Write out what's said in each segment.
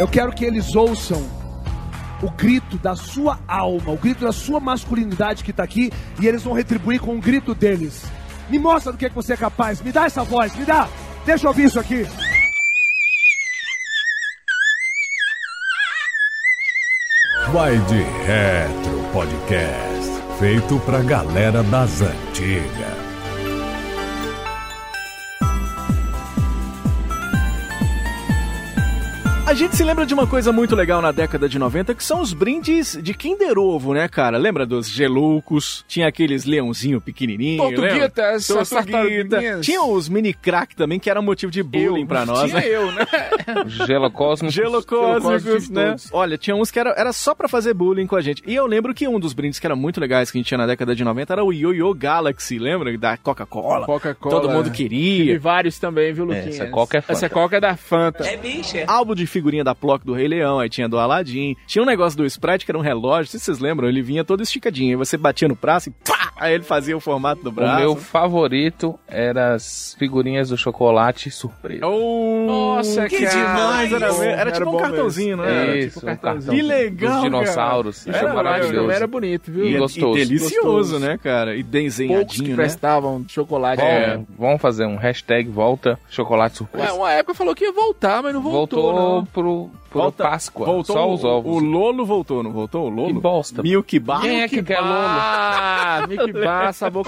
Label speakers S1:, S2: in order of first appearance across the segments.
S1: Eu quero que eles ouçam o grito da sua alma, o grito da sua masculinidade que está aqui, e eles vão retribuir com o grito deles. Me mostra do que, é que você é capaz, me dá essa voz, me dá, deixa eu ouvir isso aqui.
S2: Vai de Retro Podcast, feito pra galera das antigas.
S3: A gente se lembra de uma coisa muito legal na década de 90, que são os brindes de Kinder Ovo, né, cara? Lembra dos gelucos? Tinha aqueles leãozinho pequenininho,
S4: Tortuguitas,
S3: lembra?
S4: as tartaruguinhas.
S3: Tinha os mini crack também, que era um motivo de bullying pra nós,
S4: Tinha
S3: né?
S4: eu, né?
S5: Gelo Cosmos.
S3: Gelo
S4: cósmicos,
S3: Cósmicos, né?
S4: todos.
S3: Olha, tinha uns que era, era só pra fazer bullying com a gente. E eu lembro que um dos brindes que era muito legais que a gente tinha na década de 90 era o Yo-Yo Galaxy, lembra? Da Coca-Cola.
S4: Coca-Cola. é.
S3: Todo mundo
S4: E
S3: queria.
S4: vários também, viu,
S5: É,
S4: Luquinhas?
S5: essa Coca é Fanta.
S4: Essa Coca é da Fanta.
S3: Álbum de figurinha da Ploc do Rei Leão, aí tinha do Aladdin. Tinha um negócio do Sprite que era um relógio, se vocês lembram, ele vinha todo esticadinho. Aí você batia no braço e pá! Aí ele fazia o formato do braço.
S5: O meu favorito era as figurinhas do chocolate surpresa.
S4: Nossa,
S3: Oh, que
S4: cara.
S3: demais! Era,
S4: bom,
S3: era, tipo um
S4: bom mesmo.
S3: cartãozinho, né?
S5: É
S3: Era
S5: Isso,
S3: tipo
S5: um cartão.
S3: Que legal,
S5: Dos
S3: cara.
S5: dinossauros.
S4: Isso
S5: Era
S4: era maravilhoso.
S5: maravilhoso.
S4: Era bonito, é viu?
S5: E
S3: E,
S5: gostoso.
S3: e delicioso,
S4: Gostoso.
S3: né, cara? E
S4: Poucos que
S3: desenhadinho, né?
S4: prestavam chocolate.
S5: É, Vamos fazer um hashtag volta chocolate
S4: Ué,
S5: surpresa.
S4: é, uma época falou que ia voltar, mas não voltou, né?
S5: voltou
S4: não.
S5: pro, pro
S3: Volta-
S5: Páscoa.
S3: Voltou
S5: só
S3: o-
S5: os ovos.
S3: O Lolo voltou, não voltou? O Lolo?
S5: Que bosta.
S3: Milk Bar.
S5: Quem é que quer Lolo?
S4: Ah, Mickey Bar, sabor...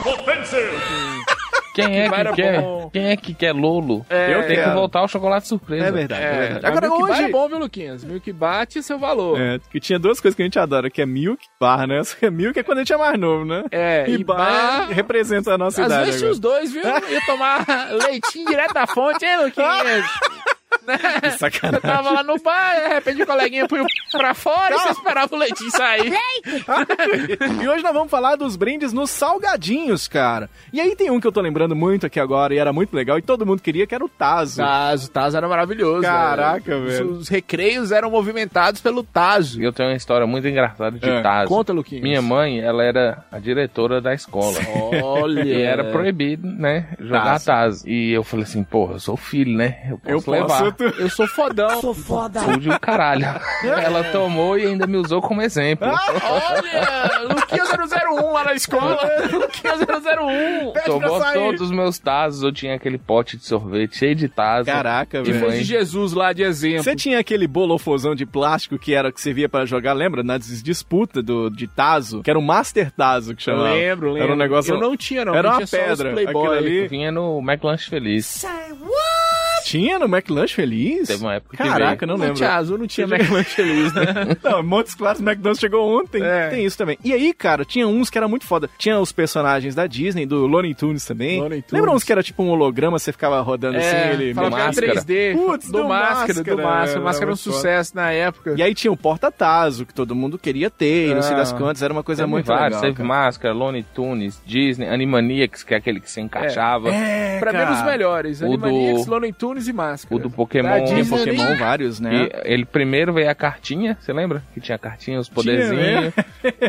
S5: Quem é
S4: Era
S5: que quer?
S4: bom.
S5: Quem é que quer Lolo?
S4: É,
S5: Eu tenho que
S3: quero.
S5: voltar ao chocolate surpresa.
S3: É verdade, é, verdade. Agora
S4: Agora Milk Bar
S3: hoje...
S4: é bom, viu, Luquinhas? Milk Bar tinha seu valor. É,
S3: É, que tinha duas coisas que a gente adora, que é Milk Bar, né? Só que Milk é quando a gente é mais novo, né?
S4: É, e,
S3: e
S4: bar...
S3: Bar representa a nossa
S4: Às
S3: idade
S4: vezes tinha
S3: agora.
S4: os dois, viu? Ia tomar leitinho direto da fonte, hein, Luquinhas?
S3: Que sacanagem.
S4: Tava lá no bar, de repente o coleguinha põe o pra fora e você esperava o leitinho sair.
S3: e hoje nós vamos falar dos brindes nos salgadinhos, cara. E aí tem um que eu tô lembrando muito aqui agora e era muito legal e todo mundo queria, que era o Tazo.
S4: Tazo, o Tazo era maravilhoso. né?
S3: Caraca,
S4: Os-
S3: velho.
S4: Os recreios eram movimentados pelo Tazo.
S5: Eu tenho uma história muito engraçada de
S3: É,
S5: Tazo.
S4: Conta, Luquinhas.
S5: Minha mãe, ela era a diretora da escola.
S4: Olha.
S5: E
S3: É.
S5: era proibido, né? Jogar
S3: Tazo.
S5: tazo. E eu falei assim, porra, eu sou filho, né? Eu posso
S3: eu Tá.
S5: levar.
S3: posso... tu-
S4: Eu sou fodão.
S5: Fui de um caralho. Ela tomou e ainda me usou como exemplo.
S3: Ah,
S4: Olha, Luquinhas 001 lá na escola. Luquinhas 001.
S5: Tomou todos os meus tazos. Eu tinha aquele pote de sorvete cheio de tazo.
S3: Caraca,
S5: E
S4: E
S3: velho.
S4: fez de
S5: mãe.
S4: Jesus lá de exemplo.
S3: Você tinha aquele bolofozão de plástico que era que servia pra jogar, lembra? Nas disputas do, de Tazo, que era o Master Tazo que chamava.
S4: Lembro, lembro.
S3: Era um negócio...
S4: Eu não tinha, não.
S3: era
S4: Eu
S3: uma
S4: tinha só os
S3: pedra.
S4: Playboy.
S3: Aquilo ali
S5: Vinha no McLanche Feliz.
S3: tinha no McLunch Feliz?
S5: Teve uma época que
S3: Caraca, não
S4: Não,
S3: lembro.
S4: tinha azul, não tinha McLanche feliz, né?
S3: Não, Montes Claros McDonald's chegou ontem.
S4: É.
S3: Tem isso também. E aí, cara, tinha uns que era muito foda. Tinha os personagens da Disney, do Looney Tunes também.
S4: Looney Tunes.
S3: Lembra uns que era tipo um holograma, você ficava rodando assim, ele.
S4: É, falava
S3: meio-
S4: que era
S5: máscara.
S4: 3D.
S3: Putz,
S4: do,
S3: do máscara,
S4: máscara, do máscara.
S3: era
S4: O máscara era um
S3: muito foda.
S4: sucesso na época.
S3: E aí tinha o porta-tazo, que todo mundo queria ter, e não sei
S4: Ah.
S3: das quantas, era uma coisa é
S5: Teve
S3: muito legal.
S5: vários, teve
S3: cara.
S5: Máscara, Lone Tunes, Disney, Animaniacs, que é aquele que se encaixava.
S3: É,
S4: pra mim,
S3: cara.
S4: os melhores.
S5: O
S4: Animaniacs,
S5: do-
S4: Looney Tunes e Máscara.
S5: O do Pokémon.
S4: um Disney,
S3: Tinha
S5: Tinha Pokémon.
S3: Pokémon vários, né?
S5: E ele primeiro veio a cartinha, você lembra? Que tinha a cartinha, os
S3: né?
S5: poderzinhos.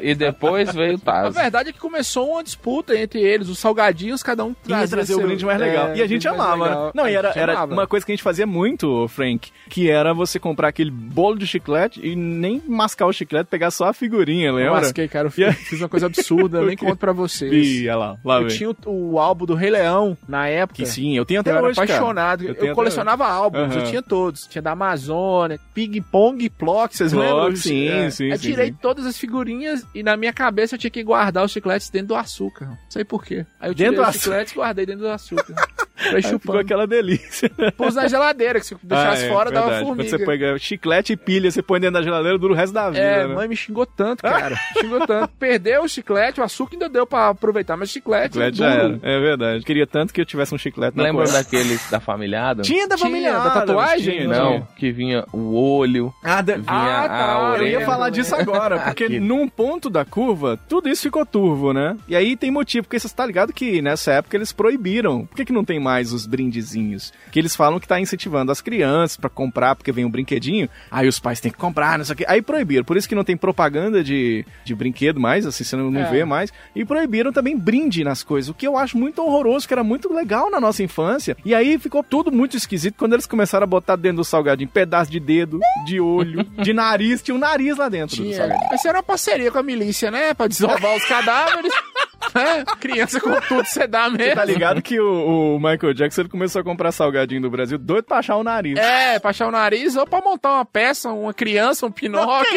S5: E depois veio o
S3: Tá
S4: A
S5: Tazo.
S4: verdade é que começou uma disputa entre eles. Os salgadinhos, cada um
S3: Ia
S4: trazia
S3: trazer o
S4: seu-
S3: brinde mais legal.
S4: É,
S3: e a gente
S4: brinde mais
S3: amava,
S4: legal.
S3: né? Não, e
S4: A
S3: era,
S4: gente
S3: era
S4: amava.
S3: uma coisa que a gente fazia muito, Frank, que era você comprar aquele bolo de chiclete e nem mascar o chiclete, pegar só a figurinha,
S4: Eu
S3: lembra?
S4: masquei, cara. Eu fiz, fiz uma coisa absurda. eu
S3: O
S4: nem
S3: quê?
S4: conto pra vocês.
S3: Ih, olha lá, lá
S4: eu
S3: vem.
S4: tinha o, o álbum do Rei Leão, na época.
S3: Que sim, eu tenho até
S4: É. eu era
S3: hoje, cara.
S4: apaixonado.
S3: Eu
S4: Eu,
S3: tenho até
S4: colecionava álbuns, eu
S3: Aham.
S4: tinha todos. Tinha da Amazônia, Ping Pong, Plock, vocês
S3: Plock,
S4: lembram?
S3: sim,
S4: É.
S3: sim,
S4: Eu
S3: sim,
S4: tirei
S3: sim.
S4: todas as figurinhas e na minha cabeça eu tinha que guardar os chicletes dentro do açúcar. Não sei por quê. Aí eu tirei
S3: Dentro do
S4: os chicletes e guardei dentro do açúcar. Foi
S3: Aí Ficou
S4: chupando.
S3: aquela delícia.
S4: Pus na geladeira, que se deixasse
S3: Ah, é,
S4: fora dava
S3: verdade.
S4: formiga.
S3: Quando você pega chiclete e pilha, você põe dentro da geladeira, dura o resto da vida,
S4: É,
S3: né? Ah,
S4: mãe me xingou tanto, cara. Me xingou tanto. Perdeu o chiclete, o açúcar ainda deu pra aproveitar, mas chiclete,
S3: Chiclete já
S4: duro.
S3: era. É verdade. Queria tanto que eu tivesse um chiclete na
S5: Lembra
S3: coisa.
S5: daqueles da família Adams?
S3: Tinha da
S4: Tinha,
S3: família
S4: da
S3: Adams,
S4: tatuagem?
S3: tinha,
S5: Não,
S3: tinha.
S5: que vinha o olho,
S3: Ah, da-
S5: vinha
S4: Ah, tá,
S5: a
S3: Eu
S5: orelha.
S3: ia
S4: lembro,
S3: falar
S4: lembro.
S3: disso agora, porque num ponto da curva, tudo isso ficou turvo, né? E aí tem motivo, porque você tá ligado que nessa época eles proibiram. Por que, que não tem mais os brindezinhos. Que eles falam que tá incentivando as crianças pra comprar porque vem um brinquedinho. Aí os pais têm que comprar, não sei o quê. Aí proibiram. Por isso que não tem propaganda de, de brinquedo mais, assim, você não, não
S4: É.
S3: vê mais. E proibiram também brinde nas coisas, o que eu acho muito horroroso, que era muito legal na nossa infância. E aí ficou tudo muito esquisito quando eles começaram a botar dentro do salgadinho pedaço de dedo, de olho, de nariz. Tinha um nariz lá dentro do
S4: Tinha.
S3: salgadinho.
S4: Mas era uma parceria com a milícia, né? Pra desovar os cadáveres. né? Criança com tudo, você dá mesmo.
S3: Tá ligado que o, o Michael Jackson ele começou a comprar salgadinho do Brasil doido pra achar o nariz.
S4: É, pra achar o nariz ou pra montar uma peça, uma criança, um pinóquio.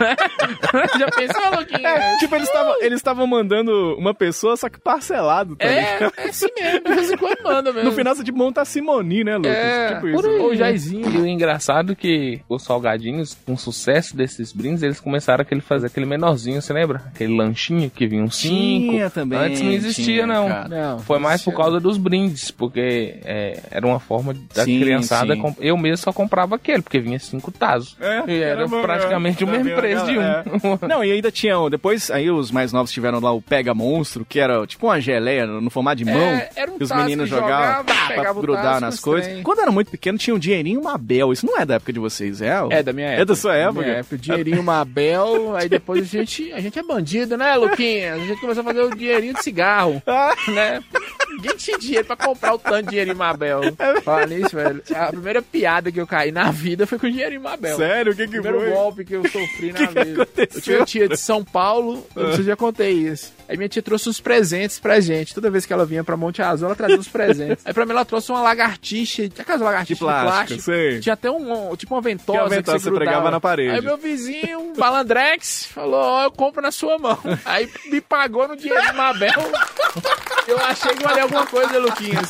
S4: né? Já pensou, Luquinha?
S3: É, tipo, eles estavam eles estavam mandando uma pessoa, só que parcelado, tá ligado?
S4: É, é assim mesmo, de vez em quando manda mesmo.
S3: No final você tipo, monta a Simoni, né, Lucas?
S4: É,
S3: tipo isso.
S5: Ô, Jairzinho, e o engraçado é que os salgadinhos, com o sucesso desses brindes, eles começaram aquele fazer aquele menorzinho, você lembra? Aquele lanchinho que vinha uns cinco.
S3: também.
S5: Antes não existia, não.
S4: Não,
S5: Foi mais por
S4: isso-
S5: causa dos brindes, porque é, era uma forma da
S3: Sim,
S5: criançada.
S3: sim.
S5: comp- Eu mesmo só comprava aquele, porque vinha cinco tazos.
S3: É,
S5: E era praticamente o mesmo preço de um.
S3: Não, e ainda tinha. um- Depois, aí os mais novos tiveram lá o Pega Monstro, que era tipo uma geleia no no formato de mão.
S4: É, era um
S3: que os
S4: tazo
S3: meninos
S4: que
S3: jogavam
S4: jogava,
S3: pá, pra
S4: pegava o
S3: grudar
S4: tazo
S3: nas
S4: com os
S3: coisas.
S4: trem.
S3: Quando era muito pequeno, tinha um dinheirinho Mabel. Isso não é da época de vocês, é?
S4: É, da minha época.
S3: da sua
S4: Da
S3: época?
S4: Minha época. Dinheirinho Mabel, aí depois a gente, a gente é bandido, né, Luquinha? A gente começou a fazer o dinheirinho de cigarro,
S3: Ah.
S4: né? Ninguém tinha dinheiro pra comprar o tanto de dinheirinho Mabel.
S3: É
S4: Fala nisso, velho. A primeira piada que eu caí na vida foi com o dinheirinho Mabel.
S3: Sério? O que que
S4: O primeiro
S3: foi?
S4: golpe que eu sofri na
S3: que
S4: vida. Eu tinha uma tia de São Paulo, eu não sei se eu já contei isso. Aí minha tia trouxe uns presentes pra gente. Toda vez que ela vinha pra Monte Azul, ela trazia uns presentes. Aí pra mim ela trouxe uma lagartixa, aquelas lagartixas
S3: De plástico,
S4: de plástico.
S3: sei.
S4: Tinha até um, um- tipo uma
S3: Que
S4: ventosa
S3: a
S4: que,
S3: ventosa
S4: você
S3: você
S4: grudava.
S3: pregava na parede.
S4: Aí meu vizinho, um balandrex, falou, ó, eu compro na sua mão. Aí me pagou no dinheiro de Mabel. Eu achei que valia alguma coisa, Luquinhas.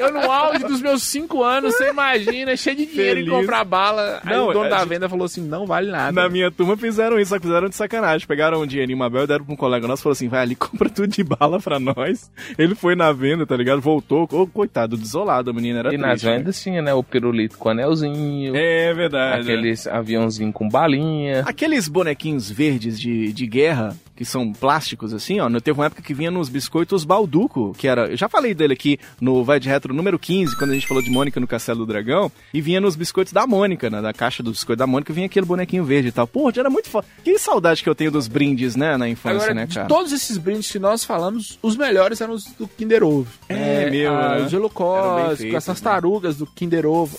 S4: Eu no auge dos meus cinco anos, você imagina, cheio de dinheiro em
S3: Feliz.
S4: comprar bala. Aí
S3: Não,
S4: o dono
S3: a
S4: da
S3: gente-
S4: venda falou assim, não vale nada.
S3: Na minha turma fizeram isso, só que fizeram de sacanagem. Pegaram um dinheirinho Mabel, deram pra um colega nosso, falou assim, vai ali, compra tudo de bala pra nós. Ele foi na venda, tá ligado? Voltou, ô, coitado, desolado, a menina era
S5: E
S3: triste.
S5: nas
S3: né?
S5: vendas tinha, né? O pirulito com anelzinho,
S3: É verdade.
S5: aqueles aviãozinho com balinha.
S3: Aqueles bonequinhos verdes de, de guerra, que são plásticos assim, ó. Teve uma época que vinha nos biscoitos Balduco, que era. Eu já falei dele aqui no Vai de Retro número 15, quando a gente falou de Mônica no Castelo do Dragão. E vinha nos biscoitos da Mônica, né? Da caixa dos biscoitos da Mônica, vinha aquele bonequinho verde e tal. Porra, era muito foda. Que saudade que eu tenho dos brindes, né? Na infância,
S4: Agora,
S3: né,
S4: de
S3: cara?
S4: todos esses brindes que nós falamos, os melhores eram os do Kinder Ovo.
S3: É, meu,
S4: a-
S3: né?
S4: Os gelucós,
S3: Eram bem
S4: com
S3: feitos,
S4: essas
S3: né?
S4: tarugas do Kinder Ovo.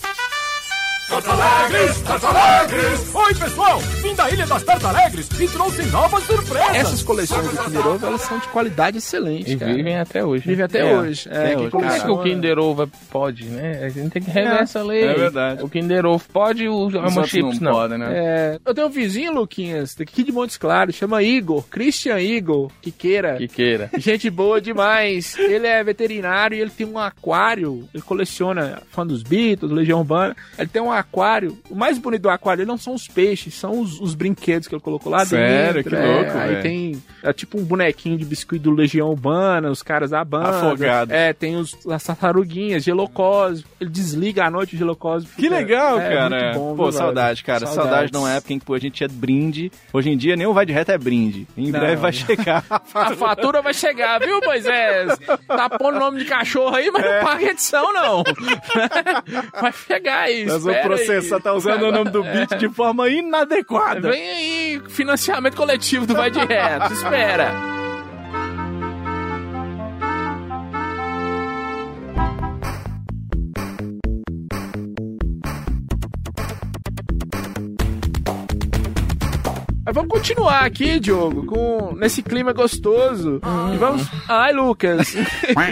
S6: Oi, pessoal! Vim da Ilha das Tartalegres e trouxe novas surpresas!
S4: Essas coleções do Kinder Ovo, elas são de qualidade excelente,
S5: E
S4: cara.
S5: vivem até hoje.
S4: Vive até
S3: É,
S4: hoje.
S3: até
S4: que
S3: hoje,
S5: Como é
S3: Cara,
S5: que o
S4: coleciona-
S5: Kinder Ovo pode, né? A gente tem que rever
S3: É,
S5: essa lei.
S3: é
S5: aí.
S3: verdade.
S5: O Kinder Ovo pode e o Alma
S3: outros
S5: Chips
S3: não
S5: não.
S3: podem, né?
S4: É, eu tenho um vizinho, Luquinhas, daqui de Montes Claros, chama Igor, Christian Igor, que queira.
S5: Que queira.
S4: Gente boa demais. Ele é veterinário e ele tem um aquário. Ele coleciona fã dos Beatles, Legião Urbana. Ele tem um aquário. O mais bonito do aquário dele não são os peixes, são os, os brinquedos que ele colocou lá
S3: Sério?
S4: dentro.
S3: Que
S4: É,
S3: louco,
S4: Aí
S3: velho.
S4: tem é, tipo um bonequinho de biscuit do Legião Urbana, os caras da banda.
S3: Afogado.
S4: É, tem os, as tartaruguinhas, gelocose. Ele desliga à noite o gelocose.
S3: Que legal, cara.
S4: É, muito bom,
S3: Pô,
S4: viu,
S3: saudade,
S4: velho?
S3: cara. Saudade de uma época em que a gente tinha brinde. Hoje em dia nem o vai de reto é brinde. Em
S4: Não.
S3: breve vai chegar.
S4: A fatura vai chegar, viu, Moisés? Tá pondo nome de cachorro aí, mas não paga edição, não. Vai chegar isso.
S3: Nós vamos processar, tá usando o nome do beat de forma inadequada.
S4: Vem aí, financiamento coletivo do Vai de Reto. Espera. Mas vamos continuar aqui, Diogo, com nesse clima gostoso. E vamos. Ai, Lucas.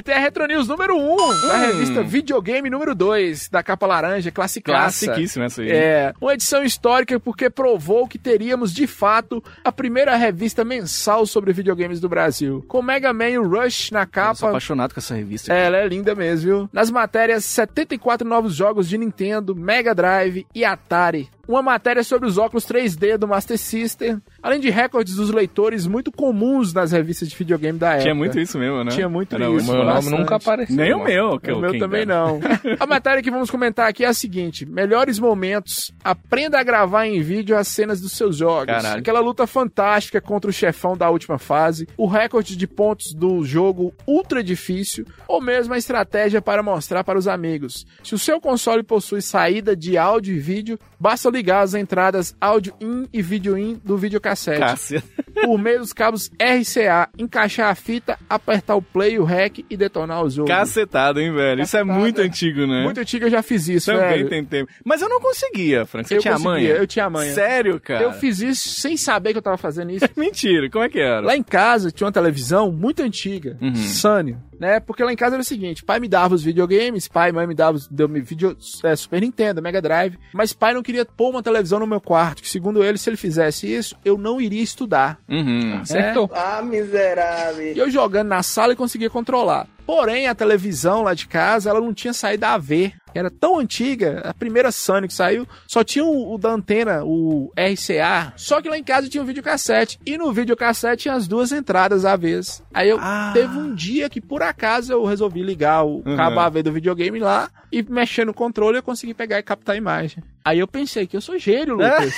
S4: Tem a Retro News número 1, um,
S3: Hum.
S4: da revista Videogame número 2, da capa laranja, classicaça.
S3: Classiquíssimo essa aí.
S4: É, uma edição histórica porque provou que teríamos de fato a primeira revista mensal sobre videogames do Brasil. Com Mega Man e o Rush na
S3: Eu sou
S4: capa.
S3: apaixonado com essa revista.
S4: É, Ela é linda mesmo, viu? Nas matérias, 74 novos jogos de Nintendo, Mega Drive e Atari. Uma matéria sobre os óculos 3D do Master System. Além de recordes dos leitores muito comuns nas revistas de videogame da época.
S3: Tinha muito isso mesmo, né?
S4: Tinha muito
S3: Era
S4: isso.
S5: O meu nome
S4: bastante.
S5: nunca apareceu.
S3: Nem o
S5: mano.
S3: meu, que
S4: O meu também não. A matéria que vamos comentar aqui é a seguinte: melhores momentos. Aprenda a gravar em vídeo as cenas dos seus jogos.
S3: Caralho.
S4: Aquela luta fantástica contra o chefão da última fase, o recorde de pontos do jogo ultra difícil, ou mesmo a estratégia para mostrar para os amigos. Se o seu console possui saída de áudio e vídeo, basta ligar as entradas áudio in e vídeo in do videocassete
S3: Caceta.
S4: por meio dos cabos RCA, encaixar a fita, apertar o play, o rec e detonar o jogo.
S3: Cacetado, hein, velho? Isso é
S4: Cacetada.
S3: muito antigo, né?
S4: Muito antigo eu já fiz isso,
S3: Também
S4: velho.
S3: tem tempo. Mas eu não conseguia, Frank. Você
S4: eu
S3: tinha
S4: conseguia,
S3: manha?
S4: eu tinha manha.
S3: Sério, cara?
S4: Eu fiz isso sem saber que eu tava fazendo isso.
S3: Mentira, como é que era?
S4: Lá em casa tinha uma televisão muito antiga,
S3: Uhum.
S4: Sony, né? Porque lá em casa era o seguinte, pai me dava os videogames, pai e mãe me dava os- deu me video, é, Super Nintendo, Mega Drive, mas pai não queria pôr uma televisão no meu quarto, que segundo ele, se ele fizesse isso, eu não iria estudar.
S3: Uhum.
S5: Acertou.
S4: É.
S7: Ah, miserável.
S4: E eu jogando na sala e conseguia controlar. Porém, a televisão lá de casa, ela não tinha saída AV. Era tão antiga, a primeira Sony que saiu, só tinha o, o da antena, o RCA. Só que lá em casa tinha um videocassete. E no videocassete tinha as duas entradas AVs. Aí eu
S3: Ah.
S4: teve um dia que por acaso eu resolvi ligar o
S3: Uhum.
S4: cabo AV do videogame lá e mexendo no controle eu consegui pegar e captar a imagem. Aí eu pensei que eu sou gênio, Lucas.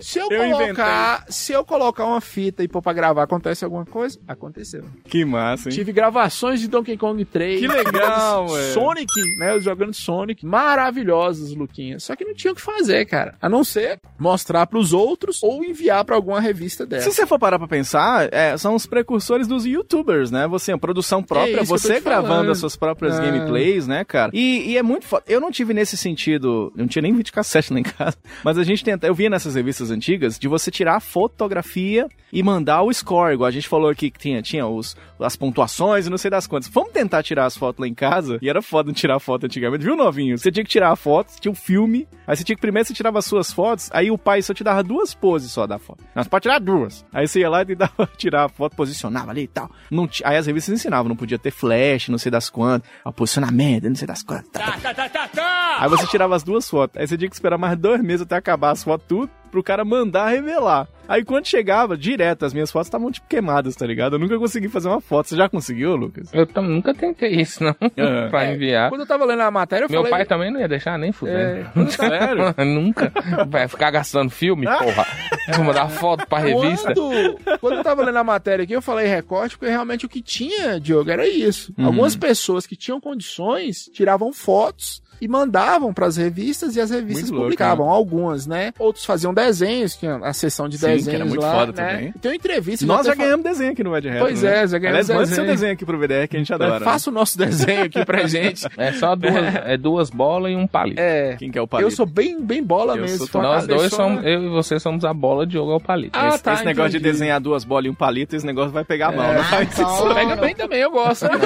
S4: Se eu,
S3: É? Eu
S4: colocar, se eu colocar uma fita e pôr pra gravar, acontece alguma coisa? Aconteceu.
S3: Que massa, hein?
S4: Tive gravações de Donkey Kong 3.
S3: Que legal,
S4: gravações-
S3: ué.
S4: Sonic, né? Eu jogando Sonic. Maravilhosas, Luquinhas. Só que não tinha o que fazer, cara. A não ser mostrar pros outros ou enviar pra alguma revista
S3: Se
S4: dessa.
S3: você for parar pra pensar, é, são os precursores dos youtubers, né? Você, a produção
S4: É
S3: própria,
S4: isso que eu tô
S3: você
S4: te
S3: gravando
S4: falando.
S3: as suas próprias
S4: É.
S3: gameplays, né, cara? E, e é muito foda. Eu não tive nesse sentido, eu não tinha nem videocassete lá em casa, mas a gente tenta, eu via nessas revistas antigas, de você tirar a fotografia e mandar o score, igual a gente falou aqui que tinha, tinha os, as pontuações e não sei das quantas. Vamos tentar tirar as fotos lá em casa, e era foda tirar foto antigamente, viu, novinho? Você tinha que tirar a foto, tinha o filme, aí você tinha que primeiro você tirava as suas fotos, aí o pai só te dava duas poses só da foto. Nós pode tirar duas. Aí você ia lá e tentava tirar a foto, posicionava ali e tal. Não ti- aí as revistas ensinavam, não podia ter flash, não sei das quantas, a posicionamento, não sei das quantas. tá, tá, tá, tá, tá. Aí você tirava as duas fotos, aí você tinha que esperar mais dois meses até acabar as fotos tudo. Pro cara mandar revelar. Aí quando chegava, direto, as minhas fotos estavam tipo queimadas, tá ligado? Eu nunca consegui fazer uma foto. Você já conseguiu, Lucas?
S5: Eu tam- nunca tentei isso, não.
S3: É.
S5: pra enviar.
S4: Quando eu tava lendo a matéria, eu
S5: Meu
S4: falei... É.
S5: pai também não ia deixar nem fuder.
S3: Sério?
S5: Nunca. Vai ficar gastando filme,
S4: Ah.
S5: porra. Vou mandar foto pra revista.
S4: Quando, quando eu tava lendo a matéria aqui, eu falei recorte, porque realmente o que tinha, Diogo, era isso.
S3: Uhum.
S4: Algumas pessoas que tinham condições tiravam fotos e mandavam pras revistas e as revistas
S3: Muito louco,
S4: publicavam algumas, né? Outros faziam desenhos, tinha a sessão de
S3: Sim, que
S4: desenhos
S3: era muito
S4: lá,
S3: foda
S4: né?
S3: também.
S4: E Tem uma entrevista
S3: Nós
S4: até
S3: já
S4: fala-
S3: ganhamos desenho aqui no Wed Retro.
S4: Pois
S3: né?
S4: é, já ganhamos
S3: Aliás, manda seu
S4: desenho.
S3: desenho É aqui pro VDR que a gente adora. né?
S4: Faça o nosso desenho aqui pra gente.
S5: É só duas, é duas bolas e um palito.
S4: É,
S3: né? Quem que é o
S4: eu
S3: palito?
S4: sou bem, bem bola
S3: Eu
S4: mesmo.
S3: sou
S4: Sou uma
S5: Nós
S4: cabeçona-
S5: dois somos, eu e você somos a bola, Diogo é o palito.
S4: Ah,
S3: esse,
S4: tá,
S3: esse negócio de
S4: entendi.
S3: desenhar duas bolas e um palito, esse negócio vai pegar mal. Não faz isso.
S4: Você pega bem também, eu gosto. né?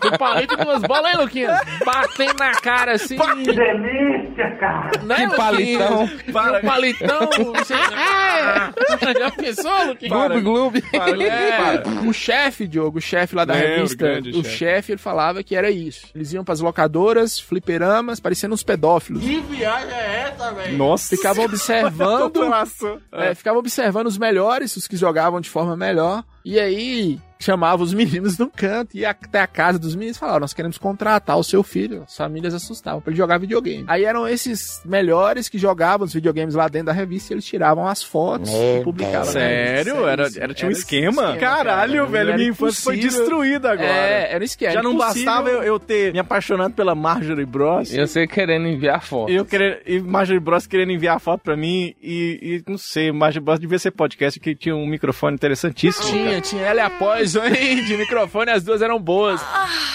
S4: Com palito e duas bolas, hein, Luquinhas? Batem na cara assim.
S7: Que delícia, cara.
S4: Né,
S5: Que
S4: Luquinhas?
S5: palitão.
S4: Para. Um palitão. Você... Ah, já pensou, Luquinhas?
S3: Para.
S5: Gloob.
S3: Para,
S4: É,
S3: para.
S4: o chefe, Diogo, o chefe lá da
S3: Lembro,
S4: revista,
S3: grande
S4: o
S3: chefe.
S4: chefe, ele falava que era isso. Eles iam pras locadoras, fliperamas, parecendo uns pedófilos.
S7: Que viagem é essa, velho?
S3: Nossa.
S4: Ficavam observando
S3: População.
S4: É, ficava observando os melhores, os que jogavam de forma melhor. E aí chamava os meninos num canto e até a casa dos meninos e falava: Nós queremos contratar o seu filho. As famílias assustavam pra ele jogar videogame. Aí eram esses melhores que jogavam os videogames lá dentro da revista e eles tiravam as fotos e publicavam. na revista.
S3: Sério? Era,
S4: Isso,
S3: era, tinha um
S4: esse
S3: esquema? Caralho,
S4: cara.
S3: velho,
S4: Era
S3: minha infância foi
S4: impossível.
S3: destruída agora.
S4: É, era um esquema.
S3: Já
S4: era
S3: não
S4: impossível.
S3: bastava eu, eu ter me apaixonado pela Marjorie Bros.
S5: Eu sei querendo enviar foto.
S3: Eu querendo, e Marjorie Bros querendo enviar foto pra mim e, e não sei, Marjorie Bros devia ser podcast que tinha um microfone interessantíssimo. cara.
S4: Tinha, tinha ela e a Poison, hein? De microfone, as duas eram boas.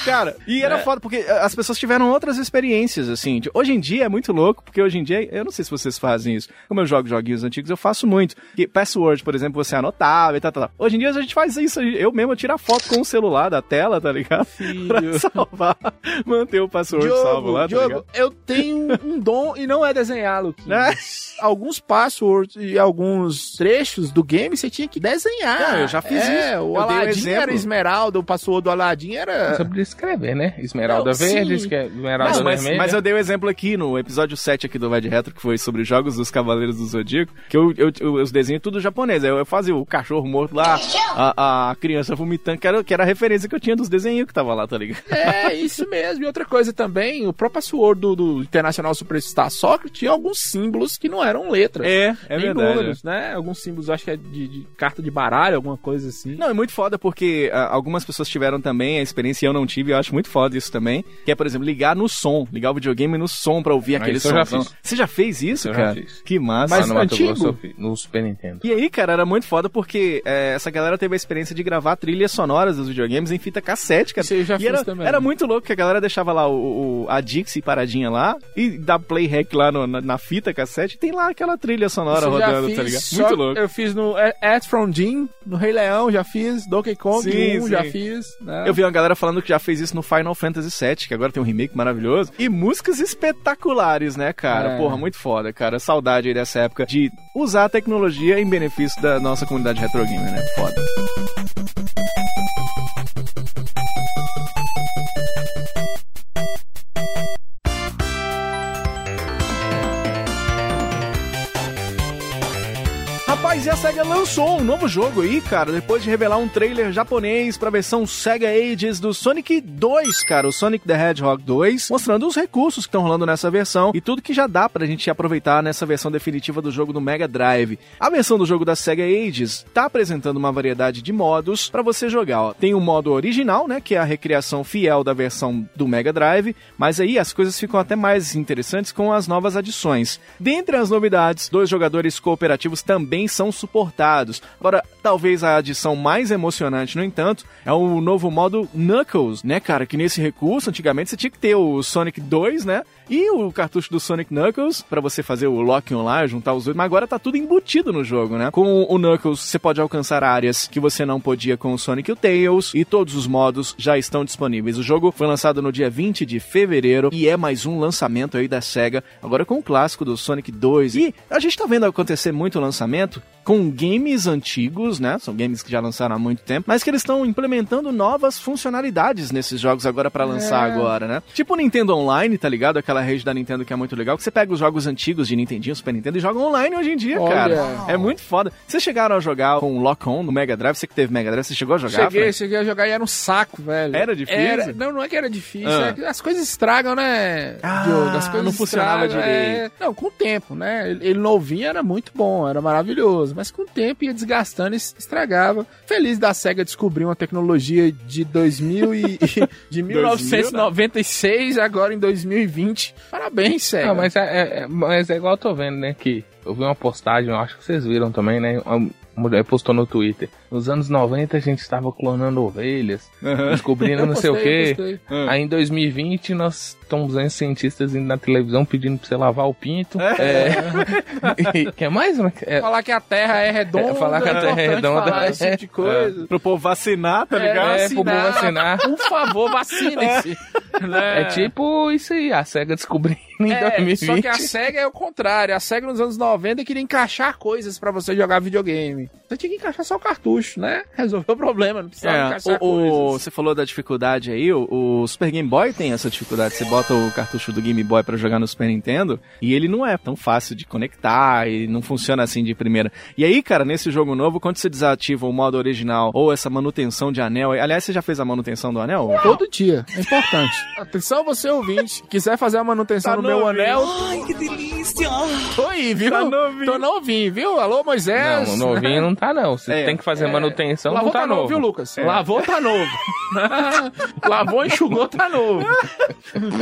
S3: Cara, e
S4: É.
S3: era foda, porque eh, as pessoas tiveram outras experiências, assim. De- Hoje em dia é muito louco, porque hoje em dia, eu não sei se vocês fazem isso. Como eu jogo joguinhos antigos, eu faço muito. Que password, por exemplo, você anotava e tal, tal, tal. Hoje em dia a gente faz isso, eu mesmo tiro a foto com o celular da tela, tá ligado? Pra salvar, manter o password salvo lá, tá
S4: Diogo,
S3: ligado?
S4: um eu tenho um dom e não é desenhar, Luquinhas.
S3: Né?
S4: alguns passwords e alguns trechos do game você tinha que desenhar.
S3: Não, eu já fiz
S4: é,
S3: isso.
S4: O
S3: Eu dei um
S4: Aladim
S3: exemplo.
S4: era esmeralda, o password do Aladim
S5: Você
S4: era.
S5: podia Ah, escrever, né? Esmeralda
S4: Não,
S5: verde,
S4: sim.
S5: esque- esmeralda
S3: Não, mas,
S5: vermelha.
S3: mas eu dei um exemplo aqui no episódio 7 aqui do Vai de Retro, que foi sobre jogos dos Cavaleiros do Zodíaco, que eu, eu, eu- os desenhos tudo japonês. Aí Eu, eu fazia o cachorro morto lá, a, a criança vomitando, que era, que era a referência que eu tinha dos desenhos que tava lá, tá ligado?
S4: É, isso mesmo. E outra coisa também, o próprio password do, do Internacional Superstar Soccer tinha alguns símbolos que não eram letras.
S3: É, é
S4: nem
S3: verdade.
S4: números, né? Alguns símbolos, acho que é de, de carta de baralho, alguma coisa assim.
S3: Não, é muito foda porque ah, algumas pessoas tiveram também a experiência e eu não tive, eu acho muito foda isso também. Que é, por exemplo, ligar no som, ligar o videogame no som pra ouvir
S5: Ah,
S3: aquele
S5: isso eu já
S3: som.
S5: fiz.
S3: Você já fez isso,
S5: Eu já
S3: cara?
S5: fiz.
S3: Que massa.
S5: Lá
S4: Mas
S5: no Mato
S4: antigo?
S5: Grosso, eu fiz, no Super Nintendo.
S3: E aí, cara, era muito foda porque é, essa galera teve a experiência de gravar trilhas sonoras dos videogames em fita cassete, cara.
S4: Isso eu já
S3: e
S4: fiz
S3: era,
S4: também.
S3: era muito louco que a galera deixava lá o, o- a Dixie paradinha lá e dá play hack lá no- na, na fita cassete e tem lá aquela trilha sonora
S4: Isso eu já
S3: rodando,
S4: fiz,
S3: tá ligado?
S4: só
S3: Muito
S4: que
S3: louco.
S4: Eu fiz no é, At From Jim, no Rei Leão, já fiz, Donkey Kong
S3: Sim,
S4: 1,
S3: sim.
S4: já fiz. né?
S3: Eu vi uma galera falando que já fez isso no Final Fantasy VII, que agora tem um remake maravilhoso. E músicas espetaculares, né, cara?
S4: É.
S3: Porra, muito foda, cara. Saudade aí dessa época de usar a tecnologia em benefício da nossa comunidade retro gamer, né? Foda. Rapaz, e a SEGA lançou um novo jogo aí, cara, depois de revelar um trailer japonês pra versão SEGA Ages do Sonic 2, cara, o Sonic the Hedgehog 2, mostrando os recursos que estão rolando nessa versão e tudo que já dá pra gente aproveitar nessa versão definitiva do jogo do Mega Drive. A versão do jogo da SEGA Ages tá apresentando uma variedade de modos pra você jogar, ó. Tem o modo original, né, que é a recriação fiel da versão do Mega Drive, mas aí as coisas ficam até mais interessantes com as novas adições. Dentre as novidades, dois jogadores cooperativos também são suportados. Agora, talvez a adição mais emocionante, no entanto, é o novo modo Knuckles, né, cara? Que nesse recurso, antigamente você tinha que ter o Sonic 2, né? E o cartucho do Sonic Knuckles, pra você fazer o lock-on lá, juntar os dois, mas agora tá tudo embutido no jogo, né? Com o Knuckles, você pode alcançar áreas que você não podia com o Sonic e o Tails, e todos os modos já estão disponíveis. O jogo foi lançado no dia 20 de fevereiro e é mais um lançamento aí da SEGA, agora com o clássico do Sonic 2. E a gente tá vendo acontecer muito lançamento com games antigos, né? São games que já lançaram há muito tempo, mas que eles estão implementando novas funcionalidades nesses jogos agora pra
S4: É.
S3: lançar agora, né? Tipo o Nintendo Online, tá ligado? Aquela rede da Nintendo que é muito legal, que você pega os jogos antigos de Nintendinho, Super Nintendo e joga online hoje em dia,
S4: Olha.
S3: cara. É muito foda. Vocês chegaram a jogar com o Lock-On no Mega Drive? Você que teve Mega Drive, você chegou a jogar?
S4: cheguei,
S3: Fran?
S4: cheguei a jogar e era um saco, velho.
S3: Era difícil?
S4: Era- não, não é que era difícil,
S3: Ah.
S4: é que as coisas estragam, né,
S3: Ah,
S4: Diogo? As coisas
S3: não funcionava
S4: estragam, é.
S3: direito.
S4: Não, com o tempo, né? Ele ele novinho era muito bom, era maravilhoso, mas com o tempo ia desgastando e es- estragava. Feliz da SEGA descobrir uma tecnologia de 2000 e... de 1996, agora em 2020. Parabéns, SEGA.
S5: Ah, mas é, é- é- mas é igual eu tô vendo, né? Que eu vi uma postagem, eu acho que vocês viram também, né? Uma mulher postou no Twitter. Nos anos 90 a gente tava clonando ovelhas, descobrindo
S4: Eu Ah.
S5: não sei o quê.
S4: gostei, gostei.
S5: Aí em 2020 nós estamos aí cientistas indo na televisão pedindo pra você lavar o pinto. É. E Quer mais? né? É,
S4: Falar que a Terra é redonda.
S5: É, falar que a Terra é
S4: importante
S5: redonda.
S4: falar esse tipo de coisa.
S3: Pro povo vacinar, tá ligado?
S5: é, pro povo vacinar.
S4: Por favor, vacinem-se. Né?
S5: É tipo isso aí, a SEGA descobrindo em
S4: É,
S5: 2020.
S4: só que a SEGA é o contrário. A SEGA nos anos 90 queria encaixar coisas pra você jogar videogame. Você tinha que encaixar só o cartucho, né? Resolveu o problema, não precisava
S3: É, o-
S4: encaixar
S3: o-
S4: coisas.
S3: você falou da dificuldade aí, o, o Super Game Boy tem essa dificuldade. Você bota o cartucho do Game Boy pra jogar no Super Nintendo e ele não é tão fácil de conectar e não funciona assim de primeira. E aí, cara, nesse jogo novo, quando você desativa o modo original ou essa manutenção de anel, aliás, você já fez a manutenção do anel?
S4: Todo dia, é importante. Atenção você ouvinte, quiser fazer a manutenção
S3: Tá
S4: no meu
S3: novinho.
S4: anel... Ai, que delícia! Tô aí, viu?
S3: Tá novinho.
S4: Tô novinho, viu? Alô, Moisés?
S5: Não, novinho não tá não. Você
S3: É.
S5: tem que fazer manutenção, não
S4: Lavou
S5: tá, novo.
S4: viu, Lucas? Lavou, tá novo. Lavou, enxugou, tá novo.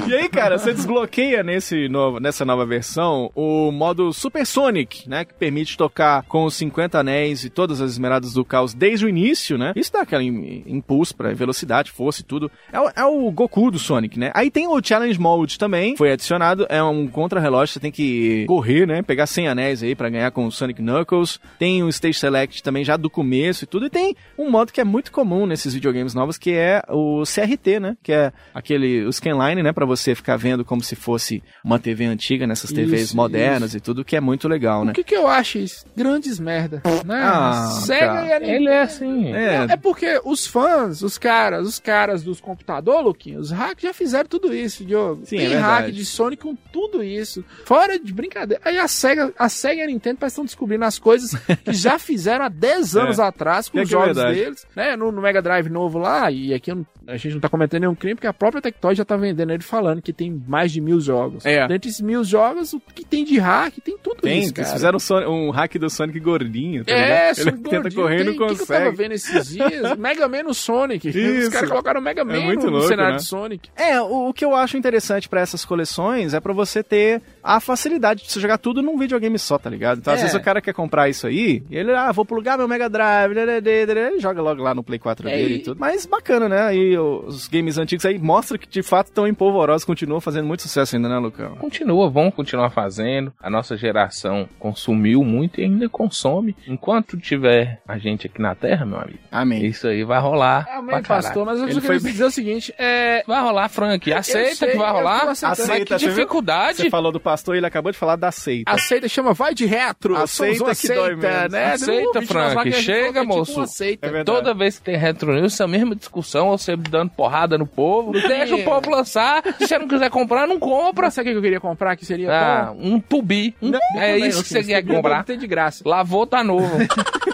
S3: E aí, cara, você desbloqueia nesse novo, nessa nova versão o modo Super Sonic, né? Que permite tocar com os 50 anéis e todas as esmeraldas do caos desde o início, né? Isso dá aquele im- impulso pra velocidade, força e tudo. É o, é o Goku do Sonic, né? Aí tem o Challenge Mode também, foi adicionado complicado, é um contra-relógio, você tem que correr, né? Pegar 100 anéis aí pra ganhar com o Sonic Knuckles. Tem o Stage Select também já do começo e tudo. E tem um modo que é muito comum nesses videogames novos, que é o CRT, né? Que é aquele, o scanline, né? Pra você ficar vendo como se fosse uma TV antiga, nessas TVs
S4: Isso,
S3: modernas e tudo, que é muito legal, né?
S4: O que, que eu acho isso? Grandes merda. Né?
S3: Ah,
S4: Sega
S3: cara.
S4: e a Nintendo.
S5: Ele é assim.
S3: É,
S4: É porque os fãs, os caras, os caras dos computadores, Luquinho, os hacks já fizeram tudo isso, Diogo.
S3: Sim, é
S4: Tem
S3: verdade.
S4: hack de Sonic com tudo isso. Fora de brincadeira. Aí a SEGA, a SEGA e a Nintendo parece que estão descobrindo as coisas que já fizeram há 10 anos atrás com
S3: É
S4: os
S3: que é
S4: jogos
S3: verdade.
S4: deles, né? No, no Mega Drive novo lá, e aqui eu não- a gente não tá cometendo nenhum crime, porque a própria Tectoy já tá vendendo ele falando que tem mais de mil jogos.
S3: É.
S4: Dentre esses mil jogos, o que tem de hack, tem tudo
S3: tem,
S4: isso,
S3: eles
S4: cara.
S3: fizeram um Son- um hack do Sonic gordinho, tá
S4: É,
S3: ligado? Ele
S4: Sonic
S3: tenta
S4: gordinho,
S3: correr e não
S4: tem- O que, que eu tava
S3: consegue.
S4: vendo esses dias? Mega Man no Sonic.
S3: Isso.
S4: Os caras colocaram Mega Man
S3: muito
S4: no
S3: louco,
S4: cenário
S3: né?
S4: de Sonic.
S3: É, o, o que eu acho interessante pra essas coleções é pra você ter a facilidade de você jogar tudo num videogame só, tá ligado? Então, às
S4: É.
S3: vezes o cara quer comprar isso aí, e ele, ah, vou plugar meu Mega Drive, lê, lê, lê, lê, lê, joga logo lá no Play 4
S4: É,
S3: dele e
S4: e-
S3: tudo. Mas bacana, né? Aí os games antigos aí mostra que de fato estão em polvorosa, continuam fazendo muito sucesso ainda, né, Lucão?
S5: Continua, vão continuar fazendo. A nossa geração consumiu muito e ainda consome. Enquanto tiver a gente aqui na Terra, meu amigo,
S3: Amém.
S5: isso aí vai rolar. pra
S4: Amém,
S5: caralho.
S4: Ah, pastor. É, Mas eu
S3: Ele
S4: só
S3: foi
S4: queria dizer o seguinte. É...
S5: Vai rolar, Frank. Aceita
S4: sei,
S5: que vai
S4: eu assim, tô
S5: rolar.
S4: aceitando.
S5: Mas
S3: Aceita, você
S5: que
S3: viu?
S5: dificuldade.
S3: Você falou do pastor e ele acabou de falar da seita.
S4: Aceita, chama vai de retro.
S3: Aceita
S4: Somos um
S3: que dói menos.
S4: né?
S5: Aceita,
S4: Tem um ouvinte
S5: Frank,
S4: nosso lá que a gente
S5: chega,
S4: falou que é tipo
S5: moço.
S4: um aceita.
S3: É verdade.
S5: Toda vez que tem Retro News, essa mesma discussão, você dando porrada no povo. Deixa o povo lançar. Se você não quiser comprar, não compra.
S4: Compra, sabe o que eu queria comprar que seria
S5: Ah,
S4: bom?
S5: um tubi. Um- é
S4: Também,
S5: isso que você
S4: Luquinhas,
S5: quer
S4: tem
S5: comprar.
S4: Tem de graça.
S5: Lavou, tá novo.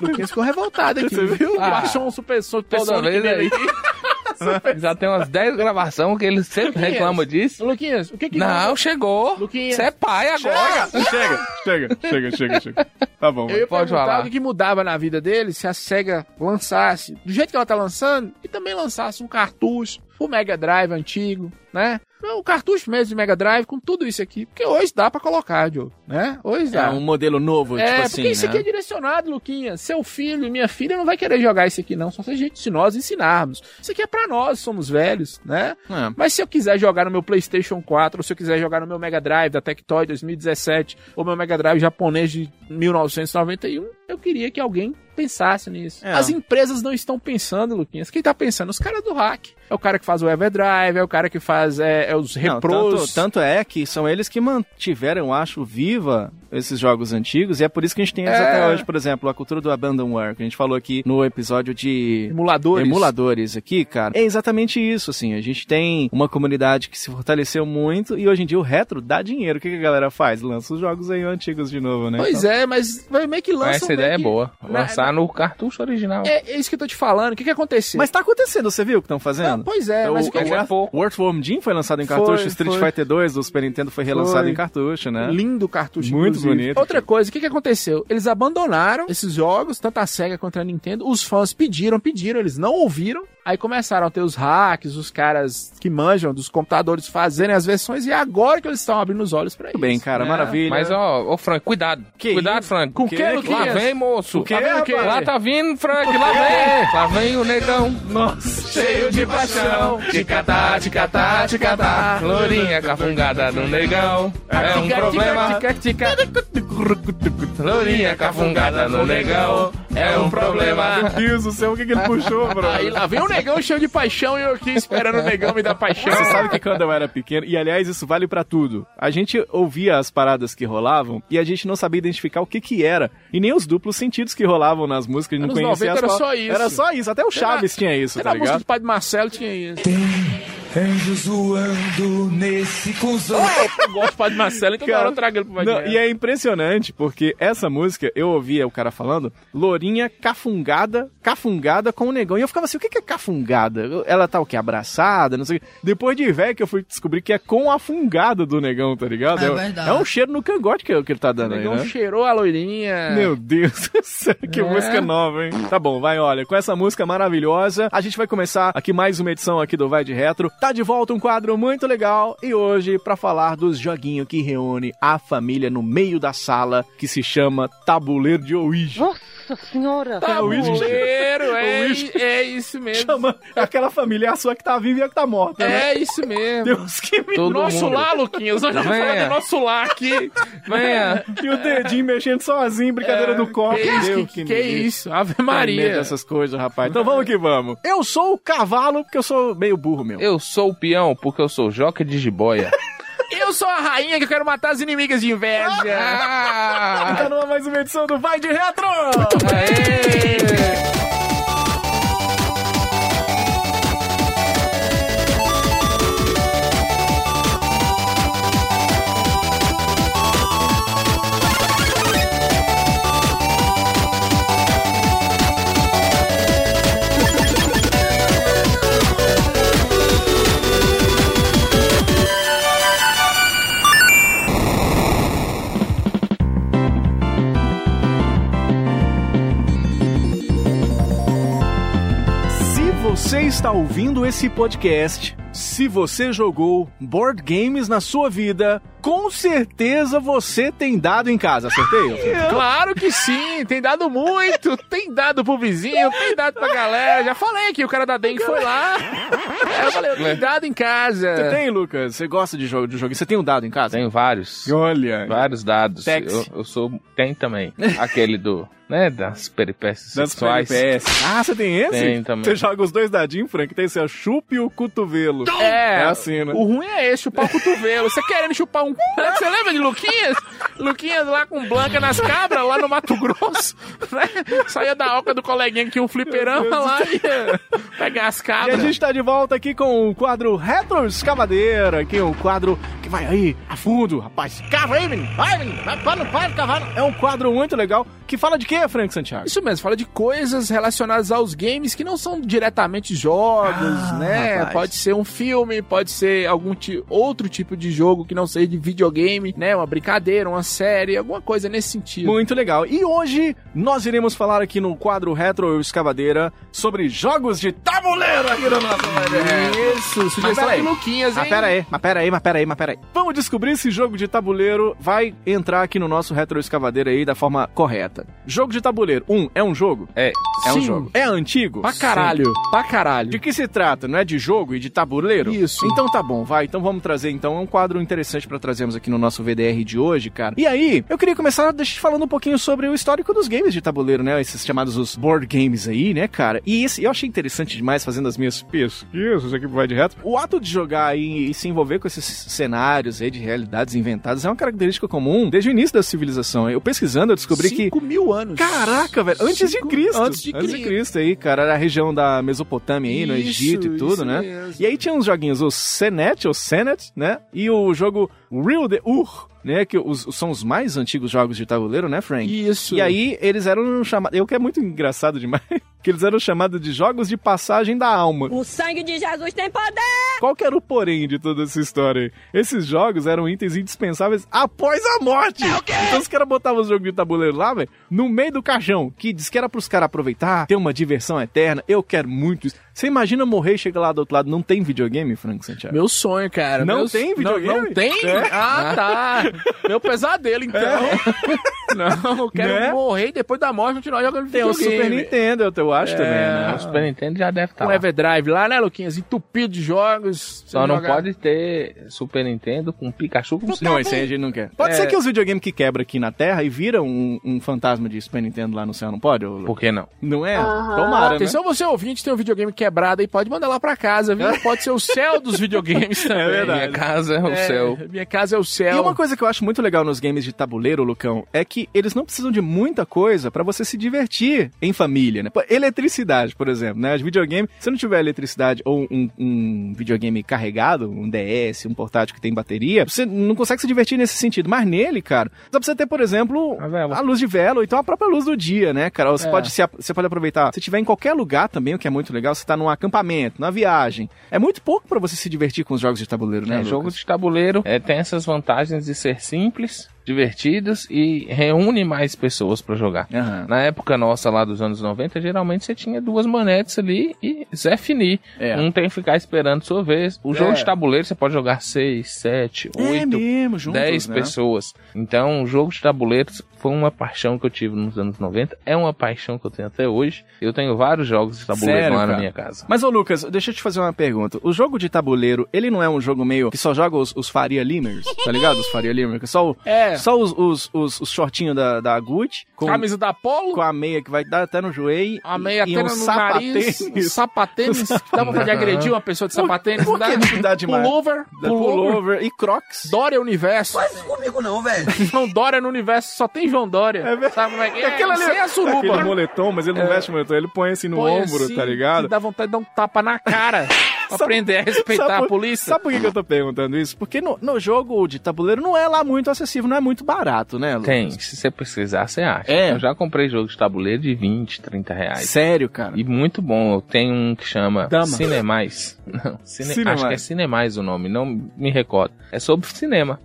S4: Luquinhas ficou revoltado aqui. Você viu?
S5: Ah.
S4: Achou um super Sonic.
S5: Toda
S4: Sonic
S5: vez
S4: nele
S5: aí. Já tem umas 10 gravações que ele sempre
S4: Luquinhas,
S5: reclama disso.
S4: Luquinhas, o que que...
S5: Não, chegou.
S4: Luquinhas.
S5: Você é pai agora.
S3: chega, chega, chega, chega, chega. Tá bom.
S4: Eu ia
S5: Pode
S4: perguntar
S5: falar.
S4: o que que mudava na vida dele se a SEGA lançasse, do jeito que ela tá lançando, e também lançasse um cartucho, o Mega Drive antigo, né? Não, o cartucho mesmo de Mega Drive com tudo isso aqui. Porque hoje dá pra colocar, Diogo, né? Hoje
S3: É
S4: dá.
S3: um modelo novo,
S4: É,
S3: tipo
S4: porque
S3: assim,
S4: isso
S3: né?
S4: aqui é direcionado, Luquinha. Seu filho e minha filha não vai querer jogar isso aqui, não. Só se a gente, se nós ensinarmos. Isso aqui é pra nós, somos velhos, né?
S3: É.
S4: Mas se eu quiser jogar no meu PlayStation 4, ou se eu quiser jogar no meu Mega Drive da Tectoy 2017, ou meu Mega Drive japonês de 1991, eu queria que alguém pensasse nisso.
S3: É.
S4: As empresas não estão pensando, Luquinhas. Quem tá pensando? Os caras do hack. É o cara que faz o Everdrive, é o cara que faz é, é os
S3: Não, tanto,
S4: repros.
S3: tanto é que são eles que mantiveram, eu acho, viva esses jogos antigos, e é por isso que a gente tem eles
S4: É.
S3: até hoje, por exemplo, a cultura do Abandonware, que a gente falou aqui no episódio de
S4: Emuladores.
S3: emuladores aqui, cara. É exatamente isso, assim. A gente tem uma comunidade que se fortaleceu muito, e hoje em dia o retro dá dinheiro. O que, que a galera faz? Lança os jogos aí antigos de novo, né?
S4: Pois é, mas vai meio que lança.
S5: Mas essa ideia é boa.
S4: na-
S5: Lançar no cartucho original.
S4: É, é isso que eu tô te falando. O que, que aconteceu?
S3: Mas tá acontecendo, você viu o que estão fazendo?
S4: Não, pois é,
S3: o,
S4: mas o que
S3: o
S4: que-
S5: é pouco.
S3: Earthworm Jim foi lançado em
S4: Foi,
S3: cartucho, Street
S4: foi.
S3: Fighter 2 do Super Nintendo foi relançado
S4: Foi.
S3: em cartucho, né?
S4: Lindo o cartucho.
S3: Muito bonito,
S4: Outra coisa, o que, que aconteceu? Eles abandonaram esses jogos, tanto a SEGA quanto a Nintendo. Os fãs pediram, pediram, eles não ouviram. Aí começaram a ter os hacks, os caras que manjam dos computadores fazerem as versões. E é agora que eles estão abrindo os olhos pra isso.
S3: Muito bem, cara,
S4: né?
S3: maravilha.
S5: Mas, ó, ô, Frank, cuidado.
S3: Que
S5: cuidado,
S3: isso?
S5: Frank.
S3: Com
S5: Que-
S3: que,
S5: Lá
S3: Luquinhas?
S5: vem, moço.
S3: Com que,
S5: Tá vendo
S3: rapaz?
S5: Lá tá vindo, Frank. Lá vem. Lá vem o negão.
S3: Nossa,
S5: Cheio de paixão. Ticatá, ticatá, ticatá. Lourinha cafungada no negão. É um problema.
S4: Tica, tica, tica.
S5: Lourinha cafungada no negão. É um problema.
S3: Deus do céu, o que, que ele puxou, bro?
S4: Aí lá vem o negão cheio de paixão e eu aqui esperando o negão me dar paixão.
S3: Você sabe que quando eu era pequeno, e aliás, isso vale pra tudo. A gente ouvia as paradas que rolavam e a gente não sabia identificar o que que era. E nem os duplos sentidos que rolavam nas músicas, a gente não
S4: Anos
S3: conhecia
S4: 90
S3: as
S4: era
S3: palavras.
S4: só isso.
S3: Era só isso, até o Chaves tinha isso,
S4: Até
S3: tá
S4: na música
S3: ligado?
S4: do Padre Marcelo tinha isso.
S8: Anjo zoando nesse cuzão.
S4: É, Eu gosto do Padre Marcelo, então
S3: Cara,
S4: agora eu trago ele pro Padre
S3: Não, e é impressionante, porque essa música, eu ouvia o cara falando, Lourinha cafungada, cafungada com o negão. E eu ficava assim, o que que é cafungada? Eu- Ela tá o quê? Abraçada, não sei o quê. Depois de velho que eu fui descobrir que é com a fungada do negão, tá ligado?
S9: É
S3: um-
S9: verdade.
S3: É um cheiro no cangote que, que ele tá
S4: O
S3: dando aí,
S4: negão
S3: né?
S4: cheirou a loirinha.
S3: Meu Deus, do céu, que
S4: É.
S3: música nova, hein? Tá bom, vai, olha, com essa música maravilhosa, a gente vai começar aqui mais uma edição aqui do Vai de Retro. Tá de volta um quadro muito legal e hoje pra falar dos joguinhos que reúne a família no meio da sala, que se chama Tabuleiro de Ouija.
S9: Nossa
S5: Tá
S9: senhora!
S4: Tabuleiro, é,
S3: O uísque-
S4: é isso mesmo.
S3: Chama é aquela família, a sua que tá viva e a que tá morta. né?
S4: É isso mesmo.
S3: Deus que me
S5: Todo
S4: nosso
S5: mundo.
S4: lar, Luquinhas. Nós vamos falar
S3: é?
S5: Venha.
S4: do nosso lar aqui.
S5: Venha.
S3: E o dedinho mexendo sozinho, brincadeira do copo.
S4: É, Que isso,
S3: Deus
S4: que, que
S3: me
S4: isso? Ave
S3: Maria.
S4: Maria.
S3: essas coisas, rapaz. Então vamos que vamos. Eu sou o cavalo, porque eu sou meio burro, meu.
S5: Eu sou o peão porque eu sou joca de jiboia.
S4: Eu sou a rainha que eu quero matar as inimigas de inveja.
S5: Ah!
S3: Tá numa mais uma edição do Vai de Retro!
S5: Aê!
S3: Se você está ouvindo esse podcast, se você jogou board games na sua vida, com certeza você tem dado em casa, acertei?
S4: Claro que sim, tem dado muito, tem dado pro vizinho, tem dado pra galera. Já falei que o cara da dengue foi lá. É, Eu falei, eu tenho dado em
S3: Você
S4: casa.
S3: tem, Lucas? Você gosta de jogo de jogo? Você tem um dado em casa?
S5: Tenho vários.
S3: Olha.
S5: Vários dados.
S3: Tex.
S5: Eu, eu sou. Tem também. Aquele do. Né? Das peripécias
S3: Das
S5: sexuais.
S3: PPS. Ah, você tem esse?
S5: Tem também.
S3: Você joga os dois dadinhos, Frank? Tem esse, ó, chupe o cotovelo.
S4: É,
S3: É assim, né?
S4: o ruim é esse, chupar o cotovelo. Você querendo chupar um... Você lembra de Luquinhas? Luquinhas lá com Blanca nas cabras, lá no Mato Grosso. Né? Saía da oca do coleguinha que o fliperama lá ia pegar as
S3: E a
S4: cabras.
S3: gente tá de volta aqui com o quadro Retro Escavadeira, que é um quadro que vai aí a fundo, rapaz. Cava aí, menino. Vai, menino. Vai, para, para, cavalo. É um quadro muito legal que fala de quê, Frank Santiago?
S4: Isso mesmo, fala de coisas relacionadas aos games que não são diretamente jogos,
S3: Ah,
S4: né?
S3: rapaz.
S4: Pode ser um filme, pode ser algum ti- outro tipo de jogo que não seja de videogame, né? Uma brincadeira, uma série, alguma coisa nesse sentido.
S3: Muito legal. E hoje nós iremos falar aqui no quadro Retro Escavadeira sobre jogos de tabuleiro aqui no nosso
S4: Isso, sugestão
S3: pera aí.
S4: de Luquinhas, hein?
S3: Mas pera aí, mas pera aí, mas pera aí, mas pera aí. Vamos descobrir se jogo de tabuleiro vai entrar aqui no nosso retroescavadeiro aí da forma correta. Jogo de tabuleiro. Um, é um jogo?
S5: É.
S3: É um
S4: Sim.
S3: jogo. É antigo?
S4: Pra caralho, pra caralho.
S3: De que se trata? Não é de jogo e de tabuleiro?
S4: Isso.
S3: Então tá bom, vai. Então vamos trazer então é um quadro interessante pra trazermos aqui no nosso VDR de hoje, cara. E aí, eu queria começar deix- falando um pouquinho sobre o histórico dos games de tabuleiro, né? Esses chamados os board games aí, né, cara? E esse eu achei interessante demais fazendo as minhas pesquisas, isso aqui vai de reto. O ato de jogar aí e se envolver com esses cenários aí de realidades inventadas é uma característica comum desde o início da civilização. Eu pesquisando, eu descobri que
S4: 5 mil anos.
S3: Caraca, velho. Antes de
S4: Cinco-
S3: Cristo.
S4: Antes de
S3: Antes de
S4: Cristo.
S3: Cristo aí, cara. Era a região da Mesopotâmia aí, no
S4: Isso,
S3: Egito e tudo,
S4: isso
S3: né?
S4: mesmo.
S3: E aí tinha uns joguinhos, o Senet, ou Senet, né? E o jogo Real the Ur, né? Que os- são os mais antigos jogos de tabuleiro, né, Frank?
S4: Isso.
S3: E aí eles eram chamados... Eu que é muito engraçado demais, que eles eram chamados de jogos de passagem da alma.
S9: O sangue de Jesus tem poder!
S3: Qual que era o porém de toda essa história aí? Esses jogos eram itens indispensáveis após a morte. Então os caras botavam os jogos de tabuleiro lá, velho, no meio do caixão, que diz que era pros caras aproveitar, ter uma diversão eterna. Eu quero muito isso. Você imagina morrer e chegar lá do outro lado, não tem videogame, Frank Santiago?
S4: Meu sonho, cara.
S3: Não
S4: Meu-
S3: tem videogame?
S4: Não, não tem?
S3: É.
S4: Ah, tá. Meu pesadelo, então. Não, eu quero
S3: Né?
S4: morrer e depois da morte continuar jogando
S3: Tem o
S4: videogame.
S3: Super Nintendo, eu- eu acho também, né?
S5: Ah. O Super Nintendo já deve tá estar.
S4: Um Everdrive lá, né, Luquinhas? Entupido de jogos.
S5: Só não
S4: Jogar-
S5: pode ter Super Nintendo com Pikachu com
S3: Não, esse aí a gente não quer. Pode
S5: É.
S3: ser que os videogames que quebra aqui na Terra e vira um, um fantasma de Super Nintendo lá no céu, não pode? ô, Lu?
S5: Por que não?
S3: Não é? Tomara, né?
S4: Atenção, você ouvinte, tem um videogame quebrado aí, pode mandar lá pra casa, viu? Pode ser o céu dos videogames também.
S3: É verdade.
S5: Minha casa é o
S4: É,
S5: céu.
S4: Minha casa é o céu.
S3: E uma coisa que eu acho muito legal nos games de tabuleiro, Lucão, é que eles não precisam de muita coisa pra você se divertir em família, né? Pô, Eletricidade, por exemplo, né? De videogame, se não tiver eletricidade ou um, um videogame carregado, um DS, um portátil que tem bateria, você não consegue se divertir nesse sentido. Mas nele, cara, dá pra você ter, por exemplo,
S5: A vela.
S3: a luz de vela ou então a própria luz do dia, né, cara? Você,
S5: É.
S3: pode, se, você pode aproveitar. Se tiver em qualquer lugar também, o que é muito legal, você tá num acampamento, numa viagem. É muito pouco pra você se divertir com os jogos de tabuleiro, né?
S5: É, jogo
S3: Lucas?
S5: de tabuleiro é, tem essas vantagens de ser simples, divertidos e reúne mais pessoas pra jogar.
S3: Aham.
S5: Na época nossa lá dos anos 90, geralmente você tinha duas manetes ali e Zé Fini.
S3: É.
S5: Um tem que ficar esperando sua vez. O jogo
S3: É.
S5: de tabuleiro você pode jogar seis, sete,
S3: É
S5: oito,
S3: mesmo, juntos,
S5: 10
S3: né?
S5: pessoas. Então, o jogo de tabuleiros foi uma paixão que eu tive nos anos 90, é uma paixão que eu tenho até hoje. Eu tenho vários jogos de tabuleiro
S3: Sério,
S5: lá
S3: cara?
S5: na minha casa.
S3: Mas, ô Lucas, deixa eu te fazer uma pergunta. O jogo de tabuleiro, ele não é um jogo meio que só joga os, os Faria Limers, tá ligado? Os Faria Limers, que só, o-
S4: É.
S3: só os, os, os, os shortinhos da, da Gucci, com,
S4: Camisa da Polo?
S3: com a meia que vai dar até no joelho,
S4: A meia
S3: e
S4: tela
S3: um
S4: no nariz, um
S3: sapatênis.
S4: sapatênis. Dá vontade de agredir uma pessoa de sapatênis?
S3: por que não dá demais?
S4: Pullover,
S3: da
S4: pullover.
S3: Pullover e Crocs.
S4: Dória Universo.
S8: Comigo não, velho.
S4: João Dória no Universo, só tem João Dória. É verdade. Sabe como é que é?
S3: Aquela ali-
S4: Sem a
S3: Aquele
S4: suruba. É.
S3: moletom, mas ele não veste moletom, ele põe assim no
S4: Põe
S3: ombro,
S4: assim,
S3: tá ligado?
S4: que Dá vontade de dar um tapa na cara. pra aprender a respeitar
S3: Sabe
S4: a
S3: por-
S4: polícia.
S3: Sabe por que que eu tô perguntando isso? Porque no, no jogo de tabuleiro não é lá muito acessível, não é muito barato, né, Lucas?
S5: Tem, se você precisar, você acha.
S3: É.
S5: Eu já comprei jogo de tabuleiro de 20, 30 reais.
S3: Sério, cara?
S5: E muito bom, eu tenho um que chama
S3: Dama.
S5: Cinemais. Não, cine...
S3: Cinemais.
S5: acho que é Cinemais o nome, não me recordo. É sobre cinema.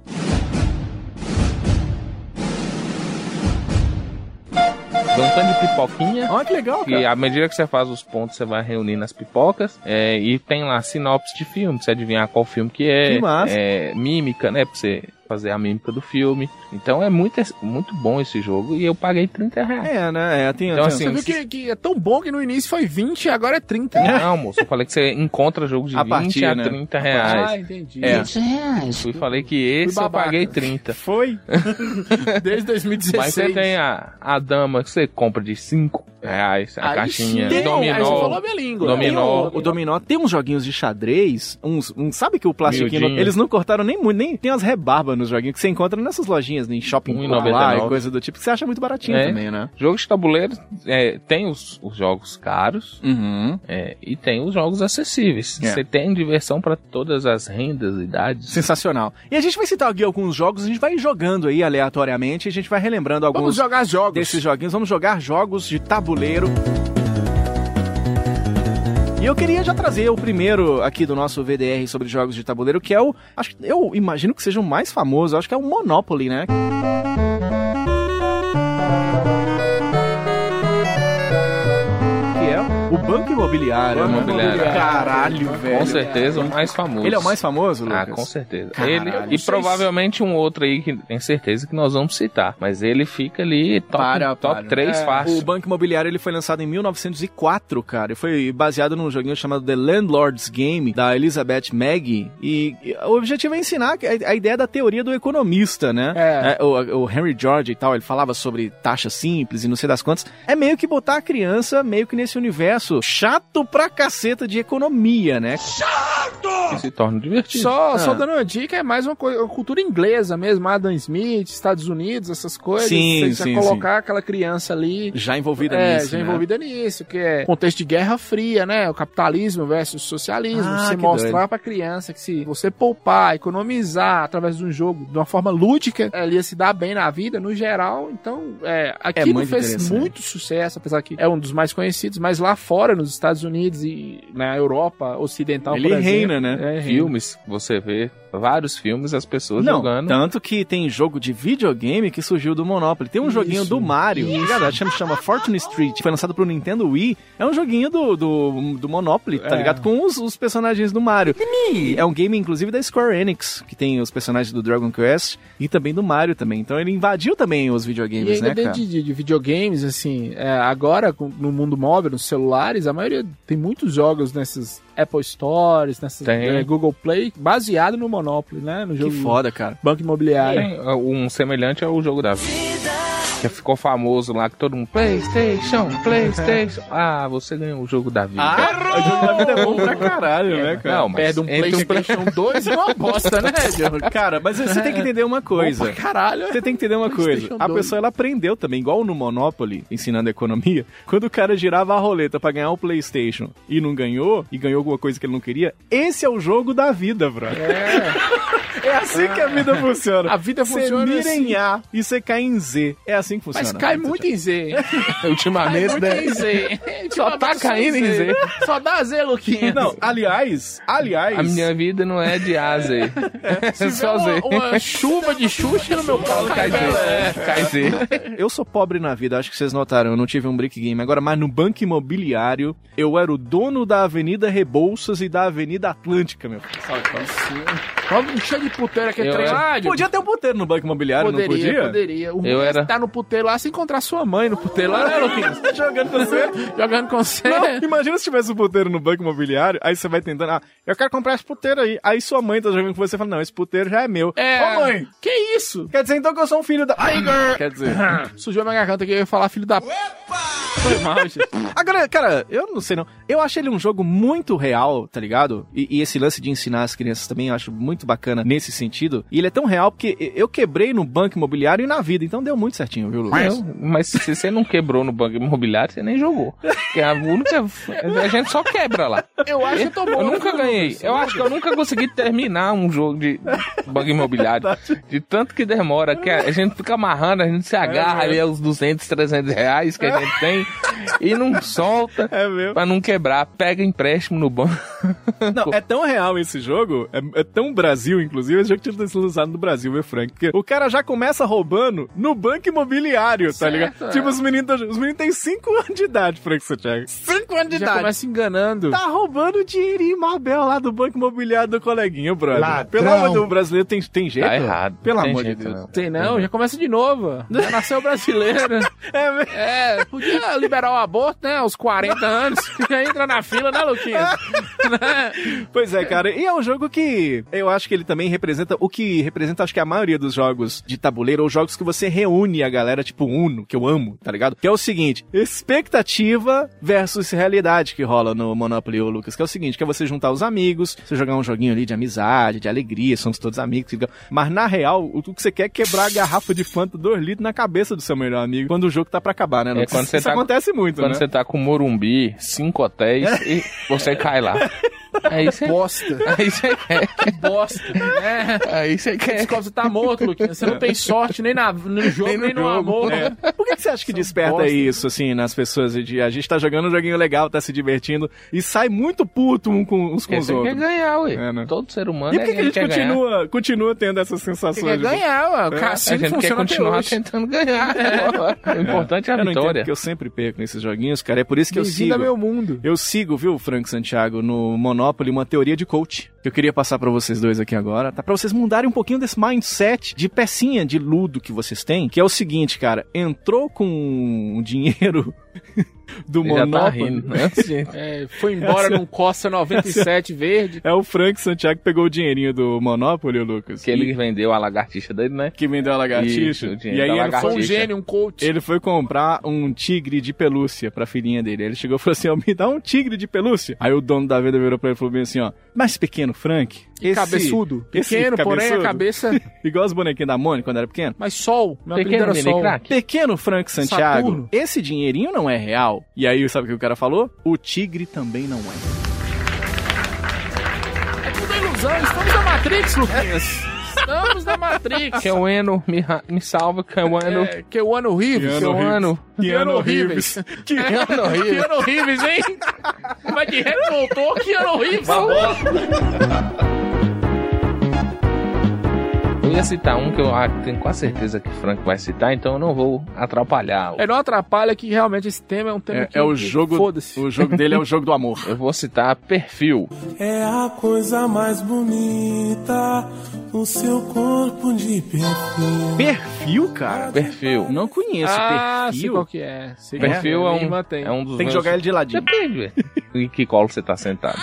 S5: Tem um tanto de pipoquinha.
S3: Olha que legal,
S5: E
S3: cara.
S5: à medida que você faz os pontos, você vai reunindo as pipocas. é, e tem lá sinopse de filme, pra você adivinhar qual filme que é.
S3: Que massa.
S5: é, mímica, né? Pra você fazer a mímica do filme. Então é muito, muito bom esse jogo. E eu paguei 30 reais.
S3: É, né? É, tem,
S5: Então,
S3: tem-
S5: assim,
S4: Você viu que, que é tão bom que no início foi 20 e agora é 30.
S5: Não, moço, eu falei que você encontra jogo de
S3: A
S5: 20
S3: partir,
S5: a
S3: né?
S5: 30 reais.
S4: Ah, entendi.
S5: É.
S9: reais.
S5: Fui e falei que esse
S4: Fui
S5: eu
S4: babaca.
S5: paguei 30.
S3: Foi?
S4: Desde 2016.
S5: Mas você tem a, a dama que você compra de 5 reais, a
S4: Aí
S5: caixinha,
S4: sim. Aí você falou
S5: dominó.
S4: a minha língua.
S5: dominó.
S3: O dominó tem uns joguinhos de xadrez, uns, uns sabe que o plastiquinho,
S5: Miudinho.
S3: eles não cortaram nem muito, nem tem umas rebarbas nos joguinhos que você encontra nessas lojinhas, né, em shopping popular
S5: 1,99.
S3: e coisa do tipo, que você acha muito baratinho
S5: É.
S3: também, né?
S5: Jogos de tabuleiro é, tem os, os jogos caros
S3: Uhum.
S5: é, e tem os jogos acessíveis.
S3: É.
S5: Você tem diversão pra todas as rendas, idades.
S3: Sensacional. E a gente vai citar aqui alguns jogos, a gente vai jogando aí aleatoriamente, a gente vai relembrando alguns
S4: Vamos jogar jogos.
S3: desses joguinhos. Vamos jogar jogos de tabuleiro. E eu queria já trazer o primeiro aqui do nosso VDR sobre jogos de tabuleiro, que é o. Acho, que- eu imagino que seja o mais famoso, acho que é o Monopoly, né? Que é o Banco Imobiliário.
S5: Banco
S3: né?
S5: Imobiliário.
S3: Caralho, velho.
S5: Com certeza, o mais famoso.
S3: Ele é o mais famoso, Lucas?
S5: Ah, com certeza.
S3: Caralho. Eu não
S5: ele,
S3: sei
S5: e
S3: se-
S5: provavelmente um outro aí que tem certeza que nós vamos citar. Mas ele fica ali top,
S3: Para,
S5: top
S3: para.
S5: 3
S4: É,
S5: fácil.
S3: O Banco Imobiliário ele foi lançado em 1904, cara, e foi baseado num joguinho chamado The Landlord's Game da Elizabeth Maggie. E, e o objetivo é ensinar que- a, a ideia da teoria do economista, né?
S4: É.
S3: o, o Henry George e tal, ele falava sobre taxa simples e não sei das quantas. É meio que botar a criança meio que nesse universo chato pra caceta de economia, né?
S5: que se torna divertido.
S4: Só,
S3: Ah.
S4: só dando uma dica, é mais uma coisa, uma cultura inglesa mesmo, Adam Smith, Estados Unidos, essas coisas.
S3: Sim,
S4: você precisa
S3: sim,
S4: colocar aquela criança ali.
S3: Já envolvida
S4: é,
S3: nisso.
S4: já
S3: né?
S4: envolvida nisso, que é contexto de guerra fria, né? O capitalismo versus o socialismo.
S3: Ah,
S4: você
S3: que
S4: mostrar
S3: doido.
S4: pra criança que se você poupar, economizar através de um jogo de uma forma lúdica, ela ia se dar bem na vida, no geral. Então, é, aquilo
S3: muito
S4: fez
S3: interessante.
S4: muito sucesso, apesar que é um dos mais conhecidos, mas lá fora, nos Estados Unidos e na Europa Ocidental,
S3: Ele
S4: por exemplo,
S3: reina, né?
S4: é, reina.
S5: Filmes, você vê vários filmes, as pessoas
S3: Não,
S5: jogando.
S3: tanto que tem jogo de videogame que surgiu do Monopoly. Tem um joguinho do Mario, tá ligado? Chama, chama Fortune Street. Foi lançado pro Nintendo Wii. É um joguinho do, do, do Monopoly,
S4: É.
S3: tá ligado? Com os, os personagens do Mario. E É um game, inclusive, da Square Enix, que tem os personagens do Dragon Quest e também do Mario também. Então ele invadiu também os
S4: E
S3: videogames,
S4: ainda
S3: né, cara?
S4: dentro de, de videogames, assim, é, agora com- no mundo móvel, nos celulares, a maioria tem muitos jogos nessas Apple Stores, nessas
S5: Tem.
S4: é, Google Play, baseado no Monopoly, né? No
S3: Que
S4: jogo
S3: foda, cara.
S4: Banco Imobiliário.
S5: Tem, uh, um semelhante é o jogo da vida. Que ficou famoso lá, que todo mundo. Playstation, Playstation. Ah, você ganhou o jogo da vida.
S3: o jogo da vida é bom pra caralho, né, cara?
S5: Não, mas
S4: Ah, Perde um
S5: entre um
S4: PlayStation 2 e uma bosta, né, Diogo?
S3: Cara, mas você tem que entender uma coisa.
S4: Opa, caralho.
S3: Você tem que entender uma coisa.
S4: PlayStation
S3: A
S4: dois.
S3: pessoa ela aprendeu também, igual no Monopoly, ensinando economia, quando o cara girava a roleta pra ganhar o PlayStation e não ganhou, e ganhou alguma coisa que ele não queria, esse é o jogo da vida, brother.
S4: É, Ah.
S3: É assim que a vida funciona.
S4: a vida
S3: Você
S4: funciona
S3: mira
S4: assim.
S3: em A e você cai em Z. É assim assim que funciona.
S4: Mas cai muito em Z. Cai
S5: Ultimamente,
S4: muito
S5: né?
S4: em Z.
S5: Só tá
S4: Ultimamente,
S5: caindo em Z.
S4: Só dá Z, Luquinhas.
S3: Não, aliás, aliás.
S5: A minha vida não é de A a Z. É
S4: Se tiver
S5: só Z.
S4: Uma, uma chuva de Xuxa no meu colo cai
S5: Cai
S4: Z.
S5: Z. Cai Z.
S3: Eu sou pobre na vida, acho que vocês notaram, eu não tive um break game agora, mas no banco imobiliário eu era o dono da Avenida Rebouças e da Avenida Atlântica, meu filho.
S4: Olha um cheio de puteiro aqui
S5: Eu é.
S4: atrás.
S5: era-
S4: Ah, de-
S3: Podia ter um puteiro no banco imobiliário,
S4: poderia,
S3: não podia?
S4: poderia. O
S5: Eu
S4: Messi
S5: era-
S4: tá no puteiro lá se encontrar sua mãe no puteiro lá, né, Luquinhas?
S3: Jogando com você.
S4: Jogando com você.
S3: Não, imagina se tivesse um puteiro no banco imobiliário, aí você vai tentando, ah, eu quero comprar esse puteiro aí. Aí sua mãe tá jogando com você e fala, não, esse puteiro já é meu.
S4: É.
S3: Ô mãe,
S4: Que isso?
S3: quer dizer então que eu sou um filho da... Ai, grrr. quer dizer...
S4: Sujou minha garganta que eu ia falar filho da... Foi mal, gente.
S3: Agora, cara, eu não sei não. Eu acho ele um jogo muito real, tá ligado? E, e esse lance de ensinar as crianças também eu acho muito bacana nesse sentido. E ele é tão real porque eu quebrei no banco imobiliário e na vida, então deu muito certinho, viu, Lucas?
S5: Eu- mas se você não quebrou no banco imobiliário, você nem jogou. Porque a única. A gente só quebra lá.
S4: Eu acho que eu tô bom.
S5: Eu nunca ganhei. Eu acho que eu nunca consegui terminar um jogo de banco imobiliário. De tanto que demora, que a gente fica amarrando, a gente se
S3: É,
S5: agarra ali aos 200, 300 reais que a gente tem e não solta
S3: É meu.
S5: pra não quebrar. Pega empréstimo no banco.
S3: Não, é tão real esse jogo, é, é tão Brasil, inclusive, esse jogo tinha sido lançado no Brasil, viu, Frank? Porque o cara já começa roubando no banco imobiliário, tá
S4: Certo,
S3: ligado?
S4: é.
S3: Tipo, os meninos, os meninos têm 5 anos de idade, Frank Santiago. 5 anos de
S4: Já começa enganando.
S3: Tá roubando o dinheirinho Mabel lá do banco imobiliário do coleguinha, brother.
S10: Ladrão.
S3: Pelo amor de Deus, o brasileiro tem, tem jeito.
S5: Tá errado.
S3: Pelo
S5: Tem
S3: amor de
S5: jeito, né?
S3: Deus.
S5: não.
S4: Tem não, já começa de novo. Já nasceu brasileira.
S3: É, mesmo.
S4: É, podia liberar o aborto, né? Aos 40 anos. Já entra na fila, né, Luquinhas?
S3: Pois é, cara. E é um jogo que eu acho que ele também representa o que representa, acho que a maioria dos jogos de tabuleiro ou jogos que você reúne a galera, tipo Uno, que eu amo, tá ligado? Que é o seguinte: expectativa versus realidade que rola no Monopoly, ô Lucas. Que é o seguinte: que é você juntar os amigos, você jogar um joguinho ali de amizade, de alegria, somos todos amigos. fica- Mas na real, o que você quer é quebrar a garrafa de Fanta 2 litros na cabeça do seu melhor amigo quando o jogo tá pra acabar, né, Lucas?
S5: quando você
S3: Isso
S5: tá-
S3: acontece muito,
S5: Quando
S3: né? É.
S5: você tá com Morumbi, cinco hotéis e você cai lá. Aí você.
S4: Bosta.
S5: Aí você quer.
S4: Bosta. né?
S3: É.
S5: Aí você quer.
S4: Descobre que você tá morto, Luquinhas. Você não tem sorte nem na- no jogo, nem
S5: no jogo.
S4: no, amor.
S3: É. Por que, que você acha que desperta
S4: bosta.
S3: isso, assim, nas pessoas? De, a gente tá jogando um joguinho legal, tá se divertindo, e sai muito puto um com, uns com os
S5: Você quer
S3: outros.
S5: ganhar, ué.
S3: É, né?
S5: Todo ser humano
S3: E por que,
S5: é-
S3: que a gente
S5: quer ganhar.
S3: continua, continua tendo essas
S4: Você
S3: sensações?
S4: quer
S3: de- É.
S4: ganhar, ué. O
S5: É, A
S4: cassino
S5: gente quer
S4: funciona até
S5: continuar
S4: hoje.
S5: tentando ganhar. né, O importante é a
S3: Eu não entendo
S5: vitória.
S3: porque eu sempre perco nesses joguinhos, cara. É por isso que eu
S4: Bem-vindo
S3: sigo.
S4: ao meu mundo.
S3: Eu sigo, viu, Frank Santiago, no Monopoly, uma teoria de coach que eu queria passar pra vocês dois aqui agora, tá? Pra vocês mudarem um pouquinho desse mindset de pecinha de ludo que vocês têm, que é o seguinte, cara, entrou com o dinheiro do
S5: Ele já tá
S3: Monopoly.
S5: rindo. né?
S4: É, foi embora num Costa 97 verde.
S3: É o Frank Santiago que pegou o dinheirinho do Monopoly, Lucas.
S5: que ele vendeu a lagartixa dele, né?
S3: que me deu a lagartixa.
S5: Isso, o dinheiro
S3: e aí
S5: da
S3: ele
S5: lagartixa.
S3: foi,
S4: Um gênio, um coach.
S3: ele foi comprar um tigre de pelúcia pra filhinha dele. Ele chegou e falou assim, ó, me dá um tigre de pelúcia. Aí o dono da venda virou pra ele e falou bem assim, ó, mas pequeno Frank... esse-
S4: cabeçudo.
S3: esse
S4: Pequeno, porém a
S3: cabeçudo."
S4: cabeça.
S3: Igual os bonequinhos da Mônica quando era pequeno.
S4: Mas sol. Meu apelido
S5: Pequeno
S4: era
S5: mini
S4: sol.
S5: crack.
S3: Pequeno Frank Santiago,
S4: Saturno.
S3: esse dinheirinho não é real. E aí, sabe o que o cara falou? O tigre também não é.
S4: É tudo ilusão. Estamos na Matrix, Luquinhas. Estamos na Matrix.
S5: Que o um Eno me, ra- me salva, que o Eno.
S4: É, que o ano horrível.
S5: Que o Eno.
S4: Keanu Reeves.
S3: Que
S5: Keanu Reeves.
S4: Que ano horrível, hein? Mas de reto é? voltou. Que ano horrível.
S5: Eu ia citar um que eu ah, tenho quase certeza que o Frank vai citar, então eu não vou atrapalhá-lo.
S4: É, não atrapalha que realmente esse tema é um tema
S3: É,
S4: que...
S3: é o
S4: que-
S3: jogo...
S4: Foda-se.
S3: O jogo dele é o jogo do amor.
S5: Eu vou citar perfil.
S10: É a coisa mais bonita, o seu corpo de perfil.
S3: Perfil, cara?
S5: Perfil.
S3: Não conheço
S4: Ah, sei
S3: perfil.
S4: qual que é. Sei qual
S5: Perfil
S4: que
S5: é
S4: Minha
S5: um,
S4: irmã tem.
S5: é um dos
S3: Tem que jogar ele de ladinho.
S5: Depende, velho. Em que colo você tá sentado.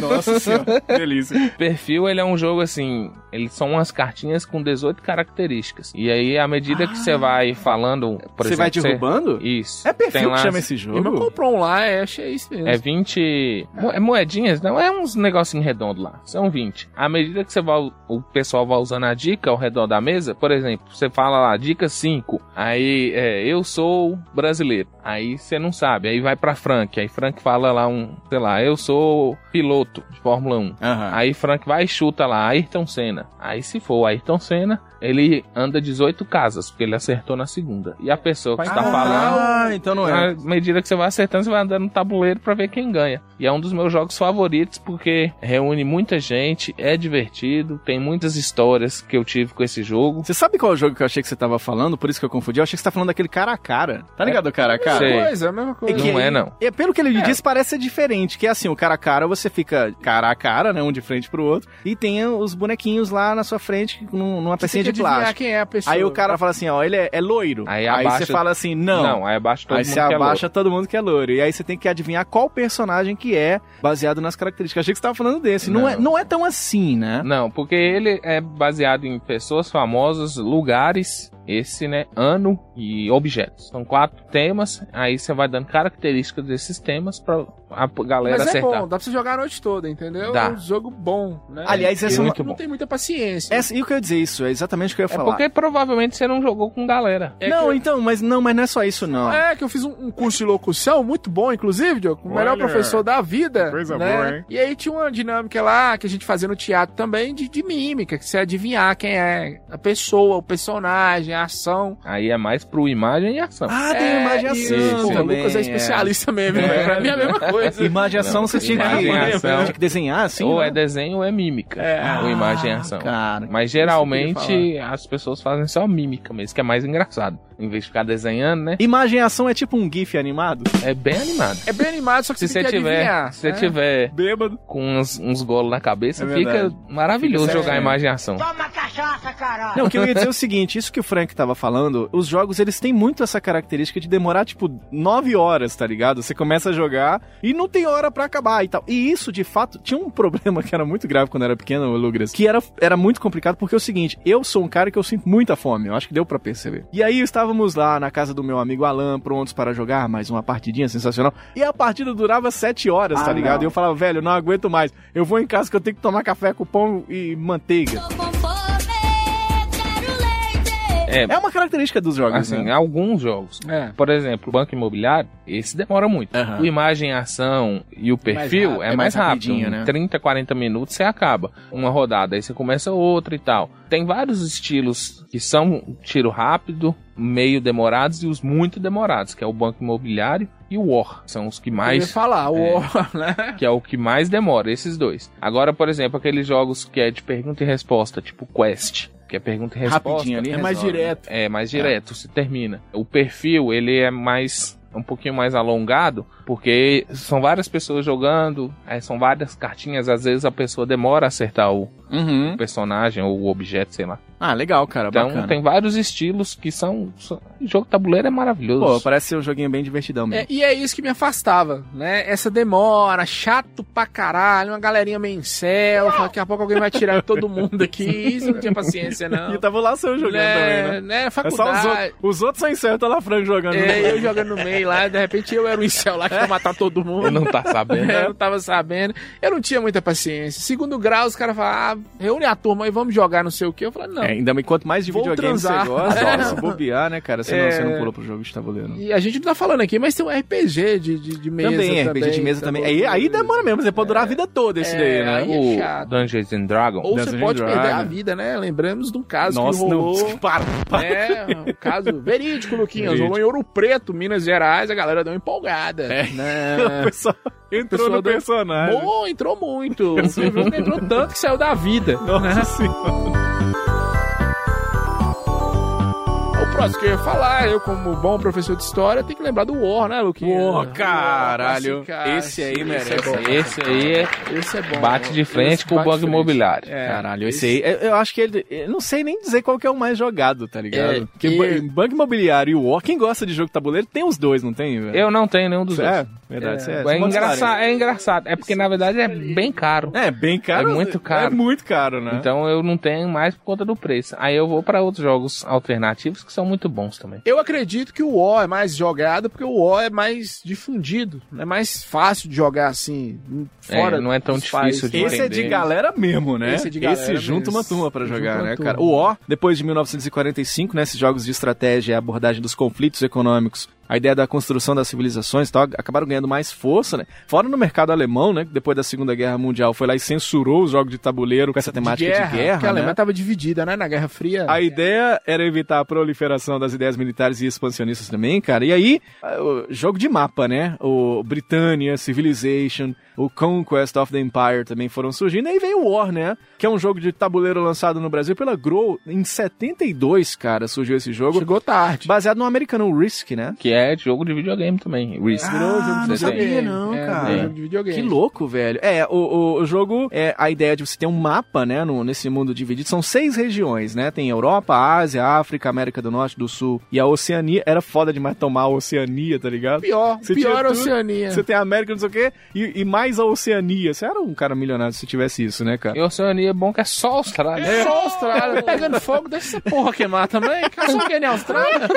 S3: Nossa senhora, delícia.
S5: Perfil, ele é um jogo assim, eles são umas cartinhas com 18 características. E aí, à medida que você vai falando, por
S3: Você vai
S5: exemplo,
S3: derrubando?
S5: Isso.
S3: É perfil
S5: Tem
S3: que
S5: lá-
S3: chama esse
S4: Minha irmã
S3: jogo?
S4: comprou um lá, é, achei isso mesmo.
S5: É 20. mo- É moedinhas? Não, é uns negocinho redondo lá. São 20. À medida que você vai, o pessoal vai usando a dica ao redor da mesa, por exemplo, você fala lá, dica 5. Aí é, eu sou brasileiro. Aí você não sabe. Aí vai pra Frank. Aí Frank fala lá um, sei lá, eu sou piloto de Fórmula 1.
S3: Aham.
S5: Aí Frank vai e chuta lá, Ayrton Senna. Senna. Aí se for o Ayrton Senna, ele anda 18 casas, porque ele acertou na segunda. E a pessoa que está tá falando.
S3: Ah, então não é.
S5: À medida que você vai acertando, você vai andando no tabuleiro pra ver quem ganha. E é um dos meus jogos favoritos porque reúne muita gente, é divertido, tem muitas histórias que eu tive com esse jogo.
S3: Você sabe qual é o jogo que eu achei que você tava falando? Por isso que eu confundi. Eu achei que você tá falando daquele cara a cara. Tá ligado, o cara a cara?
S5: É, Sei.
S4: Coisa, a mesma coisa.
S3: que
S5: Não é, não.
S3: É, pelo que ele me disse, parece ser diferente. Que é assim, o cara a cara, você fica cara a cara, né? Um de frente pro outro. E tem os bonequinhos lá na sua frente, num- numa
S4: Você tem
S3: pecinha
S4: que
S3: de
S4: adivinhar
S3: plástico.
S4: quem é a pessoa.
S3: Aí o cara fala assim, ó, ele é, é loiro.
S5: Aí
S3: você
S5: abaixa-
S3: fala assim, não.
S5: Não, aí abaixo todo
S3: aí
S5: mundo
S3: você
S5: que é
S3: abaixa todo mundo que é loiro. E aí você tem que adivinhar qual personagem que é, baseado nas características. Achei que você tava falando desse. Não,
S5: Não.
S3: é, não é tão assim, né?
S5: Não, porque ele é baseado em pessoas famosas, lugares, esse, né, ano e objetos. São quatro temas, aí você vai dando características desses temas pra a p- galera
S4: Mas é
S5: acertar.
S4: bom, dá pra você jogar a noite toda, entendeu?
S5: Dá.
S4: É um jogo bom, né?
S3: Aliás, essa é uma-
S4: muito não tem muita paciência.
S3: Essa- e o que eu ia dizer isso? É exatamente o que eu ia
S5: É
S3: falar.
S5: porque provavelmente você não jogou com galera.
S4: É
S3: não,
S4: que eu-
S3: então, mas não, mas não é só isso, não.
S4: É, que eu fiz um, um curso de locução muito bom, inclusive, Diogo, com o melhor
S6: Olha,
S4: professor da vida.
S6: coisa
S4: né?
S6: boa, hein?
S4: E aí tinha uma dinâmica lá que a gente fazia no teatro também de, de mímica, que você adivinhar quem é a pessoa, o personagem, a ação.
S5: Aí é mais pro imagem e ação.
S3: Ah, tem
S4: É,
S3: imaginação.
S4: e, Porra, o
S3: também,
S4: Lucas é especialista mesmo, né? pra mim é a mesma coisa.
S3: Imaginação você tinha que,
S5: Imaginação.
S3: tinha que desenhar assim.
S5: ou
S3: né? ah,
S5: é desenho ou é mímica. ou imagem e ação.
S3: Cara,
S5: Mas geralmente as pessoas fazem só mímica mesmo, que é mais engraçado. Em vez de ficar desenhando, né?
S3: imagem e ação é tipo um gif animado?
S5: É bem animado.
S4: É bem animado, só que
S5: Se
S4: você
S5: você
S4: tem que
S5: tiver,
S4: adivinhar.
S5: se você
S3: É.
S4: né?
S5: tiver
S3: Bêbado.
S5: com uns, uns golos na cabeça,
S3: É
S5: fica
S3: verdade.
S5: maravilhoso
S3: Fica Tá
S5: jogar
S3: certo.
S5: imagem e ação.
S7: Toma cachaça, caralho.
S3: Não, o que eu ia dizer é o seguinte, isso que o Frank tava falando, os jogos, eles têm muito essa característica de demorar, tipo, nove horas, tá ligado? Você começa a jogar e não tem hora pra acabar e tal. E isso, de fato, tinha um problema que era muito grave quando eu era pequeno, Lugras, que era, era muito complicado, porque é o seguinte, eu sou um cara que eu sinto muita fome, eu acho que deu pra perceber. E aí, estávamos lá na casa do meu amigo Alan, prontos para jogar mais uma partidinha sensacional, e a partida durava sete horas, tá ligado? E eu falava, velho, eu não aguento mais, eu vou em casa que eu tenho que tomar café com pão e manteiga.
S5: É,
S3: É uma característica dos jogos,
S5: assim,
S3: né?
S5: alguns jogos.
S4: É.
S5: Por exemplo, o banco imobiliário, esse demora muito.
S3: Aham.
S5: O imagem, ação e o perfil
S3: rápido,
S5: é,
S3: é mais
S5: mais rápido.
S3: rapidinho,
S5: Em
S3: né?
S5: 30, 40 minutos você acaba uma rodada, aí você começa outra e tal. Tem vários estilos que são tiro rápido, meio demorados e os muito demorados, que é o banco imobiliário e o War. São os que
S4: Eu ia
S5: mais
S4: falar, o
S5: É.
S4: né?
S5: que é o que mais demora, esses dois. Agora, por exemplo, aqueles jogos que é de pergunta e resposta, tipo Quest, que é pergunta e resposta.
S3: Rapidinho ali,
S4: É mais
S3: resolve. né?
S4: direto.
S5: É, mais direto, se termina. O perfil, ele é mais um pouquinho mais alongado, porque são várias pessoas jogando, aí são várias cartinhas, às vezes a pessoa demora a acertar o
S3: Uhum.
S5: personagem ou o objeto, sei lá.
S3: Ah, legal, cara.
S5: Então
S3: bacana.
S5: tem vários estilos que são, são- o jogo tabuleiro é
S3: Pô,
S5: maravilhoso.
S3: parece ser um joguinho bem divertidão
S4: É,
S3: mesmo.
S4: e é isso que me afastava, né? Essa demora, chato pra caralho, uma galerinha meio em céu, daqui a pouco alguém vai tirar todo mundo aqui, isso eu não tinha paciência, não.
S3: E tava lá o seu jogando
S4: É. né,
S3: também, né?
S4: né?
S3: É só os,
S4: Faculdade.
S3: outros. os outros são incertos, tá lá Franco jogando.
S4: É, eu jogando no meio lá, de repente eu era um incel lá que ia matar todo
S5: Eu
S4: mundo.
S5: não tá sabendo.
S4: É, Eu não tava sabendo. Eu não tinha muita paciência. Segundo grau, os caras falavam, ah, reúne a turma e vamos jogar não sei o quê. Eu falei, não.
S3: É, ainda bem, quanto mais de
S4: Vou
S3: videogame você
S4: transar.
S3: gosta,
S4: É.
S3: se bobear, né, cara? Você, não,
S4: É.
S3: você não pula pro jogo de tabuleiro.
S4: E a gente não tá falando aqui, mas tem um RPG de, de, de mesa
S3: Também,
S4: também. tá
S3: RPG de mesa também. Aí, aí demora mesmo, você pode durar a vida toda esse daí, né?
S4: aí é
S5: o
S4: chato.
S5: Dungeons and Dragons.
S4: Ou
S3: Dungeons
S4: você
S3: and
S4: pode perder a
S3: Dragons.
S4: vida, né? Lembramos de um caso
S3: Nossa,
S4: que rolou.
S3: não. Para, para.
S4: É, um caso verídico, Luquinhas.
S3: Verídico.
S4: Rolou em Ouro Preto, Minas Gerais, a galera deu uma empolgada.
S3: É. O
S4: Né?
S3: pessoal entrou
S4: Pessoal
S3: no
S4: do-
S3: personagem.
S4: Pô, entrou muito. Inclusive, entrou tanto que saiu da vida.
S3: Nossa senhora.
S4: O próximo que eu ia falar, eu como bom professor de história, tenho que lembrar do War, né, Luquinhas?
S3: Pô, caralho.
S4: classicaço.
S3: Esse aí merece.
S4: Esse é bom.
S5: Esse aí é
S4: Esse é bom.
S5: Bate de frente
S4: Esse
S5: com o
S4: bate de
S5: banco
S4: frente.
S5: imobiliário.
S4: É.
S3: Caralho, esse aí, eu- eu acho que ele, eu não sei nem dizer qual que é o mais jogado, tá ligado?
S4: É,
S3: Porque
S4: e-
S3: ban- Banco Imobiliário e o War, quem gosta de jogo tabuleiro tem os dois, não tem? velho?
S5: Eu não tenho nenhum dos
S3: É,
S5: dois.
S3: verdade, isso é,
S5: É, engraçado, é engraçado. É porque, na verdade, é bem caro.
S3: É bem caro.
S5: É muito caro.
S3: É muito caro, né?
S5: Então eu não tenho mais por conta do preço. Aí eu vou pra outros jogos alternativos que são muito bons também.
S4: Eu acredito que o O é mais jogado porque o O é mais difundido. É mais fácil de jogar assim, fora.
S5: É, não é tão
S4: dos
S5: difícil de
S3: esse é de
S5: entender.
S3: galera mesmo, né?
S4: Esse é de galera
S3: Esse junta
S4: mesmo.
S3: uma turma pra
S4: Junta
S3: jogar,
S4: uma
S3: né,
S4: turma.
S3: cara? O O, depois de 1945, né, esses jogos de estratégia e abordagem dos conflitos econômicos a ideia da construção das civilizações e tal, acabaram ganhando mais força, né? Fora no mercado alemão, né? Que depois da Segunda Guerra Mundial foi lá e censurou os jogos de tabuleiro com essa temática de guerra.
S4: Porque a Alemanha
S3: né?
S4: tava dividida, né? Na Guerra Fria.
S3: A ideia era evitar a proliferação das ideias militares e expansionistas também, cara. E aí, ah, o jogo de mapa, né? O Britannia, Civilization, o Conquest of the Empire também foram surgindo. E aí veio o War, né? Que é um jogo de tabuleiro lançado no Brasil pela Grow. Em 72, cara, surgiu esse jogo.
S4: Chegou tarde.
S3: Baseado no americano Risk, né?
S5: Que é jogo de videogame também. Risk.
S3: Ah, não
S5: Você tem-
S3: sabia não,
S4: É,
S3: cara.
S4: jogo de videogame.
S3: Que louco, velho. É, o, o, o jogo, é a ideia de você ter um mapa, né, no, nesse mundo dividido. São seis regiões, né? Tem Europa, Ásia, África, América do Norte, do Sul e a Oceania. Era foda demais tomar a Oceania, tá ligado?
S4: Pior,
S3: Você tinha
S4: pior
S3: tudo,
S4: Oceania.
S3: Você tem a América, não sei o quê, e, e mais a Oceania. Você era um cara milionário se tivesse isso, né, cara?
S5: E Oceania é bom que é só Austrália.
S4: É só a Austrália pegando fogo, deixa essa porra queimar também. Cara, só que nem a Austrália.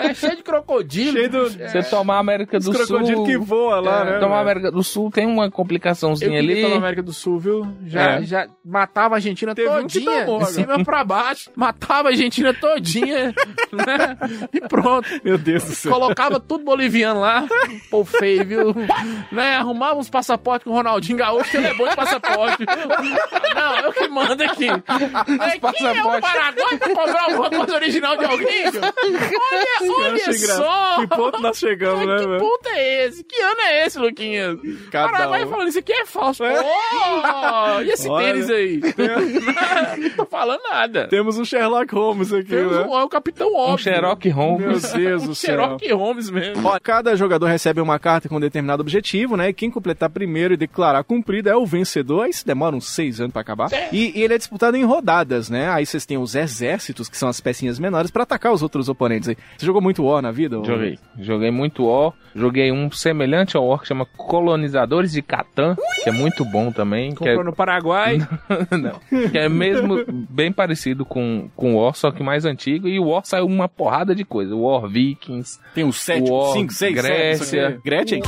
S4: É cheio de crocodilo.
S3: Cheio do...
S4: é,
S5: Você tomar a América do
S3: Os crocodilos
S5: Sul. É,
S3: que voa lá, né?
S5: Tomar a
S3: velho?
S5: América do Sul tem uma
S4: Eu
S5: complicaçãozinha
S4: queria
S5: ali.
S4: estar na América do Sul, viu? Já,
S5: É.
S4: já matava a Argentina
S3: Teve um que
S4: todinha,
S3: tomou
S4: de cima pra baixo. Matava a Argentina todinha, né? E pronto.
S3: Meu Deus do céu.
S4: Colocava tudo boliviano lá. Pô, feio, viu? Né? Arrumava uns passaportes com o Ronaldinho Gaúcho, que ele é bom de passaporte. Não, eu que mando aqui. Né? Quem é o
S5: passaportes.
S4: Paraguai pra comprar alguma coisa original de alguém? Olha,
S3: Eu
S4: olha
S3: achei engraçado.
S4: só!
S3: Que ponto nós chegamos, né,
S4: que
S3: velho?
S4: ponto é esse? Que ano é esse, Luquinhas?
S3: Cada
S4: Paraguai
S3: um.
S4: falando, isso aqui é falso. Pô, e esse
S3: Olha.
S4: tênis aí? Não tô falando nada.
S3: Temos um Sherlock Holmes aqui,
S4: Temos
S3: né?
S4: um, é o Capitão Óbvio.
S5: Um Xerox Home.
S3: Meu Deus do céu.
S4: Um Sherlock Holmes mesmo.
S3: Ó, Cada jogador recebe uma carta com determinado objetivo, né? E quem completar primeiro e declarar cumprido é o vencedor. Isso demora uns seis anos pra acabar. E, e ele é disputado em rodadas, né? Aí vocês têm os exércitos, que são as pecinhas menores, pra atacar os outros oponentes aí. Você jogou muito War na vida? ô?
S5: Joguei. Joguei muito O. Joguei um semelhante ao War que chama Colonizadores de Catan, que é muito bom também. Que é,
S4: Comprou no Paraguai.
S5: não, que é mesmo bem parecido com, com o War, só que mais antigo. E o War saiu uma porrada de coisa. O War Vikings.
S3: Tem uns sete,
S5: War,
S3: cinco, seis,
S5: Grécia.
S3: sete, isso aqui. Gretchen?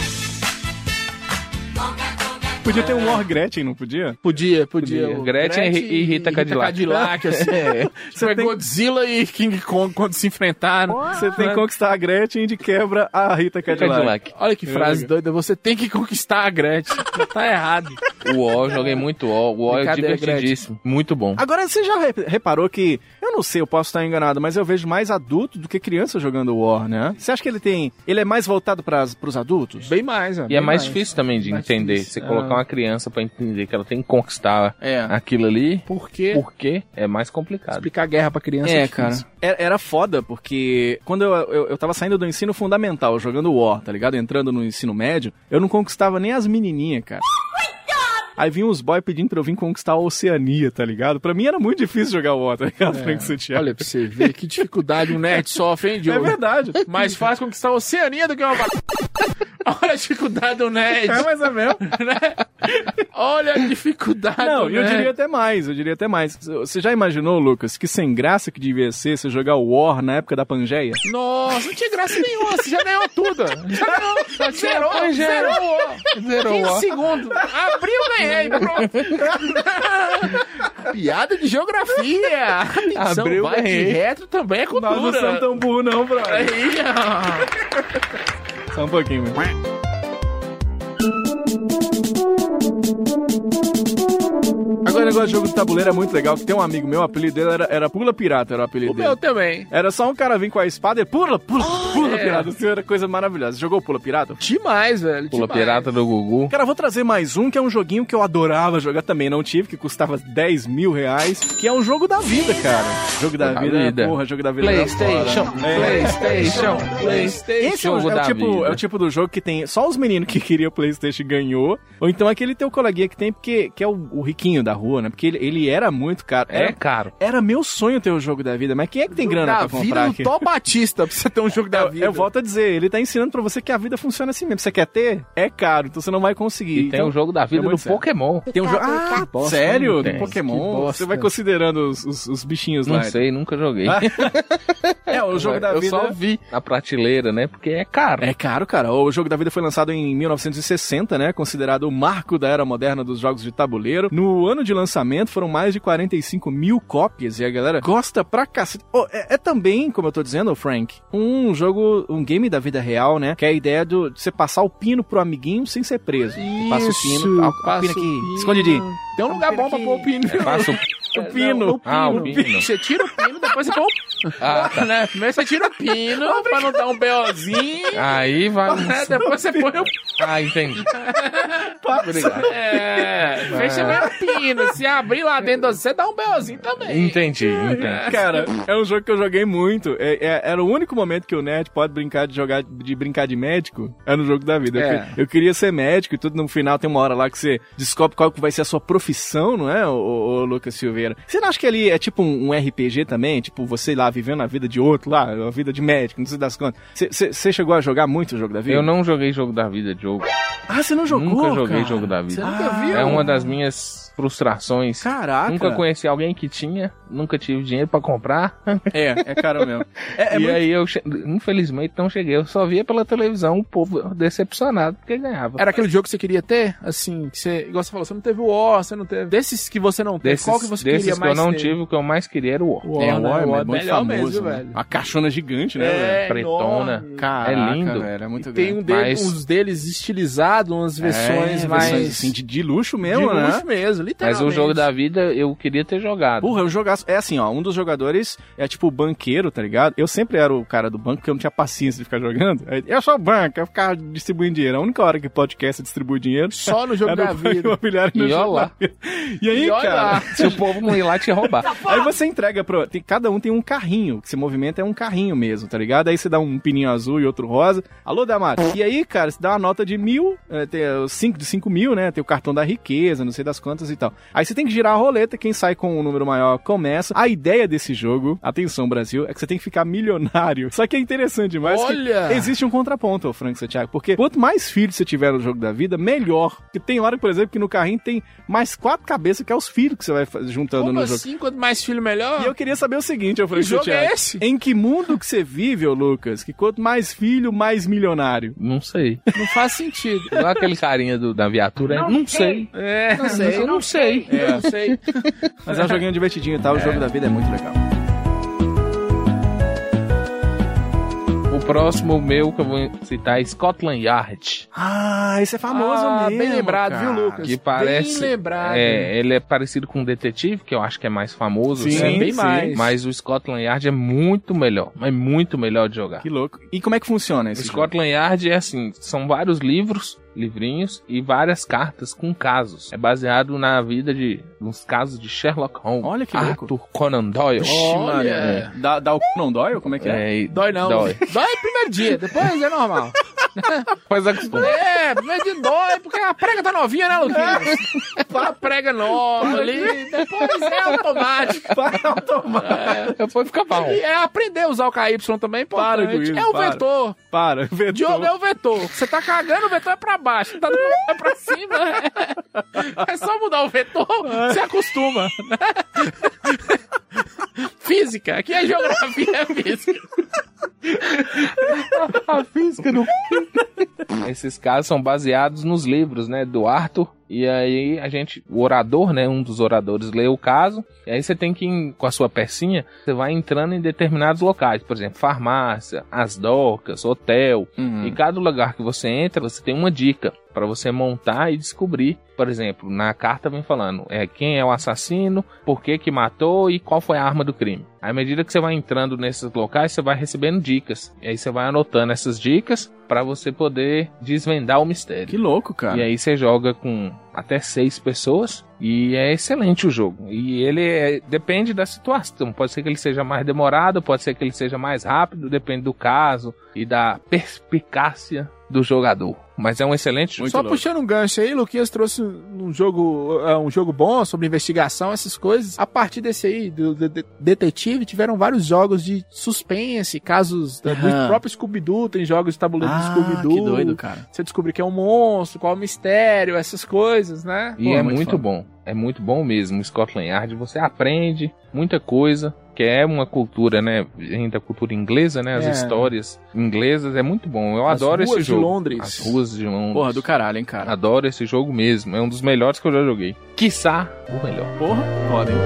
S3: Podia ter um War Gretchen, não podia?
S4: Podia, podia.
S5: Podia.
S4: O
S5: Gretchen e- e Rita Cadillac.
S4: assim. É. Você vai
S3: tem-
S4: Godzilla e King Kong quando se enfrentaram.
S3: Você tem que conquistar a Gretchen e de quebra a Rita Cadillac.
S5: Cadillac.
S4: Olha que frase doida. Você tem que conquistar a Gretchen. tá errado.
S5: O O, joguei muito O. O O é
S4: Cadê a Gretchen?
S5: divertidíssimo. Muito bom.
S3: Agora, você já re- reparou que, eu não sei, eu posso estar enganado, mas eu vejo mais adulto do que criança jogando War, né? Você acha que ele tem. Ele é mais voltado para os adultos?
S4: Bem mais, ó.
S5: E é mais difícil também de
S4: Mais
S5: entender.
S4: difícil.
S5: Você colocar
S4: Ah.
S5: uma criança pra entender que ela tem que conquistar
S3: É.
S5: aquilo ali,
S4: Porque
S5: porque é mais complicado.
S4: explicar guerra pra criança
S3: É,
S4: difícil.
S3: cara. Era, era foda, porque quando eu, eu, eu tava saindo do ensino fundamental, jogando War, tá ligado? Entrando no ensino médio, eu não conquistava nem as menininhas, cara. Aí vinha os boys pedindo pra eu vir conquistar a Oceania, tá ligado? Pra mim era muito difícil jogar War, tá ligado, Frank Santiago?
S4: É. Olha pra você ver que dificuldade um nerd sofre, hein,
S3: é
S4: Diogo?
S3: verdade.
S4: Mais fácil conquistar a Oceania do que uma. ba- Olha a dificuldade do nerd.
S3: É, mas é mesmo.
S4: né? Olha a dificuldade
S3: Não,
S4: do
S3: eu
S4: nerd.
S3: diria até mais, eu diria até mais. Você já imaginou, Lucas, que sem graça que devia ser você jogar War na época da Pangeia?
S4: Nossa, não tinha graça nenhuma, você já ganhou tudo. Já ganhou, zerou, zerou.
S5: Zero
S4: 15 segundos. Abriu, ganhei, pronto. Piada de geografia. Atenção,
S5: Abriu,
S4: vai de
S5: ganhei.
S4: retro também é cultura.
S3: Nós não somos tão burros não, brother.
S4: Aí, ó. É.
S3: Só um pouquinho. meu. Agora, o negócio de jogo de tabuleiro é muito legal, que tem um amigo meu, o apelido dele era, era Pula Pirata, era o apelido
S4: O
S3: dele.
S4: meu também.
S3: Era só um cara vir com a espada e pula, pula, pula
S4: é.
S3: pirata. Isso era coisa maravilhosa. Você Jogou Pula Pirata?
S4: Demais, velho.
S5: Pula
S4: demais.
S5: pirata do Gugu.
S3: Cara, eu vou trazer mais um que é um joguinho que eu adorava jogar também, não tive, que custava 10 mil reais, que é um jogo da vida, cara. Jogo da
S5: Da
S3: vida,
S5: vida.
S3: porra, jogo da vida.
S5: PlayStation,
S3: era foda. É.
S5: PlayStation, PlayStation.
S3: Esse é, o- é o tipo, é o tipo do jogo que tem só os meninos que queriam o Playstation ganhou, ou então aquele teu coleguinha que tem, porque que é o, o riquinho da rua, né? Porque ele, ele era muito caro.
S5: É
S3: Era,
S5: caro.
S3: era meu sonho ter o jogo da vida, mas quem é que tem grana
S4: da
S3: pra comprar
S4: vida
S3: aqui?
S4: do Tom Batista pra você ter um jogo da
S3: Eu,
S4: vida.
S3: eu volto a dizer, ele tá ensinando pra você que a vida funciona assim mesmo. Você quer ter? É caro, então você não vai conseguir.
S5: E tem
S3: Então-
S5: o jogo da vida
S3: muito
S5: do
S3: sério.
S5: Pokémon.
S3: Tem um jogo. Ah,
S5: bosta,
S3: sério?
S5: não
S3: Do
S5: tem.
S4: Que
S3: Pokémon?
S4: bosta.
S3: Você vai considerando os, os- os bichinhos lá.
S5: Não sei, nunca joguei.
S3: É, o jogo da
S5: eu
S3: vida.
S5: só vi na prateleira, né? Porque é caro.
S3: É caro, cara. O jogo da vida foi lançado em 1960, né? Considerado o marco da era moderna dos jogos de tabuleiro. No ano de lançamento foram mais de 45 mil cópias e a galera gosta pra cacete. Ô, é, é também, como eu tô dizendo, Frank, um jogo, um game da vida real, né? Que é a ideia do, de você passar o pino pro amiguinho sem ser preso. Você Passa o pino, ah, o pino aqui, É esconde de.
S4: Tem um lugar bom pra pôr o pino.
S5: É, passa o-
S4: É,
S3: o pino.
S4: não,
S5: Ah, o pino.
S4: Você tira o pino, depois você põe o...
S5: Ah, tá.
S4: Né? Primeiro você tira o pino pra não dar um BOzinho.
S5: Aí vai.
S4: né? Depois você põe o
S5: Ah, entendi.
S3: Passa.
S4: É, fecha meu pino. Se abrir lá dentro, você dá um BOzinho também.
S5: Entendi, entendi.
S3: Cara, é um jogo que eu joguei muito. É- é- era o único momento que o Nerd pode brincar de jogar de brincar de médico. Era no jogo da vida. Eu
S4: É.
S3: que- Eu, queria ser médico e tudo. No final tem uma hora lá que você descobre qual que vai ser a sua profissão, não é, ô, ô, ô Lucas Silveira? Você não acha que ali é tipo um, um RPG também? Tipo, você lá vivendo a vida de outro lá, a vida de médico, não sei das contas. Você- Você você chegou a jogar muito o jogo da vida?
S5: Eu não joguei jogo da vida, Diogo.
S3: Ah, você não jogou?
S5: Nunca joguei
S3: cara?
S5: jogo da vida.
S3: Você nunca viu?
S5: É uma das minhas frustrações.
S3: Caraca.
S5: Nunca conheci alguém que tinha, nunca tive dinheiro pra comprar.
S3: É, é caro mesmo. É, é
S5: e
S3: muito
S5: aí eu, che- infelizmente, não cheguei. Eu só via pela televisão o povo decepcionado porque ganhava.
S4: Era aquele jogo que você queria ter? Assim, que você, igual você falou, você não teve o O, você não teve. Desses que você não teve,
S5: Desses,
S4: qual que você
S5: desses
S4: queria
S5: que
S4: mais?
S5: eu não
S4: ter?
S5: tive, o que eu mais queria era o War.
S4: O
S3: É, o
S4: né?
S3: Warhammer,
S4: War
S3: é muito
S4: melhor
S3: famoso,
S4: mesmo,
S3: né?
S4: velho.
S3: A caixona gigante, né? velho?
S5: pretona.
S4: É, enorme.
S3: Caraca,
S5: é lindo.
S3: Velho, é muito
S4: Tem
S3: grande.
S4: um dele-
S5: né? mas-
S4: uns deles estilizados, umas versões
S3: É,
S4: mais.
S3: versões, assim, de, de luxo
S4: de
S3: mesmo, né?
S4: luxo mesmo,
S5: Mas
S4: literalmente.
S5: o jogo da vida eu queria ter jogado.
S3: Porra, eu jogaço. É assim, ó, um dos jogadores é tipo o banqueiro, tá ligado? Eu sempre era o cara do banco, porque eu não tinha paciência de ficar jogando. Aí, Eu sou o banco, eu ficava distribuindo dinheiro. A única hora que podcast distribui dinheiro
S4: Só no jogo
S3: era
S4: da
S3: o banco
S4: vida.
S3: imobiliário no
S5: E
S3: jogo
S5: olha
S3: da vida. E aí,
S4: E olha
S3: cara...
S4: lá.
S5: Se o povo não ir lá te roubar.
S3: Aí você entrega pro. Tem, cada um tem um carrinho. Que se movimenta é um carrinho mesmo, tá ligado? Aí você dá um pininho azul e outro rosa. Alô, Damari. E aí, cara, você dá uma nota de mil, é, tem os cinco de cinco mil, né? Tem o cartão da riqueza, não sei das quantas e tal. Aí você tem que girar a roleta, quem sai com o número maior começa. A ideia desse jogo, atenção, Brasil, é que você tem que ficar milionário. Só que é interessante demais. que
S4: Olha!
S3: Existe um contraponto, ô Frank Santiago, porque quanto mais filhos você tiver no jogo da vida, melhor. Porque tem hora, por exemplo, que no carrinho tem mais quatro cabeças, que é os filhos que você vai fa- juntando
S4: Como
S3: no jogo.
S4: assim, quanto mais filho, melhor?
S3: E eu queria saber o seguinte, eu
S4: Que
S3: falei,
S4: jogo é
S3: Santiago,
S4: esse?
S3: em que mundo que você vive, ô Lucas, que quanto mais filho, mais milionário?
S5: Não sei.
S4: Não faz sentido.
S5: Igual aquele carinha do- da viatura. Não, sei.
S4: É, não
S5: eu não sei.
S4: Eu não sei.
S3: Mas é um joguinho divertidinho, tá? O jogo da vida é muito legal.
S5: O próximo meu que eu vou citar é Scotland Yard.
S3: Ah, esse é famoso
S4: Ah,
S3: mesmo,
S4: bem lembrado,
S3: cara.
S4: viu, Lucas?
S5: Que parece-
S4: Bem lembrado.
S5: É, ele é parecido com o Detetive, que eu acho que é mais famoso.
S4: Sim,
S5: assim,
S4: bem mais.
S5: Mas o Scotland Yard é muito melhor. É muito melhor de jogar.
S3: Que louco. E como é que funciona esse
S5: O
S3: jogo?
S5: Scotland Yard é assim, são vários livros, livrinhos e várias cartas com casos. É baseado na vida de nos casos de Sherlock Holmes.
S3: Olha que louco.
S5: Arthur Conan Doyle.
S4: Oxi,
S5: Olha.
S4: mano.
S3: É. Dá, dá o c... não dói? Como é que é?
S5: É, e-
S4: Dói não.
S5: Dói.
S4: Dói. Dói no primeiro dia, depois é normal.
S5: Pois acostuma.
S4: É, primeiro dia dói, porque a prega tá novinha, né, Luquinhas?
S3: É.
S4: A prega nova ali, depois é automático.
S5: Depois fica bom.
S4: E é aprender a usar o KY também, pô.
S3: Para com isso,
S4: É o
S3: para.
S4: vetor.
S3: Para, vetor.
S4: Diogo é o vetor. Você tá cagando, o vetor é pra baixo. Tá do é pra cima. É só mudar o vetor, você acostuma. né? Física. Aqui é geografia, é física.
S5: Esses casos são baseados nos livros, né, do Arthur. E aí a gente, o orador, né, um dos oradores lê o caso. E aí você tem que, ir com a sua pecinha, você vai entrando em determinados locais. Por exemplo, farmácia, as docas, hotel.
S4: Hum.
S3: Uhum.
S5: E cada lugar que você entra, você tem uma dica para você montar e descobrir. Por exemplo, na carta vem falando é, quem é o assassino, por que que matou e qual foi a arma do crime. À medida que você vai entrando nesses locais, você vai recebendo dicas. E aí você vai anotando essas dicas para você poder desvendar o mistério.
S3: Que louco, cara.
S4: é
S5: E aí você joga com até seis pessoas e é excelente o jogo. E ele é- depende da situação. Pode ser que ele seja mais demorado, pode ser que ele seja mais rápido, depende do caso e da perspicácia do jogador. Mas é um excelente
S3: Muito
S5: jogo.
S4: Só
S3: louco.
S4: puxando um gancho aí, Luquinhas trouxe um jogo, é, um jogo bom sobre investigação, essas coisas. A partir desse aí, do, do- de- detetive, tiveram vários jogos de suspense, casos da- do
S3: Aham.
S4: próprio Scooby-Doo, tem jogos de tabuleiro do
S3: Ah,
S4: Scooby-Doo.
S3: que doido, cara.
S4: Você descobre que é um monstro, qual é o mistério, essas coisas, né?
S5: E
S3: Pô,
S5: é
S3: muito
S5: muito
S3: foda.
S5: bom. É muito bom mesmo. O Scotland Yard, você aprende muita coisa. que é uma cultura, né? Ainda cultura inglesa, né? As
S3: É.
S5: histórias inglesas é muito bom. Eu
S3: As
S5: adoro esse
S3: ruas de
S5: jogo.
S3: Londres.
S5: As ruas de Londres.
S3: Porra, do caralho, hein, cara.
S5: Adoro esse jogo mesmo. É um dos melhores que eu já joguei. Quiçá o melhor.
S3: Porra, foda, hein?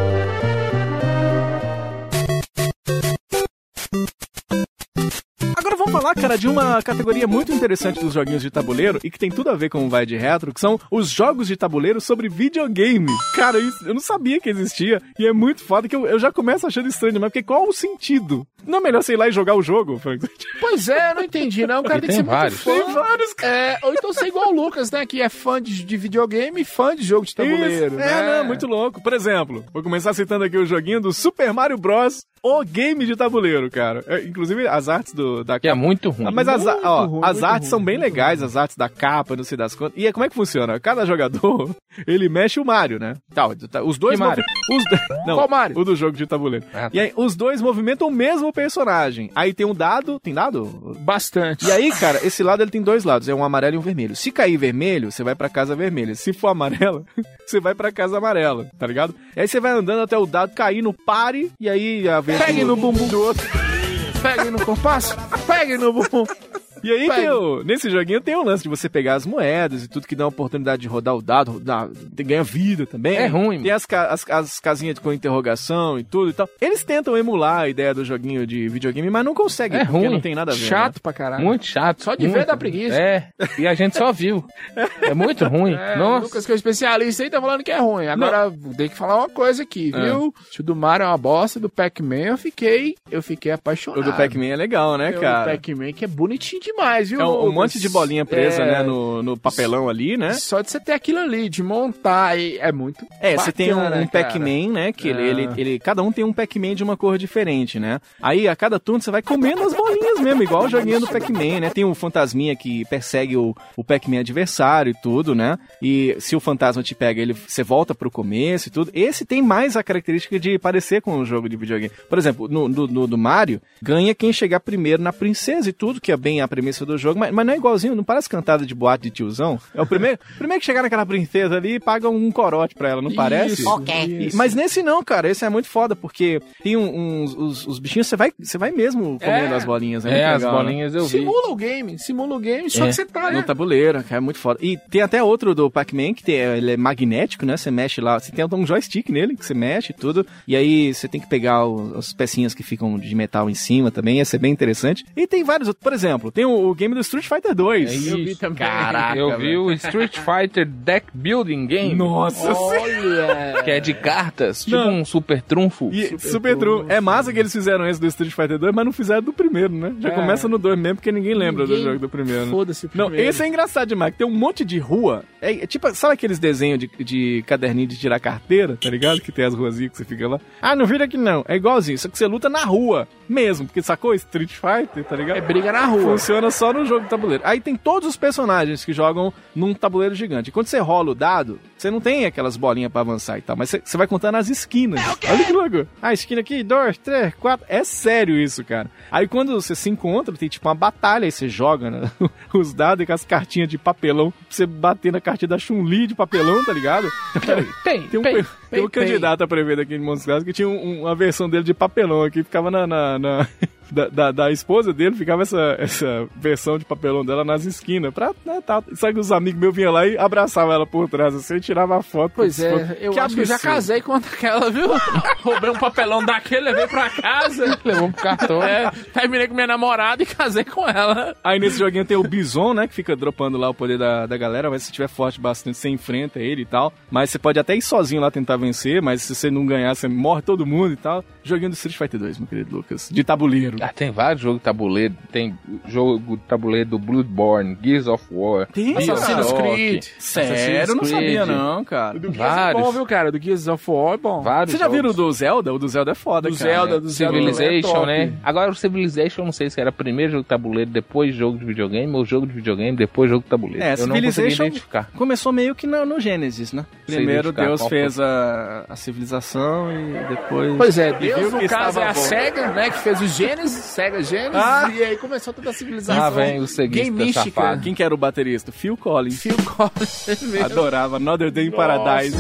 S3: Agora vamos falar, cara, de uma categoria muito interessante dos joguinhos de tabuleiro e que tem tudo a ver com o Vai de Retro, que são os jogos de tabuleiro sobre videogame. Cara, isso, eu não sabia que existia e é muito foda que eu, eu já começo achando estranho, mas porque qual o sentido? Não é melhor, sei lá, e jogar o jogo, Frank?
S4: Pois é, eu não entendi, não. O cara
S3: E
S4: tem,
S3: tem
S4: que ser
S3: vários.
S4: muito fã.
S3: Tem vários,
S4: É, ou então ser igual o Lucas, né? Que é fã de, de videogame e fã de jogo de tabuleiro.
S3: Isso.
S4: né?
S3: É, não, muito louco. Por exemplo, vou começar citando aqui o joguinho do Super Mario Bros. O game de tabuleiro, cara. É, inclusive, as artes do, da
S5: Que é muito ruim.
S3: Ah, Mas as, a- ó,
S5: Muito ruim,
S3: as
S5: muito
S3: artes são bem legais, as artes da capa, não sei das quantas. E é, como é que funciona? Cada jogador, ele mexe o Mario, né? Tá, tá, os dois...
S5: Que Mario?
S3: movi- Os, do- não,
S5: Qual Mario?
S3: O do jogo de tabuleiro. tá. E aí, os dois movimentam o mesmo personagem. Aí tem um dado... Tem dado?
S4: Bastante.
S3: E aí, cara, esse lado ele tem dois lados. É um amarelo e um vermelho. Se cair vermelho, você vai pra casa vermelha. Se for amarelo, você vai pra casa amarela, tá ligado? E aí você vai andando até o dado cair no pare, e aí a vez
S4: Pegue
S3: do-
S4: no bumbum do outro. Pegue no compasso. Pegue no bumbum.
S3: E aí,
S4: Pega.
S3: tem o- nesse joguinho tem o lance de você pegar as moedas e tudo que dá a oportunidade de rodar o dado, rodar- tem- ganha vida também.
S5: É ruim,
S3: Tem as, ca- as, as casinhas com interrogação e tudo e tal. Eles tentam emular a ideia do joguinho de videogame, mas não conseguem,
S5: É
S3: porque
S5: ruim.
S3: não tem nada a ver.
S4: Chato
S3: né?
S4: pra caralho.
S5: Muito chato.
S4: Só de
S5: muito.
S4: ver dá preguiça.
S5: É. E a gente só viu. É muito ruim.
S4: É,
S5: Nossa.
S4: Lucas, que é o especialista aí, tá falando que é ruim. Agora, tem que falar uma coisa aqui, viu? O do Mario é uma bosta, do Pac-Man eu fiquei, eu fiquei
S3: O
S4: apaixonado.
S3: do Pac-Man é legal, né,
S4: Tem O
S3: cara?
S4: Pac-Man que é bonitinho demais, viu?
S3: É um, um
S4: Lucas?
S3: monte de bolinha presa,
S4: É,
S3: né, no, no papelão ali, né?
S4: Só de você ter aquilo ali, de montar, e é muito
S3: É, você tem um,
S4: bacana,
S3: um
S4: cara.
S3: Pac-Man, né? Que ele,
S4: É.
S3: ele, ele- Cada um tem um Pac-Man de uma cor diferente, né? Aí a cada turno você vai comendo as bolinhas mesmo, igual o joguinho do Pac-Man, né? Tem um fantasminha que persegue o, o Pac-Man adversário e tudo, né? E se o fantasma te pega, ele você volta pro começo e tudo. Esse tem mais a característica de parecer com um jogo de videogame. Por exemplo, no, no, no- do Mario, ganha quem chegar primeiro na princesa e tudo, que é bem a premissa do jogo, mas, mas não é igualzinho, não parece cantada de boate de tiozão. É o primeiro, primeiro que chegar naquela princesa ali paga um corote pra ela, não parece?
S7: Ok.
S3: E- Mas nesse não, cara, esse é muito foda, porque tem um- uns os, os bichinhos, você vai, você vai mesmo comendo
S4: É.
S3: as bolinhas, né?
S5: É,
S3: Muito
S5: as
S3: legal, né?
S5: bolinhas eu vi.
S4: Simula o game, simula o game, só
S5: É.
S4: que você tá,
S3: No
S4: né?
S3: tabuleiro, cara, é muito foda. E tem até outro do Pac-Man, que tem, ele é magnético, né? Você mexe lá, você tem um joystick nele, que você mexe e tudo. E aí você tem que pegar o- as pecinhas que ficam de metal em cima também, ia ser bem interessante. E tem vários outros, por exemplo, tem o, o game do Street Fighter 2.
S4: Eu vi também.
S5: É Caraca, eu vi o Street Fighter Deck Building Game.
S3: Nossa
S4: Olha!
S5: Que é de cartas, tipo
S3: Não.
S5: um super trunfo.
S3: E Super, True. É massa que eles fizeram esse do Street Fighter 2, mas não fizeram do primeiro, né? Já
S4: É.
S3: começa no 2 mesmo, porque ninguém lembra do
S4: Ninguém-
S3: jogo do primeiro. né?
S4: Foda-se o
S3: Não,
S4: primeiro.
S3: esse é engraçado demais, que tem um monte de rua. É, é tipo, sabe aqueles desenhos de, de caderninho de tirar carteira, tá ligado? Que tem as ruazinhas que você fica lá. Ah, não vira aqui não. É igualzinho, só que você luta na rua mesmo, porque sacou Street Fighter, tá ligado?
S4: É briga na rua.
S3: Funciona só no jogo de tabuleiro. Aí tem todos os personagens que jogam num tabuleiro gigante. Quando você rola o dado, você não tem aquelas bolinhas pra avançar e tal, mas você- você vai contando as esquinas. Olha que louco. A esquina aqui, dois, três, quatro. É sério isso, cara. Aí quando você se encontra, tem tipo uma batalha, aí você joga né, os dados com as cartinhas de papelão, pra você bater na cartinha da Chun-Li de papelão, tá ligado?
S4: Tem,
S3: Tem um, pe- tem um candidato a prefeito aqui de Montes Claros que tinha um- uma versão dele de papelão aqui, ficava na. na- na- da, da- da esposa dele, ficava essa, essa versão de papelão dela nas esquinas. Pra, né, tá, só que os amigos meus vinham lá e abraçavam ela por trás, assim, e tirava a foto.
S4: Pois é,
S3: Putz,
S4: eu acho que eu já
S3: absurdo.
S4: casei com aquela, viu? Roubei um papelão daquele, levei pra casa.
S5: Levou pro cartão.
S4: É, terminei com minha namorada e casei com ela.
S3: Aí nesse joguinho tem o Bison, né? Que fica dropando lá o poder da, da galera. Mas se tiver forte bastante, você enfrenta ele e tal. Mas você pode até ir sozinho lá tentar vencer. Mas se você não ganhar, você morre todo mundo e tal. Joguinho do Street Fighter 2, meu querido Lucas. De tabuleiro.
S5: Ah, tem vários jogos de tabuleiro. Tem jogo de tabuleiro do Bloodborne, Gears of War.
S3: Tem,
S5: Gears of
S4: Assassin's
S5: Rock,
S4: Creed.
S3: Sério? Eu não
S5: Creed.
S3: sabia, não, cara.
S4: É
S5: Vários.
S4: bom, viu, cara? Do Gears of War é bom.
S5: vários
S3: Você já
S5: jogos.
S3: viu o do Zelda? O do Zelda é foda,
S4: Do
S3: cara.
S4: Zelda, do Zelda. é
S5: Civilization,
S4: top.
S5: né? Agora o Civilization, eu não sei se era primeiro jogo de tabuleiro, depois jogo de videogame, ou jogo de videogame, depois jogo de tabuleiro.
S3: É,
S5: eu não consegui
S3: Civilization-
S5: identificar.
S3: é. Começou meio que no, no Gênesis, né?
S5: Sei
S3: Primeiro
S5: identificar
S3: Deus
S5: qual foi.
S3: fez a, a civilização e depois...
S4: Pois é,
S3: viu
S4: Deus,
S3: que
S4: no
S3: estava
S4: caso, é a
S3: bom.
S4: SEGA, né? Que fez o Genesis, SEGA Genesis,
S3: Ah.
S4: e aí começou toda a civilização.
S5: Ah, vem o seguinte
S4: Gameística.
S5: safado.
S3: Quem que era o baterista? Phil Collins.
S4: Phil Collins mesmo.
S3: Adorava. Another Day in Paradise.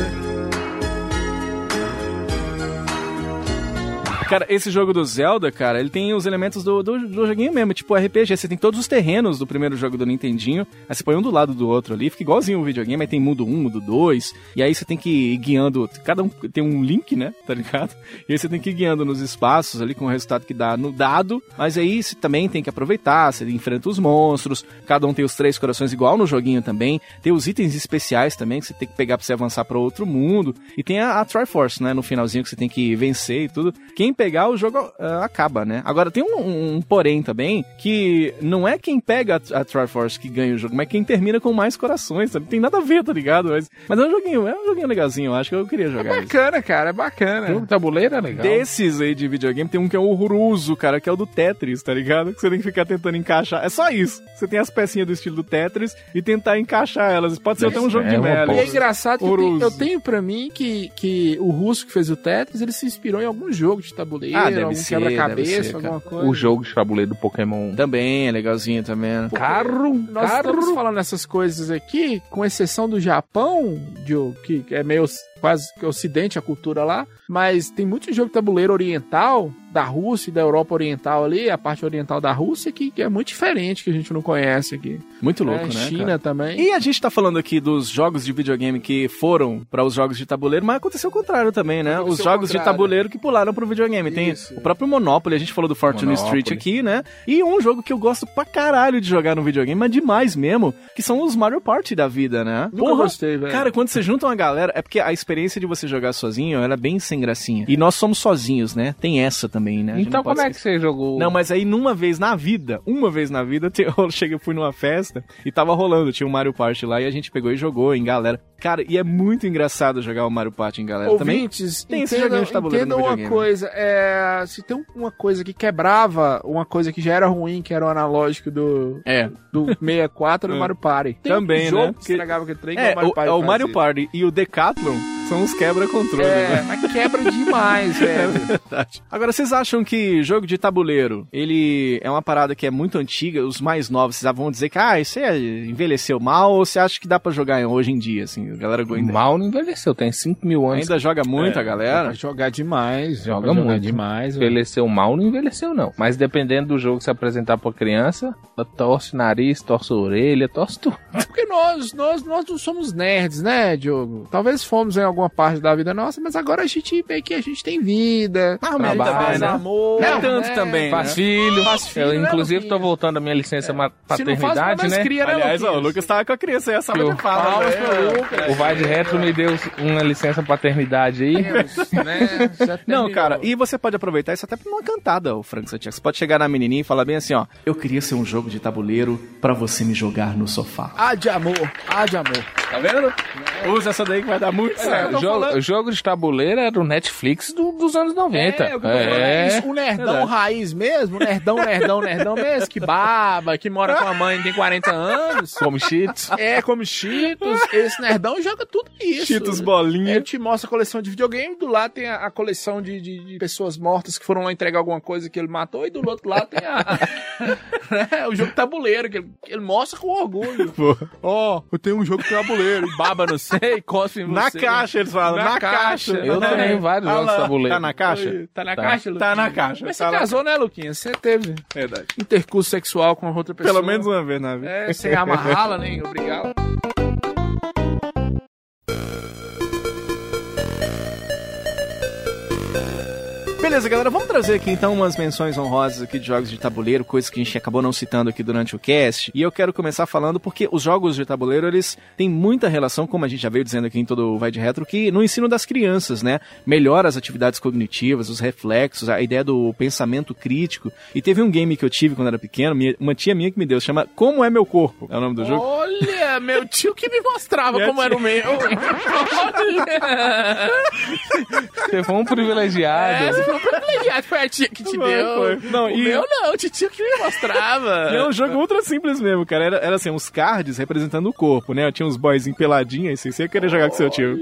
S3: Cara, esse jogo do Zelda, cara, ele tem os elementos do, do, do joguinho mesmo, tipo RPG. Você tem todos os terrenos do primeiro jogo do Nintendinho, aí você põe um do lado do outro ali, fica igualzinho o videogame, aí tem mundo 1, mundo 2, e aí você tem que ir guiando, cada um tem um link, né, tá ligado? E aí você tem que ir guiando nos espaços ali com o resultado que dá no dado, mas aí você também tem que aproveitar, você enfrenta os monstros, cada um tem os três corações igual no joguinho também, tem os itens especiais também que você tem que pegar pra você avançar pra outro mundo, e tem a, a Triforce, né, no finalzinho que você tem que vencer e tudo. Quem pegar o jogo ah, acaba, né? Agora tem um, um- um porém também que não é quem pega a, a Triforce que ganha o jogo, mas quem termina com mais corações, sabe? Tem nada a ver, tá ligado? Mas, mas é um joguinho, é um joguinho legalzinho, eu acho que eu queria jogar. isso.
S4: né,
S5: Bacana, cara, é bacana. Jogo de tabuleiro é legal.
S3: Desses aí de videogame, tem um que é horroroso, cara, que é o do Tetris, tá ligado? Que você tem que ficar tentando encaixar. É só isso. Você tem as pecinhas do estilo do Tetris e tentar encaixar elas. Pode ser até um jogo de merda.
S4: E é engraçado que eu
S3: Horroroso.
S4: tenho, eu tenho pra mim que, que o russo que fez o Tetris, ele se inspirou em algum jogo de tabuleiro,
S3: Ah, deve
S4: algum
S3: ser, deve ser,
S4: quebra-cabeça, alguma coisa.
S5: O jogo de tabuleiro do Pokémon.
S3: Também é legalzinho também. né?
S5: Caro,
S4: Nós
S5: caro.
S4: estamos falando essas coisas aqui, com exceção do Japão, Diogo, que é meio oc- quase que ocidente a cultura lá, mas tem muito jogo de tabuleiro oriental, da Rússia e da Europa Oriental ali, a parte oriental da Rússia, que, que é muito diferente, que a gente não conhece aqui.
S3: Muito louco,
S4: É,
S3: né?
S4: China
S3: cara?
S4: também.
S3: E a gente tá falando aqui dos jogos de videogame que foram para os jogos de tabuleiro, mas aconteceu o contrário também, né?
S4: Aconteceu
S3: Os jogos
S4: o
S3: de
S4: contrário.
S3: tabuleiro que pularam pro videogame.
S4: Isso.
S3: Tem o próprio Monopoly, a gente falou do Fortune
S5: Monopoly.
S3: Street aqui, né? E um jogo que eu gosto pra caralho de jogar no videogame, mas demais mesmo, que são os Mario Party da vida, né?
S4: Nunca gostei, velho.
S3: Cara, quando você junta uma galera, é porque a experiência de você jogar sozinho, ela é bem sem gracinha. E nós somos sozinhos, né? Tem essa também, né? A gente
S5: Então
S3: não pode
S5: como é
S3: esquecer.
S5: que você jogou?
S3: Não, mas aí numa vez na vida, uma vez na vida, eu cheguei, fui numa festa e tava rolando, tinha um Mario Party lá e a gente pegou e jogou em galera. Cara, e é muito engraçado jogar o Mario Party em galera também.
S4: Ouvintes,
S3: tem esse
S4: entendam,
S3: joguinho de tabuleiro
S4: entendam
S3: no
S4: uma
S3: videogame.
S4: coisa. é, se tem uma coisa que quebrava, uma coisa que já era ruim, que era o analógico do,
S3: É,
S4: do 64 no
S3: É.
S4: Mario Party. Tem
S3: Também,
S4: um jogo
S3: né?
S4: que
S3: Porque-
S4: estragava aquele trem, que
S3: é, o, é o Mario
S4: fazia.
S3: Party e o Decathlon são os quebra-controle, né? É,
S4: É, mas quebra demais, velho.
S3: Verdade. Agora, vocês acham que jogo de tabuleiro, ele é uma parada que é muito antiga, os mais novos, vocês vão dizer que, ah, isso é- envelheceu mal, ou você acha que dá pra jogar hoje em dia, assim, a galera ainda,
S5: Mal não envelheceu, tem 5 mil anos.
S3: ainda joga muito a galera?
S4: Vai jogar demais,
S5: Joga
S4: vai
S5: muito.
S4: demais. velho.
S5: Envelheceu mal, não envelheceu não. Mas dependendo do jogo que se apresentar pra criança, ela torce o nariz, torce a orelha, torce tudo.
S4: Porque nós, nós, nós não somos nerds, né, Diogo? Talvez fomos em alguma parte da vida nossa, mas agora a gente meio que a gente tem vida.
S3: Ah, mas
S5: Trabalho,
S3: também,
S5: né?
S3: amor. Não, é
S4: Não,
S3: tanto
S4: né?
S3: também.
S5: Faz
S3: Né?
S5: filho.
S4: Faz filho,
S5: Eu,
S4: né,
S5: inclusive, tô
S4: Luquinhas? É.
S5: voltando à minha licença ma-
S4: Se não faz,
S5: paternidade,
S4: mas
S5: né?
S4: cria, né,
S3: Aliás, ó, o
S4: Luquinhas?
S3: Lucas tava com a criança aí, a salva
S5: Eu-
S3: de palmas.
S4: Palmas
S3: né?
S4: pro Lucas.
S5: O Vai de Retro me deu uma licença paternidade aí.
S4: Deus, né? Já
S3: Não,
S4: terminou.
S3: cara, e você pode aproveitar isso até pra uma cantada, o Frank Santiago. Você pode chegar na menininha e falar bem assim, ó. Eu queria ser um jogo de tabuleiro pra você me jogar no sofá.
S4: Ah, de amor, ah, de amor.
S3: Tá vendo? Usa essa daí que vai dar
S4: É,
S3: muito certo.
S5: O jogo, jogo de tabuleiro era o Netflix do- dos anos É, 90.
S4: É, eu tô falando né? isso, o nerdão
S3: Verdade.
S4: raiz mesmo, o nerdão, nerdão, nerdão mesmo, que baba, que mora com a mãe, tem 40 anos.
S5: Como cheats.
S4: É, come Cheetos. Esse nerdão joga tudo isso.
S3: Cheetos
S4: Ele
S3: bolinha.
S4: te mostra a coleção de videogame, do lado tem a, a coleção de, de- de pessoas mortas que foram lá entregar alguma coisa que ele matou, e do outro lado tem a, né, o jogo tabuleiro, que ele, que ele mostra com orgulho. Ó, eu tenho um jogo tabuleiro, e baba não sei, cospe em
S3: Na
S4: você.
S3: caixa, eles falam. Na,
S4: Na
S3: caixa.
S4: caixa.
S5: Eu tenho vários
S3: Ah
S5: jogos
S3: lá,
S5: de tabuleiro.
S3: Tá na caixa?
S4: Tá na
S5: Tá.
S4: caixa, Luquinha?
S3: Tá na caixa,
S4: Mas
S3: tá
S4: você
S3: na-
S4: casou, né, Luquinha? Você teve
S3: Verdade.
S4: intercurso sexual com outra pessoa.
S3: Pelo menos um. uma vez na vida.
S4: É, sem amarrá-la, nem obrigá-la.
S3: Beleza, galera, vamos trazer aqui então umas menções honrosas aqui de jogos de tabuleiro, coisas que a gente acabou não citando aqui durante o cast. E eu quero começar falando porque os jogos de tabuleiro, eles têm muita relação, como a gente já veio dizendo aqui em todo o Vai de Retro, que no ensino das crianças, né? Melhora as atividades cognitivas, os reflexos, a ideia do pensamento crítico. E teve um game que eu tive quando era pequeno, minha- uma tia minha que me deu, chama Como é Meu Corpo, é o nome do jogo.
S4: Olha, meu tio que me mostrava
S3: Minha
S4: como
S3: tia.
S4: era o meu. Olha.
S5: Você foi um privilegiado.
S4: Essa foi um privilegiado, foi a tia que te
S3: Foi,
S4: deu.
S3: foi. Não,
S4: o
S3: e-
S4: meu não, o tio que me
S3: E é
S4: mostrava.
S3: um jogo ultra simples mesmo, cara. Era, era assim, uns cards representando o corpo, né? Tinha uns boyzinhos peladinhos, assim, você ia querer jogar com seu tio.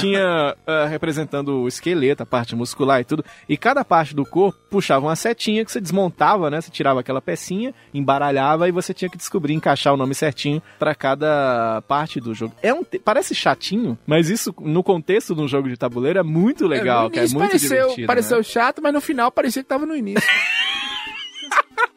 S3: Tinha ah, representando o esqueleto, a parte muscular e tudo. E cada parte do corpo puxava uma setinha que você desmontava, né? Você tirava aquela pecinha, embaralhava e você tinha que descobrir, encaixar o nome certinho pra cada parte do jogo. É um te- Parece chatinho, mas isso, no contexto de um jogo de tabuleiro, é muito legal,
S4: No
S3: cara. É
S4: início
S3: muito
S4: pareceu,
S3: divertido. né?
S4: pareceu pareceu chato, mas no final parecia que tava no início.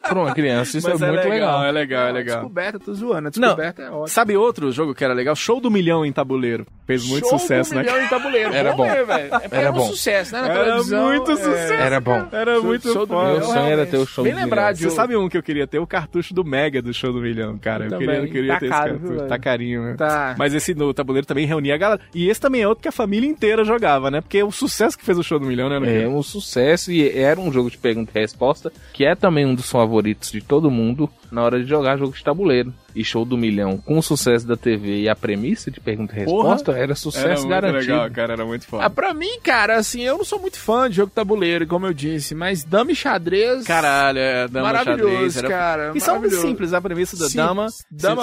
S5: Pra uma criança, isso
S3: Mas
S5: é, muito legal.
S3: É legal, é legal.
S4: Descoberta, tô zoando. A
S3: Não,
S4: descoberta é ótima.
S3: sabe outro jogo que era legal? Show do Milhão em Tabuleiro. Fez muito
S4: Show
S3: sucesso,
S4: com um
S3: né?
S4: milhão em tabuleiro.
S5: Era bom.
S4: né, velho? É porque
S5: Era
S4: Era,
S5: bom.
S4: um sucesso, né? Na
S3: Era
S4: televisão.
S3: muito
S4: é.
S3: sucesso.
S5: Era bom.
S3: Era muito
S4: show do
S3: foda.
S5: Meu
S4: Eu
S5: sonho era
S4: realmente-
S5: ter o show
S4: Bem
S5: do
S4: lembrar
S5: milhão.
S4: de
S3: Você sabe um que eu queria ter? O cartucho do Mega do Show do Milhão, cara. Eu,
S4: Também.
S3: queria, eu queria
S4: Tá
S3: ter
S4: caro,
S3: esse cartucho.
S4: viu, velho?
S3: tá carinho, né?
S4: Tá.
S3: Mas esse no tabuleiro também reunia a galera. E esse também é outro que a família inteira jogava, né? Porque o sucesso que fez o Show do Milhão, né? no
S5: É
S3: Rio?
S5: um sucesso e era um jogo de pergunta e resposta, que é também um dos favoritos de todo mundo na hora de jogar jogo de tabuleiro. E Show do Milhão, com o sucesso da TV e a premissa de pergunta e
S3: Porra!
S5: resposta, era
S3: Era
S5: sucesso
S3: muito
S5: garantido.
S3: legal, cara. Era muito foda.
S4: Ah, pra mim, cara, assim, eu não sou muito fã de jogo de tabuleiro, como eu disse, mas dama e xadrez.
S3: Caralho, é, dama
S4: maravilhoso,
S3: xadrez, era-
S4: cara.
S3: E só
S4: maravilhoso.
S3: simples, a premissa da
S4: Simples.
S3: dama.
S4: Dama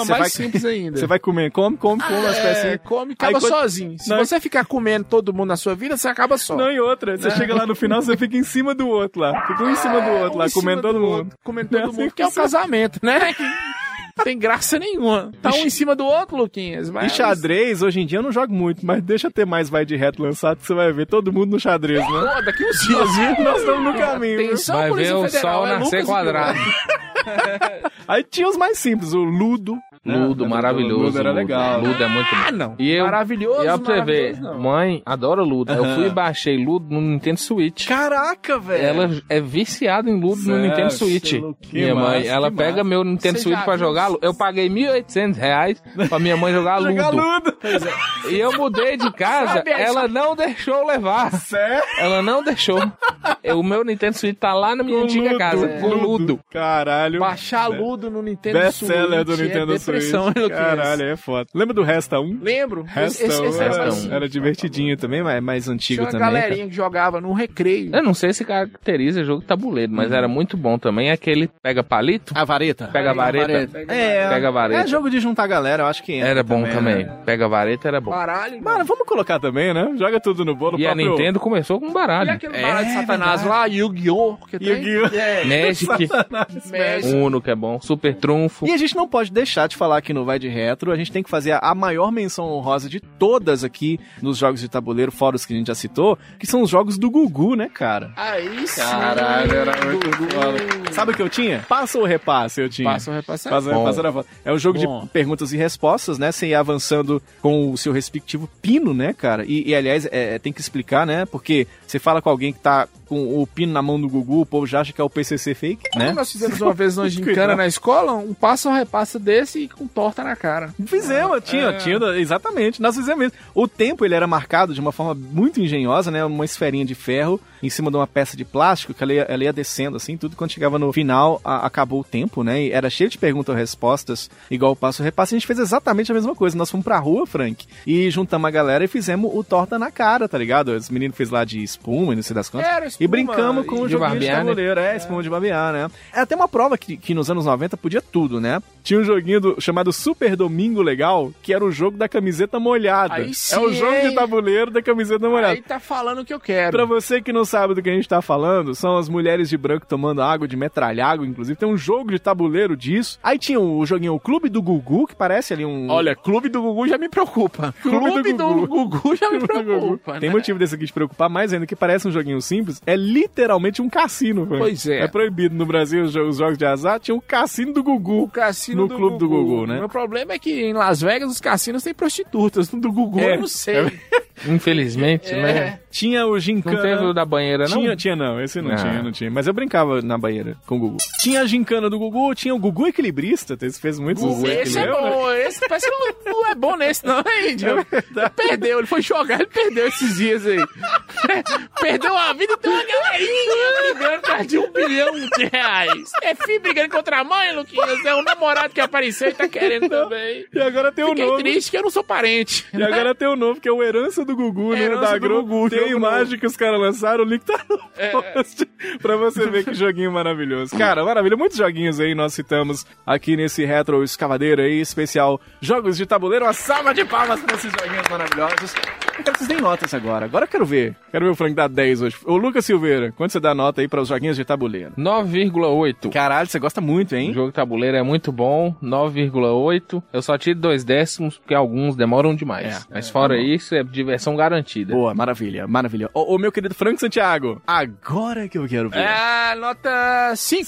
S3: cê- cê
S4: mais
S3: vai-
S4: simples ainda.
S3: Você vai comer, come, come, come as
S4: É,
S3: pecinhas.
S4: come, acaba
S3: quando-
S4: sozinho. Se
S3: Não. é
S4: você ficar comendo todo mundo na sua vida, você acaba só.
S3: Não, e outra. Você chega lá no final, você fica em cima do outro lá. Fica um em cima do outro lá,
S4: Um em cima
S3: comendo todo
S4: do
S3: mundo.
S4: outro, Comendo
S3: É
S4: todo
S3: assim
S4: mundo,
S3: que
S4: que é o
S3: funciona.
S4: casamento, né? Que não tem graça nenhuma. Tá um em cima do outro, Luquinhas.
S3: E
S4: Mas...
S3: xadrez, hoje em dia eu não jogo muito, mas deixa ter mais vai de reto lançado que você vai ver todo mundo no xadrez, né?
S4: Pô, daqui uns dias, viu?
S3: Nós estamos no caminho. viu?
S4: Atenção,
S5: Vai ver
S4: Polícia
S5: o
S4: Federal,
S5: sol
S4: é Lucas
S5: nascer
S4: e
S5: quadrado.
S3: Aí tinha os mais simples, o Ludo. né?
S5: Ludo, maravilhoso.
S3: Ludo era legal.
S5: Ludo é muito bom.
S4: Ah, não.
S5: E eu,
S4: maravilhoso,
S5: e ó, pra você ver,
S4: maravilhoso, não.
S5: mãe adora Ludo. Eu fui e baixei Ludo no Nintendo Switch.
S3: Caraca, velho.
S5: Ela é viciada em Ludo no
S3: Sério?
S5: Nintendo Switch.
S3: Que louco, é que
S5: minha mãe,
S3: massa,
S5: ela
S3: que
S5: pega
S3: massa.
S5: meu Nintendo
S4: Você
S5: Switch
S4: já
S5: pra
S4: viu?
S5: jogá-lo. Eu paguei 1.800 reais pra minha mãe jogar Ludo.
S3: Jogar Ludo.
S5: E eu mudei de casa,
S4: Sabe, aí
S5: ela não deixou eu levar.
S3: Sério?
S5: Ela não deixou. Eu- O meu Nintendo Switch tá lá na minha antiga casa,
S4: é.
S5: com Ludo.
S3: Caralho. Né?
S4: Baixar Ludo no Nintendo Switch.
S3: Best-seller do Nintendo
S4: é depressão,
S3: Switch.
S4: né, Luquinhas?
S3: Caralho, é foda. Lembra do Resta 1?
S4: Lembro.
S3: Resta 1
S5: era
S3: era,
S5: mais-
S3: era divertidinho também, mas é mais antigo
S4: um. Tinha uma
S3: também.
S4: galerinha
S3: cara. É,
S4: que jogava no recreio.
S5: Eu não sei se caracteriza jogo de tabuleiro, mas era muito bom também. Aquele pega palito,
S3: A vareta.
S5: pega a vareta.
S3: É,
S5: Pega a vareta.
S3: é jogo de juntar a galera, eu acho que entra
S5: Era bom também.
S3: né?
S5: Pega a vareta era bom.
S4: Baralho.
S3: Mano, vamos colocar também, né? Joga tudo no bolo.
S5: E a
S3: próprio-
S5: Nintendo começou com
S4: E
S5: baralho.
S4: aquele
S5: É,
S4: baralho de Satanás lá, Yu-Gi-Oh! que tem?
S3: Yu-Gi-Oh!
S4: É,
S5: Magic,
S4: Magic.
S5: Uno que é bom, Super Trunfo.
S3: E a gente não pode deixar de falar aqui no Vai de Retro. A gente tem que fazer a- a maior menção honrosa de todas aqui nos jogos de tabuleiro, fora os que a gente já citou, que são os jogos do Gugu, né, cara?
S4: Aí sim.
S3: Caralho, era muito
S4: Gugu.
S3: Sabe o que eu tinha? Passa ou repasse eu tinha.
S4: Passa um repasse.
S3: Passa ou
S5: Bom.
S3: repasse era bom. É um jogo
S4: Bom.
S3: de perguntas e respostas, né? Você ia avançando com o seu respectivo pino, né, cara? E, e, aliás, é, é, tem que explicar, né? Porque você fala com alguém que tá com o pino na mão do Gugu, o povo já acha que é o PCC fake, né?
S4: Quando nós fizemos uma vez uma gincana na escola, um passo ou repassa desse e com torta na cara.
S3: Fizemos, tinha, tinha, exatamente, nós fizemos mesmo. O tempo ele era marcado de uma forma muito engenhosa, né? Uma esferinha de ferro em cima de uma peça de plástico que ela ia, ela ia descendo, assim, tudo. Quando chegava no final, a- acabou o tempo, né? E era cheio de perguntas e respostas, igual o passo repasse. A gente fez exatamente a mesma coisa. Nós fomos pra rua, Frank, e juntamos a galera e fizemos o torta na cara, tá ligado? Os meninos fez lá de espuma e não sei das quantas.
S4: Era espuma
S3: e brincamos com
S4: e
S3: o
S5: de
S3: joguinho
S5: barbear,
S3: de
S5: né?
S3: tabuleiro, é, espuma de babear, né? É até uma prova que, que nos anos 90 podia tudo, né? Tinha um joguinho do- chamado Super Domingo Legal, que era o jogo da camiseta molhada.
S4: Aí sim,
S3: é o jogo de
S4: hein?
S3: tabuleiro da camiseta molhada.
S4: Aí tá falando o que eu quero.
S3: Pra você que não sabe do que a gente tá falando, são as mulheres de branco tomando água de metralhago, inclusive. Tem um jogo de tabuleiro disso. Aí tinha o joguinho O Clube do Gugu, que parece ali um...
S4: Olha, Clube do Gugu já me preocupa.
S3: Clube
S4: Clube,
S3: do
S4: do, Gugu. já me preocupa.
S3: Tem
S4: né?
S3: motivo desse aqui te preocupar mais ainda, que parece um joguinho simples. É literalmente um cassino, velho.
S4: Pois é.
S3: É proibido no Brasil os jo- os jogos de azar. Tinha um cassino do
S4: O
S3: Gugu.
S4: cassino
S3: No
S4: do
S3: Clube do
S4: Gugu.
S3: Gugu, né?
S4: O problema é que em Las Vegas os cassinos têm prostitutas. No do Gugu
S3: É.
S4: eu não sei. É,
S5: Infelizmente, né?
S3: Tinha o
S5: Não
S3: Gincana.
S5: teve o da banheira, não?
S3: Tinha, tinha não, esse não,
S5: Ah.
S3: tinha, não tinha. Mas eu brincava na banheira com o Gugu. Tinha a gincana do Gugu, tinha o Gugu Equilibrista, esse fez muito
S4: Gugu,
S3: sucesso.
S4: esse é
S3: lembra?
S4: bom, esse parece que não, não é bom nesse não, hein,
S3: É
S4: Índio? Perdeu, ele foi jogar, ele perdeu esses dias aí. perdeu a vida e tem uma galerinha brigando por causa de um bilhão de reais. É filho brigando contra a mãe, Luquinhas, é o namorado que apareceu e tá querendo também.
S3: E agora tem o
S4: Fiquei
S3: É novo.
S4: triste que eu não sou parente.
S3: E agora tem o novo, que é o Herança do Gugu, né?
S4: Herança
S3: Da
S4: do
S3: Globo.
S4: Gugu,
S3: tem a
S4: jogo É,
S3: imagem que os caras lançaram, o link tá no post. pra você ver que joguinho maravilhoso. Cara, maravilha. Muitos joguinhos aí nós citamos aqui nesse Retro Escavadeira aí, especial Jogos de Tabuleiro. Uma salva de palmas pra esses joguinhos maravilhosos. Eu quero que vocês deem notas agora. Agora eu quero ver. Quero ver o Frank dar 10 hoje. Ô, Lucas Silveira, quanto você dá nota aí para os joguinhos de tabuleiro?
S5: 9,8.
S3: Caralho, você gosta muito, hein?
S5: O jogo de tabuleiro é muito bom, 9,8. Eu só tiro dois décimos, porque alguns demoram demais. Mas fora
S3: tá
S5: isso, é diversão garantida.
S3: Boa, maravilha, maravilha. Ô, ô, meu querido Frank Santiago, agora que eu quero ver.
S4: Ah, nota 5.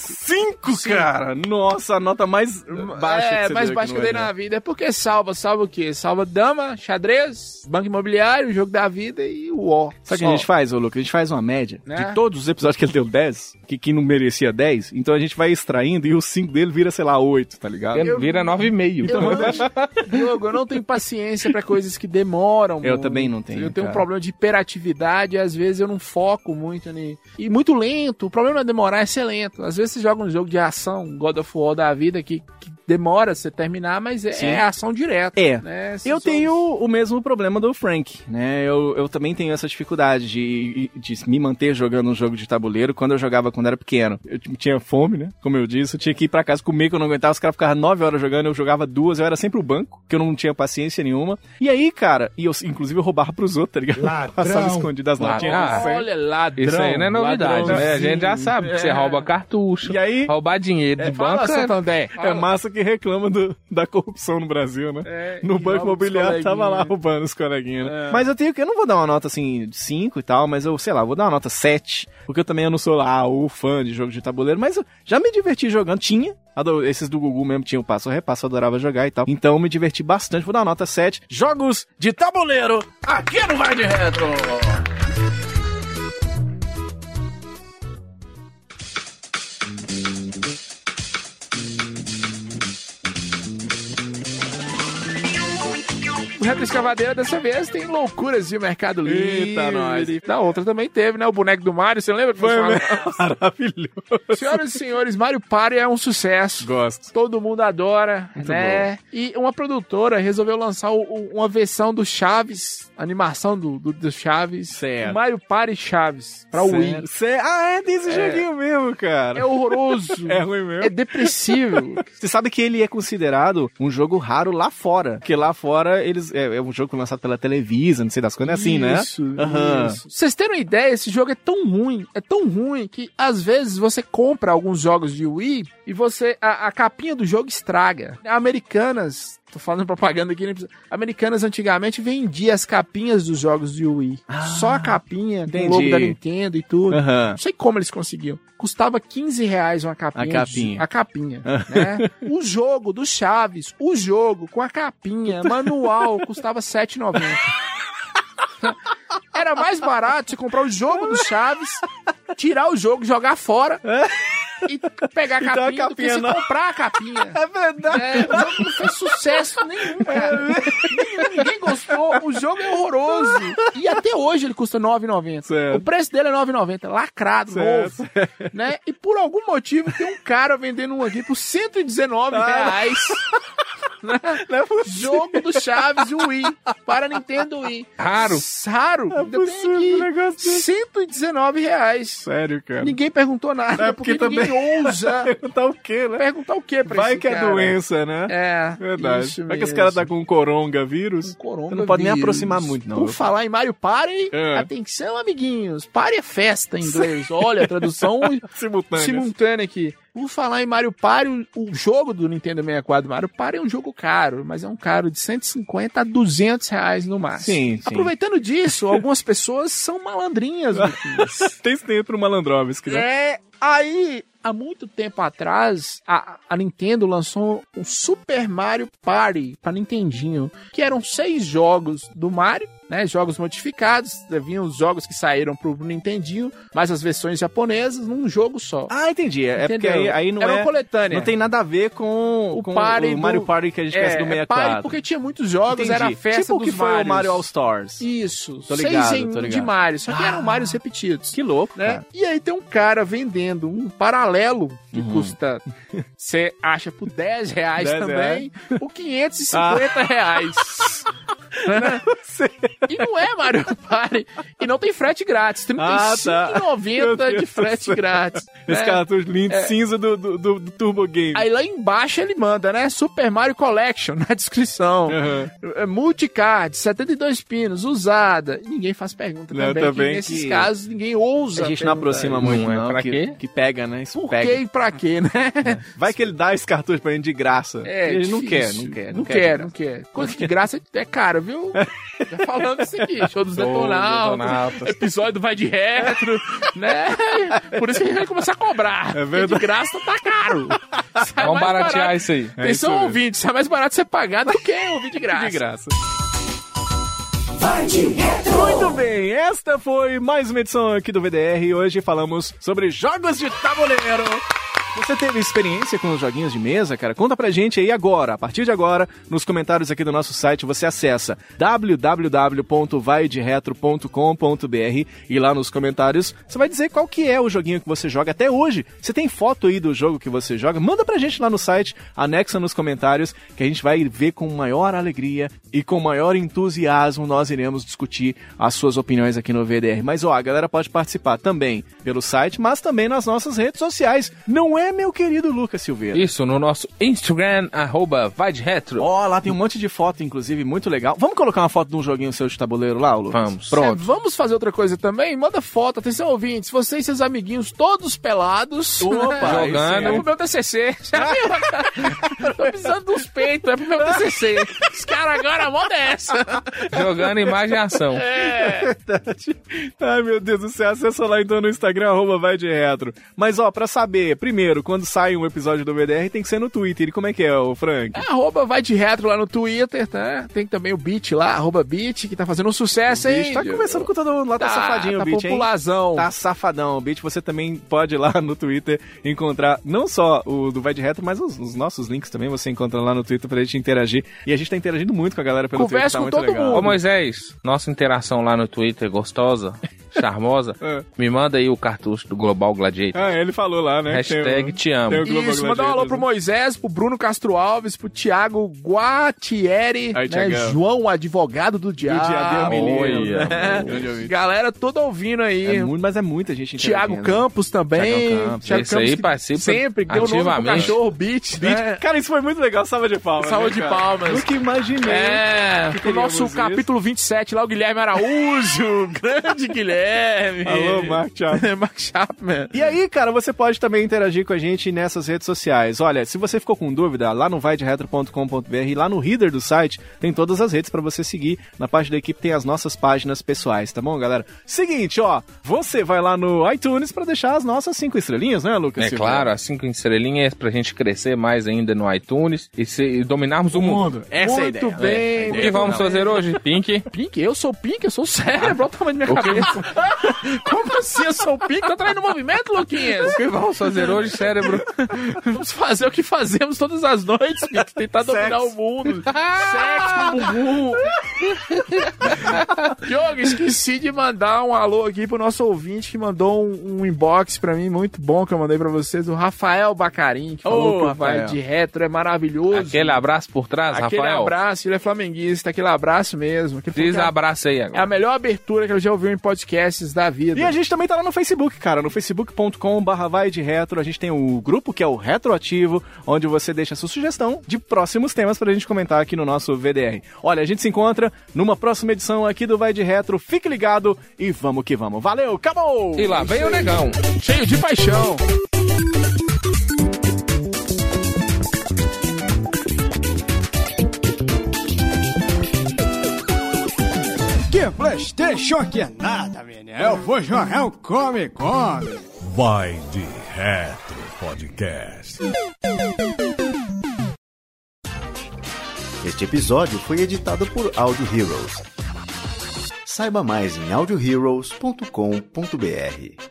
S3: 5, cara! Nossa, a nota mais baixa que
S4: é,
S3: você
S4: mais
S3: deu
S4: baixo que eu
S3: aqui
S4: dei
S3: no
S4: na
S3: Enem.
S4: vida. É porque salva, salva o quê? Salva dama, xadrez, banco imobiliário, jogo da vida e o ó.
S3: Sabe o que
S4: Só.
S3: a gente faz, ô Lucas? A gente faz uma média
S4: Né?
S3: de todos os episódios que ele deu 10, que, que não merecia 10, então a gente vai extraindo e o 5 dele vira, sei lá, 8, tá ligado?
S5: Ele Vira 9,5.
S3: Então
S4: Eu não, Diogo, eu não tenho paciência pra coisas que demoram.
S3: Eu
S4: muito.
S3: também não tenho,
S4: Eu tenho
S3: cara.
S4: um problema de hiperatividade, às vezes eu não foco muito né? E muito lento. O problema não é demorar, é ser lento. Às vezes você joga um jogo de ação, God of War da vida, que, que demora você terminar, mas é,
S3: Sim.
S4: é ação direta.
S3: É.
S4: né? Esses
S3: Eu
S4: jogos-
S3: tenho o mesmo problema do Frank, né? Eu, eu também tenho essa dificuldade de, de me manter jogando um jogo de tabuleiro quando eu jogava quando era pequeno. Eu t- tinha fome, né? Como eu disse, eu tinha que ir pra casa comer, que eu não aguentava, os caras ficavam 9 horas jogando, eu jogava duas, eu era sempre o banco, que eu não tinha paciência nenhuma. E aí, cara, e eu, inclusive eu roubava pros outros, tá ligado?
S8: Ladrão.
S3: Passava escondido as
S5: Ladrão.
S3: latinhas.
S5: Ah,
S4: Olha lá,
S5: Isso aí não é novidade,
S4: ladrão,
S5: né? A
S4: sim.
S5: gente já sabe
S4: É.
S5: que você rouba cartucho,
S3: E aí,
S5: roubar dinheiro de
S4: Fala,
S5: banco. é-
S4: Santander.
S3: é
S4: Fala.
S3: massa que reclama do- da corrupção no Brasil, né?
S4: É,
S3: No
S4: e
S3: banco
S4: rouba os
S3: imobiliário tava lá
S4: coleguinhas. né? É.
S3: roubando os coleguinhas, né? Mas eu tenho que. Eu não vou dar uma nota assim de 5 e tal, mas eu, sei lá, vou dar uma nota 7. Porque eu também eu não sou lá o fã de jogo de tabuleiro, mas eu já me diverti jogando. Tinha. ado- Esses do Gugu mesmo tinham passo a repasso, eu adorava jogar e tal. Então eu me diverti bastante. Vou dar uma nota 7. Jogos de tabuleiro aqui no Vai de Retro!
S4: O Reto Escavadeira dessa vez tem loucuras de Mercado Livre.
S3: Eita, nós.
S4: E Da outra também teve, né? O boneco do Mario, você lembra? que eu falava?
S3: Maravilhoso.
S4: Senhoras e senhores, Mario Party é um sucesso.
S3: Gosto.
S4: Todo mundo adora, né? E uma produtora resolveu lançar o- o- uma versão do Chaves, a animação do, do, do Chaves.
S3: Certo.
S4: O Mario Party Chaves, pra Wii.
S3: Sério? Sério? Ah, é desse joguinho mesmo, cara.
S4: É horroroso.
S3: É ruim mesmo.
S4: é depressivo.
S3: Você sabe que ele é considerado um jogo raro lá fora. Porque lá fora eles. É, é um jogo lançado pela Televisa, não sei das coisas, é assim, né?
S4: Isso,
S3: Aham.
S4: isso. Vocês terem uma ideia, esse jogo é tão ruim, é tão ruim que às vezes você compra alguns jogos de Wii e você a, a capinha do jogo estraga. Americanas, tô falando propaganda aqui, né? Americanas antigamente vendia as capinhas dos jogos de Wii. Só a capinha, com o logo
S3: Ah, entendi.
S4: da Nintendo e tudo.
S3: Aham.
S4: Não sei como eles conseguiam. Custava 15 reais uma capinha.
S3: A capinha. Ah.
S4: A capinha, né? O jogo do Chaves, o jogo com a capinha, manual, custava 7,90. Era mais barato você comprar o jogo do Chaves, tirar o jogo, jogar fora
S3: É.
S4: e pegar a
S3: Então, a
S4: capinha, do que
S3: capinha
S4: você
S3: não.
S4: comprar a capinha.
S3: É verdade.
S4: É, o jogo não fez sucesso nenhum, cara. Nenhum, ninguém gostou. O jogo é horroroso. E até hoje ele custa R$ 9,90.
S3: Certo.
S4: O preço dele é R$ 9,90. Lacrado,
S3: Certo.
S4: novo. Né? E por algum motivo tem um cara vendendo um aqui por R$ 119
S3: Tá.
S4: reais.
S3: Não é possível.
S4: Jogo do Chaves e Wii. Para Nintendo Wii.
S5: Raro.
S4: Raro. Ainda tem
S3: possível um negócio
S4: aqui.
S3: desse.
S4: 119 reais.
S3: Sério, cara.
S4: Ninguém perguntou nada.
S3: É,
S4: porque,
S3: porque
S4: ninguém ousa
S3: Tá o quê, né?
S4: perguntar o que pra
S3: Vai
S4: esse
S3: que é
S4: cara.
S3: doença, né?
S4: É,
S3: Verdade.
S4: isso
S3: Vai que esse cara tá
S4: mesmo.
S3: com um coronga vírus.
S4: Coronga
S3: Você não pode nem
S4: vírus.
S3: aproximar muito, não.
S4: Por falar em Mario Party,
S3: É.
S4: atenção, amiguinhos. Party é festa em inglês. Olha, a tradução
S3: Simultâneo.
S4: simultânea aqui. Por falar em Mario Party, o- o jogo do Nintendo 64 Mario Party é um jogo caro, mas é um caro de 150 a 200 reais no máximo.
S3: Sim, sim.
S4: Aproveitando disso, algumas pessoas são malandrinhas. Luquinhas.
S3: Tem esse tempo pro Malandrovski, né?
S4: É, aí, há muito tempo atrás, a, a Nintendo lançou um Super Mario Party pra Nintendinho, que eram seis jogos do Mario, né, jogos modificados, né? vinham os jogos que saíram pro Nintendinho, mas as versões japonesas num jogo só.
S3: Ah, entendi. É
S4: Entendeu?
S3: porque aí, aí não
S4: Era
S3: é.
S4: uma coletânea.
S3: Não tem nada a ver com
S4: O
S3: com
S4: party
S3: o Mario
S4: do-
S3: Party que a gente conhece do
S4: é
S3: 64.
S4: party, porque tinha muitos jogos, era a
S3: Entendi.
S4: festa
S3: Tipo o
S4: dos
S3: que foi o
S4: Marios.
S3: Mario All Stars.
S4: Isso,
S3: Tô ligado,
S4: seis em
S3: tô
S4: um de
S3: ligado. Ah.
S4: Mario, só que eram Marios repetidos.
S3: Que louco,
S4: né?
S3: cara.
S4: E aí tem um cara vendendo um paralelo que
S3: Uhum.
S4: custa, você acha por 10 reais
S3: 10
S4: também,
S3: reais.
S4: por 550 reais. né? E não é Mario Party. E não tem frete grátis.
S3: Ah, tá. Meu
S4: 35,90
S3: Deus
S4: de
S3: do
S4: frete
S3: céu.
S4: grátis.
S3: Esse
S4: né?
S3: cartucho lindo,
S4: É.
S3: cinza do, do, do- do Turbo Game.
S4: Aí lá embaixo ele manda, né? Super Mario Collection na descrição. É, Multicard, 72 pinos, usada. E ninguém faz pergunta
S3: Não,
S4: também.
S3: também
S4: que nesses
S3: que-
S4: casos ninguém ousa.
S3: a gente não
S4: perguntar
S3: aproxima
S4: isso.
S3: muito,
S5: Não é
S3: não.
S5: pra
S3: que,
S5: quê?
S3: que pega, né? Isso
S4: Por
S3: pega.
S4: que e pra quê, né?
S3: Vai que ele dá esse cartucho pra gente de graça.
S4: É,
S3: É. ele não quer,
S4: difícil.
S3: não quer.
S4: Não
S3: de
S4: quer,
S3: graça.
S4: não quer. Coisa de graça é caro, viu? Já falando isso aqui. Show dos
S5: Show dos
S4: detonautas.
S5: Detonautas.
S4: Episódio vai de retro, né? Por isso que a gente vai começar a cobrar. porque
S3: É verdade.
S4: de graça tá caro. Sai
S5: Vamos
S4: mais
S5: baratear
S4: barato.
S5: isso aí.
S3: É isso
S4: Atenção,
S3: mesmo.
S4: ouvinte, sai mais barato você pagar do que ouvir de graça.
S3: De graça. Muito bem, esta foi mais uma edição aqui do VDR e hoje falamos sobre jogos de tabuleiro. Você teve experiência com os joguinhos de mesa, cara? Conta pra gente aí agora. A partir de agora, nos comentários aqui do nosso site, você acessa www.vaideretro.com.br e lá nos comentários você vai dizer qual que é o joguinho que você joga até hoje. Você tem foto aí do jogo que você joga? Manda pra gente lá no site, anexa nos comentários, que a gente vai ver com maior alegria e com maior entusiasmo nós iremos discutir as suas opiniões aqui no VDR. Mas ó, a galera pode participar também pelo site, mas também nas nossas redes sociais. Não é, meu querido Lucas Silveira?
S5: Isso, no nosso Instagram, arroba vai de retro.
S3: Ó, lá tem um monte de foto, inclusive, muito legal. Vamos colocar uma foto de um joguinho seu de tabuleiro lá, ô Lucas?
S5: Vamos.
S3: Pronto.
S4: É, vamos fazer outra coisa também? Manda foto, atenção, ouvintes. Você e seus amiguinhos todos pelados.
S3: Opa,
S5: Jogando.
S4: É pro meu TCC. Já viu? Tô precisando dos peitos, é pro meu TCC. Os caras agora, a moda é essa.
S5: Jogando imagem e ação.
S3: verdade. Ai, meu Deus do céu. Acessa lá então no Instagram, arroba vai de retro. Mas ó, pra saber, primeiro, quando sai um episódio do VDR, tem que ser no Twitter. E como é que é, ô Frank?
S4: Arroba vai de retro lá no Twitter, tá? Tem também o Beat lá, arroba Beat, que tá fazendo um sucesso, hein?
S3: Bicho, tá conversando com todo mundo lá, tá, safadinho
S4: tá
S3: o Beat, hein?
S4: populazão.
S3: Tá safadão, Beat. Você também pode ir lá no Twitter encontrar não só o do Vai de Retro, mas os, os nossos links também você encontra lá no Twitter pra gente interagir. E a gente tá interagindo muito com a galera pelo
S4: Conversa
S3: Twitter,
S4: com
S3: tá
S4: todo
S3: muito legal.
S5: Ô Moisés, nossa interação lá no Twitter gostosa, charmosa,
S3: É.
S5: me manda aí o cartucho do Global Gladiator.
S3: Ah, ele falou lá,
S5: um,
S3: né? que tem o-
S5: Hashtag te
S3: tem o
S5: amo.
S3: Globo
S4: Isso, mandar um alô
S3: Gladiators,
S4: pro
S3: né?
S4: Moisés, pro Bruno Castro Alves, pro Thiago Guatieri,
S3: Aí,
S4: né?
S3: Thiagão.
S4: João, advogado do diabo.
S3: diabo, eu me lembro.
S4: Olha.
S3: é né? Grande ouvinte.
S4: Galera, toda ouvindo aí.
S3: É muito, mas é muita gente
S4: Thiago
S3: interagindo.
S4: Campos também.
S3: Thiago Campos.
S5: Esse aí
S4: que
S5: participa
S4: sempre, que deu o nome pro
S5: ativamente.
S4: cachorro, Beat,
S3: Beat.
S4: né?
S3: Cara, isso foi muito legal. Salva de palmas.
S4: Salva
S3: né,
S4: de
S3: cara?
S4: palmas.
S3: Nunca imaginei.
S4: É,
S3: que
S4: o nosso
S3: teríamos isso.
S4: capítulo 27 lá, o Guilherme Araújo, grande Guilherme.
S3: Alô, Mark Chapman.
S4: Mark Chapman.
S3: E aí, cara, você pode também interagir com a gente nessas redes sociais. Olha, se você ficou com dúvida, lá no vaideretro.com.br e lá no header do site tem todas as redes pra você seguir. Na parte da equipe tem as nossas páginas pessoais, tá bom, galera? Seguinte, ó, você vai lá no iTunes pra deixar as nossas cinco estrelinhas, né, Lucas?
S5: É
S3: Silveira?
S5: claro, as cinco estrelinhas é pra gente crescer mais ainda no iTunes e, se- e dominarmos o mundo. É,
S4: Essa é Muito
S3: é ideia. né?
S4: bem.
S5: O que vamos fazer hoje, Pink?
S4: Pink? Eu sou o Pink? Eu sou o cérebro, olha o tamanho da minha cabeça. Como assim eu sou o Pink? Tô traindo movimento, Luquinhas.
S5: O que vamos fazer hoje, cérebro?
S4: Vamos fazer o que fazemos todas as noites, Pink. Tentar dominar o mundo. Sexo, bumbum. Diogo, esqueci de mandar um alô aqui pro nosso ouvinte que mandou um, um inbox pra mim muito bom que eu mandei pra vocês, o Rafael Bacarim, que falou
S3: Ô,
S4: que o vai
S3: Rafael.
S4: de retro, é maravilhoso.
S5: Aquele abraço por trás,
S4: Aquele
S5: Rafael.
S4: abraço, ele é flamenguista, aquele abraço mesmo. Aquele
S5: Diz
S4: falou que
S5: abraço aí
S4: é a
S5: agora.
S4: melhor abertura que ele já ouviu em podcasts da vida.
S3: E a gente também tá lá no Facebook, cara, no facebook.com barra vai de retro, a gente tem o grupo que é o Retroativo, onde você deixa a sua sugestão de próximos temas pra gente comentar aqui no nosso VDR. Olha, a gente se encontra numa próxima edição aqui do Vai de Retro, fique ligado e vamos que vamos. Valeu, acabou!
S5: E lá vem o negão.
S4: Cheio de paixão.
S11: Que Playstation que é nada, menino. Eu vou jogar um Come Come.
S2: Vai de Retro Podcast.
S12: Este episódio foi editado por Audio Heroes. Saiba mais em audioheroes.com.br.